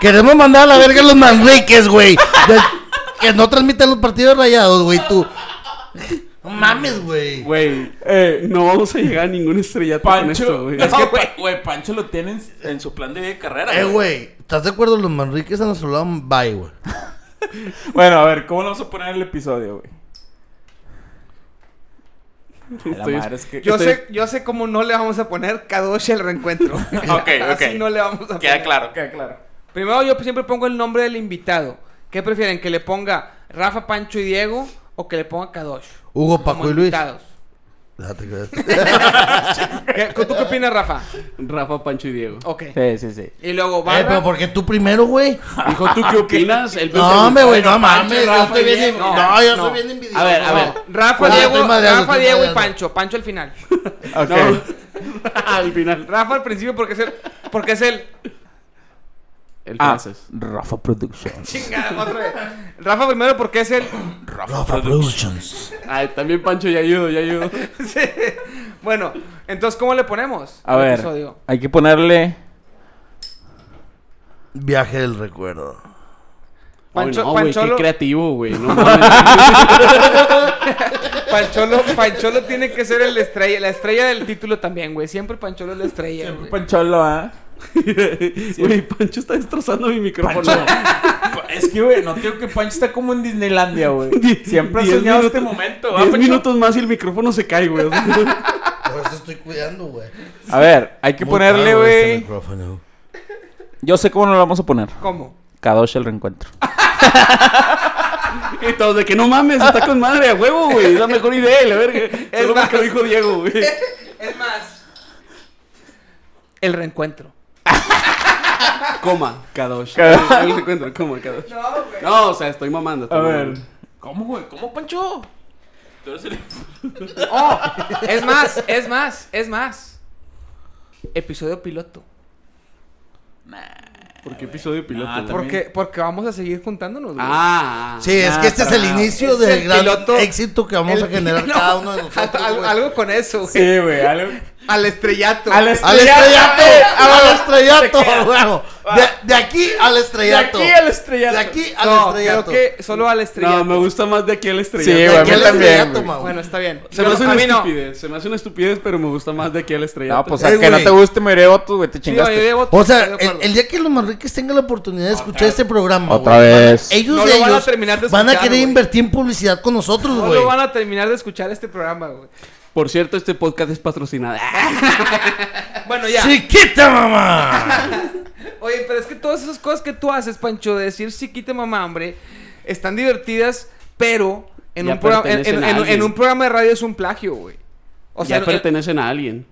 Speaker 5: Queremos mandar a la verga a los Manriques, güey. De- Que no transmiten los partidos rayados, güey, tú. No mames, güey.
Speaker 2: Güey, eh, no vamos a llegar a ningún estrellato con esto,
Speaker 8: Pancho,
Speaker 2: güey.
Speaker 8: es
Speaker 4: No,
Speaker 8: que
Speaker 4: güey.
Speaker 8: Pa- güey, Pancho lo tienen en su plan de vida y carrera.
Speaker 5: Eh, güey. ¿Estás de acuerdo? Los Manriques a nuestro lado, bye, güey.
Speaker 8: Bueno, a ver, ¿cómo lo vamos a poner en el episodio, güey? La
Speaker 2: Estoy-
Speaker 8: madre es que...
Speaker 1: Yo
Speaker 2: Estoy-
Speaker 1: sé, yo sé cómo no le vamos a poner Kadosh el reencuentro.
Speaker 4: ok.
Speaker 1: Así no le vamos a
Speaker 4: mano. Queda
Speaker 1: poner.
Speaker 4: claro.
Speaker 8: Ok, claro.
Speaker 1: Primero yo siempre pongo el nombre del invitado. ¿Qué prefieren? ¿Que le ponga Rafa, Pancho y Diego o que le ponga Kadosh?
Speaker 5: Hugo,
Speaker 1: Como
Speaker 5: Paco y Luis.
Speaker 1: invitados.
Speaker 5: Ah, te creas.
Speaker 1: ¿Qué- ¿Tú qué opinas, Rafa?
Speaker 2: Rafa, Pancho y Diego.
Speaker 1: Ok.
Speaker 3: sí, sí, sí.
Speaker 1: Y luego
Speaker 5: Eh,
Speaker 1: barra.
Speaker 5: pero ¿por qué tú primero, güey?
Speaker 2: Dijo, ¿tú qué opinas? Él me
Speaker 5: No, hombre,
Speaker 2: preguntó.
Speaker 5: güey, no mames. Yo
Speaker 8: Rafa
Speaker 5: estoy
Speaker 8: y
Speaker 5: bien,
Speaker 8: Diego.
Speaker 5: no,
Speaker 1: No,
Speaker 5: yo
Speaker 1: no.
Speaker 5: soy bien envidioso.
Speaker 2: A ver, a
Speaker 5: No.
Speaker 2: ver.
Speaker 1: Rafa,
Speaker 5: Bueno,
Speaker 1: Diego,
Speaker 5: estoy madreando,
Speaker 1: Rafa,
Speaker 5: estoy
Speaker 1: Diego y
Speaker 5: madreando.
Speaker 1: Pancho. Pancho al final.
Speaker 2: Ok. Al final.
Speaker 1: Rafa al principio porque es el... Porque es el...
Speaker 2: El
Speaker 3: Ah,
Speaker 2: frases.
Speaker 3: Rafa Productions.
Speaker 1: Chingada, otra vez. Rafa primero porque es el...
Speaker 5: Rafa Productions.
Speaker 2: Ay, Ah, también Pancho ya ayudo, ya ayudo.
Speaker 1: Sí. Bueno, entonces, ¿cómo le ponemos?
Speaker 3: A
Speaker 1: al
Speaker 3: ver,
Speaker 1: episodio?
Speaker 3: hay que ponerle...
Speaker 5: Viaje del recuerdo.
Speaker 1: Pancho-
Speaker 2: Ay, no, güey, qué
Speaker 1: Pancholo-
Speaker 2: creativo, güey. No mames.
Speaker 1: Pancholo, Pancholo tiene que ser el estrella, la estrella del título también, güey. Siempre Pancholo es la estrella. güey.
Speaker 8: Pancholo, ¿ah?
Speaker 2: Güey, Pancho está destrozando mi micrófono.
Speaker 8: Es que, güey, no digo que Pancho está como en Disneylandia, güey.
Speaker 2: Die-
Speaker 8: Siempre ha
Speaker 2: diez
Speaker 8: soñado
Speaker 2: minutos-
Speaker 8: este momento, ¿va,
Speaker 2: Diez
Speaker 8: Pancho?
Speaker 2: minutos más y el micrófono se cae, güey.
Speaker 5: Por eso estoy cuidando, güey.
Speaker 3: A ver, hay que
Speaker 5: Muy
Speaker 3: ponerle,
Speaker 5: caro este
Speaker 3: güey...
Speaker 5: micrófono.
Speaker 3: Yo sé cómo lo vamos a poner.
Speaker 1: ¿Cómo?
Speaker 3: Kadosh el reencuentro.
Speaker 2: y todos de que no mames, está con madre a huevo, güey. Es la mejor idea, la verga. Es lo que dijo Diego, güey.
Speaker 1: Es más. El reencuentro.
Speaker 2: Coma, Kadosh. Ahí lo encuentro, coma, Kadosh.
Speaker 1: No, güey.
Speaker 2: No, o sea, estoy mamando. estoy
Speaker 8: A ver.
Speaker 2: mamando.
Speaker 8: ¿Cómo, güey? ¿Cómo, Pancho?
Speaker 4: Tú eres el-
Speaker 1: Oh, es más, es más, es más. Episodio piloto.
Speaker 2: ¿Por qué episodio piloto?
Speaker 4: Ah,
Speaker 2: güey?
Speaker 4: también.
Speaker 1: Porque, porque vamos a seguir juntándonos, güey.
Speaker 2: Ah, ah.
Speaker 5: Sí, es que este es el inicio
Speaker 1: Es
Speaker 5: del
Speaker 1: el
Speaker 5: gran
Speaker 1: piloto-
Speaker 5: éxito que vamos
Speaker 1: El-
Speaker 5: a generar
Speaker 1: no,
Speaker 5: cada uno de nosotros.
Speaker 1: al-
Speaker 5: güey.
Speaker 1: algo con eso, güey.
Speaker 8: Sí, güey, algo...
Speaker 1: Al estrellato.
Speaker 8: Al
Speaker 5: ¡Al
Speaker 8: estrellato.
Speaker 5: estrellato! ¡Al
Speaker 8: Se queda.
Speaker 5: estrellato! huevo! De, de aquí al
Speaker 8: De
Speaker 5: estrellato.
Speaker 8: aquí al estrellato.
Speaker 5: De aquí al
Speaker 1: no, creo
Speaker 5: estrellato.
Speaker 1: que solo al estrellato.
Speaker 2: No, me gusta más de aquí al
Speaker 3: Sí,
Speaker 2: estrellato.
Speaker 5: De
Speaker 3: güey, a
Speaker 5: aquí
Speaker 3: mí
Speaker 5: al
Speaker 3: también.
Speaker 5: estrellato,
Speaker 3: güey.
Speaker 5: ma, güey.
Speaker 1: Bueno, está bien.
Speaker 2: Se
Speaker 1: Yo
Speaker 2: me
Speaker 1: no-
Speaker 2: hace
Speaker 1: a
Speaker 2: una
Speaker 1: mí no.
Speaker 2: estupidez, se me hace una estupidez, pero me gusta más de aquí al estrellato.
Speaker 3: No, pues
Speaker 5: Eh,
Speaker 3: al que no
Speaker 5: güey.
Speaker 3: te guste me iré otro, güey, te
Speaker 1: Sí, no, yo
Speaker 3: chingaste.
Speaker 1: debo-
Speaker 5: O sea,
Speaker 1: estoy de
Speaker 5: el,
Speaker 1: acuerdo.
Speaker 5: el día que los Manriques tengan la oportunidad de escuchar este programa,
Speaker 3: Otra
Speaker 5: güey,
Speaker 3: vez.
Speaker 5: Ellos
Speaker 1: No
Speaker 5: de
Speaker 1: lo van a
Speaker 5: ellos
Speaker 1: terminar de
Speaker 5: van a
Speaker 1: escuchar,
Speaker 5: querer
Speaker 1: güey.
Speaker 5: invertir en publicidad con nosotros,
Speaker 1: No
Speaker 5: güey.
Speaker 1: lo van a terminar de escuchar este programa, güey.
Speaker 2: Por cierto, este podcast es patrocinado. Ah,
Speaker 1: Bueno, ya.
Speaker 5: ¡Chiquita, mamá!
Speaker 1: Oye, pero es que todas esas cosas que tú haces, Pancho, de decir sí, quita mamá, hombre, están divertidas, pero en,
Speaker 2: Ya
Speaker 1: un, programa, en,
Speaker 2: pertenecen
Speaker 1: en-
Speaker 2: a
Speaker 1: en- en
Speaker 2: alguien.
Speaker 1: un programa de radio es un plagio, güey. O sea,
Speaker 2: ya
Speaker 1: no-
Speaker 2: pertenecen a alguien.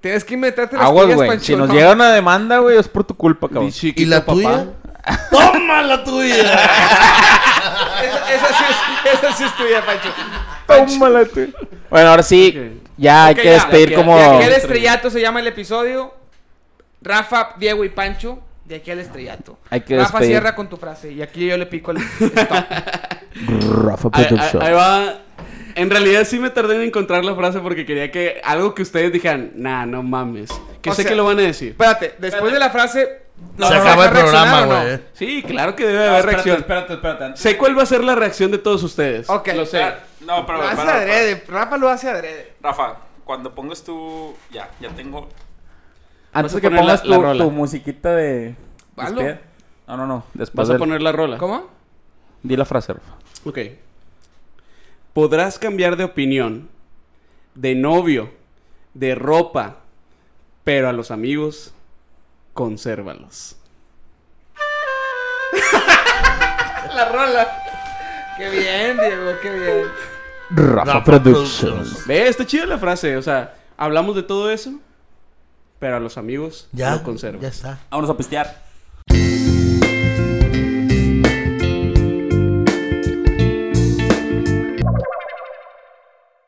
Speaker 1: tienes que meterte las
Speaker 3: Aguas,
Speaker 1: tuyas,
Speaker 3: güey.
Speaker 1: Pancho,
Speaker 3: Si nos
Speaker 1: ¿no?
Speaker 3: llega una demanda, güey, es por tu culpa, cabrón.
Speaker 2: Di chiquito,
Speaker 5: ¿Y la
Speaker 2: papá.
Speaker 5: tuya? ¡Toma la tuya!
Speaker 1: Esa, esa sí es, esa sí es tuya, Pancho.
Speaker 3: Tómala, tú. Bueno, ahora sí,
Speaker 2: Ok.
Speaker 3: ya hay
Speaker 1: Ok,
Speaker 3: que
Speaker 1: ya,
Speaker 3: despedir
Speaker 1: ya,
Speaker 3: como...
Speaker 1: De aquí al estrellato se llama el episodio. Rafa, Diego y Pancho, de aquí al estrellato.
Speaker 3: Hay que
Speaker 1: Rafa,
Speaker 3: despedir.
Speaker 1: cierra con tu frase. Y aquí yo le pico el stop.
Speaker 3: Rafa
Speaker 2: Ahí,
Speaker 3: Productions.
Speaker 2: ahí- ahí va. En realidad sí me tardé en encontrar la frase porque quería que algo que ustedes dijeran, nah, no mames. Que
Speaker 1: O
Speaker 2: sé
Speaker 1: sea-
Speaker 2: que lo van a decir.
Speaker 1: Espérate, después de la frase... no,
Speaker 5: Se
Speaker 1: no, no,
Speaker 5: acaba
Speaker 1: ¿vas
Speaker 5: el
Speaker 1: a reaccionar
Speaker 5: programa,
Speaker 1: o no?
Speaker 5: güey.
Speaker 2: Sí, claro que debe
Speaker 8: No,
Speaker 2: haber
Speaker 8: espérate,
Speaker 2: reacción.
Speaker 8: Espérate, espérate.
Speaker 2: Sé cuál va a ser la reacción de todos ustedes.
Speaker 1: Ok.
Speaker 2: Lo sé.
Speaker 1: Ah,
Speaker 4: No, pero
Speaker 1: Lo hace
Speaker 4: para,
Speaker 1: adrede, Rafa lo hace adrede.
Speaker 4: Rafa, cuando pongas tu... Ya, ya tengo...
Speaker 2: Vas a
Speaker 3: Antes que
Speaker 2: poner la-
Speaker 3: pongas
Speaker 2: la
Speaker 3: tu,
Speaker 2: rola.
Speaker 3: tu musiquita de...
Speaker 1: Hazlo.
Speaker 3: Despide. No, no, no. Después
Speaker 2: Vas a
Speaker 3: del-
Speaker 2: poner la rola.
Speaker 1: ¿Cómo?
Speaker 3: Di la frase, Rafa.
Speaker 2: Ok. Podrás cambiar de opinión, de novio, de ropa, pero a los amigos, consérvalos.
Speaker 1: La rola. Qué bien, Diego, qué bien.
Speaker 3: Rafa,
Speaker 5: Rafa
Speaker 3: Productions.
Speaker 5: Productions.
Speaker 2: Ve, está chida la frase, o sea, hablamos de todo eso, pero a los amigos
Speaker 5: Ya,
Speaker 2: lo conservo.
Speaker 5: ya está.
Speaker 3: Vámonos a pistear.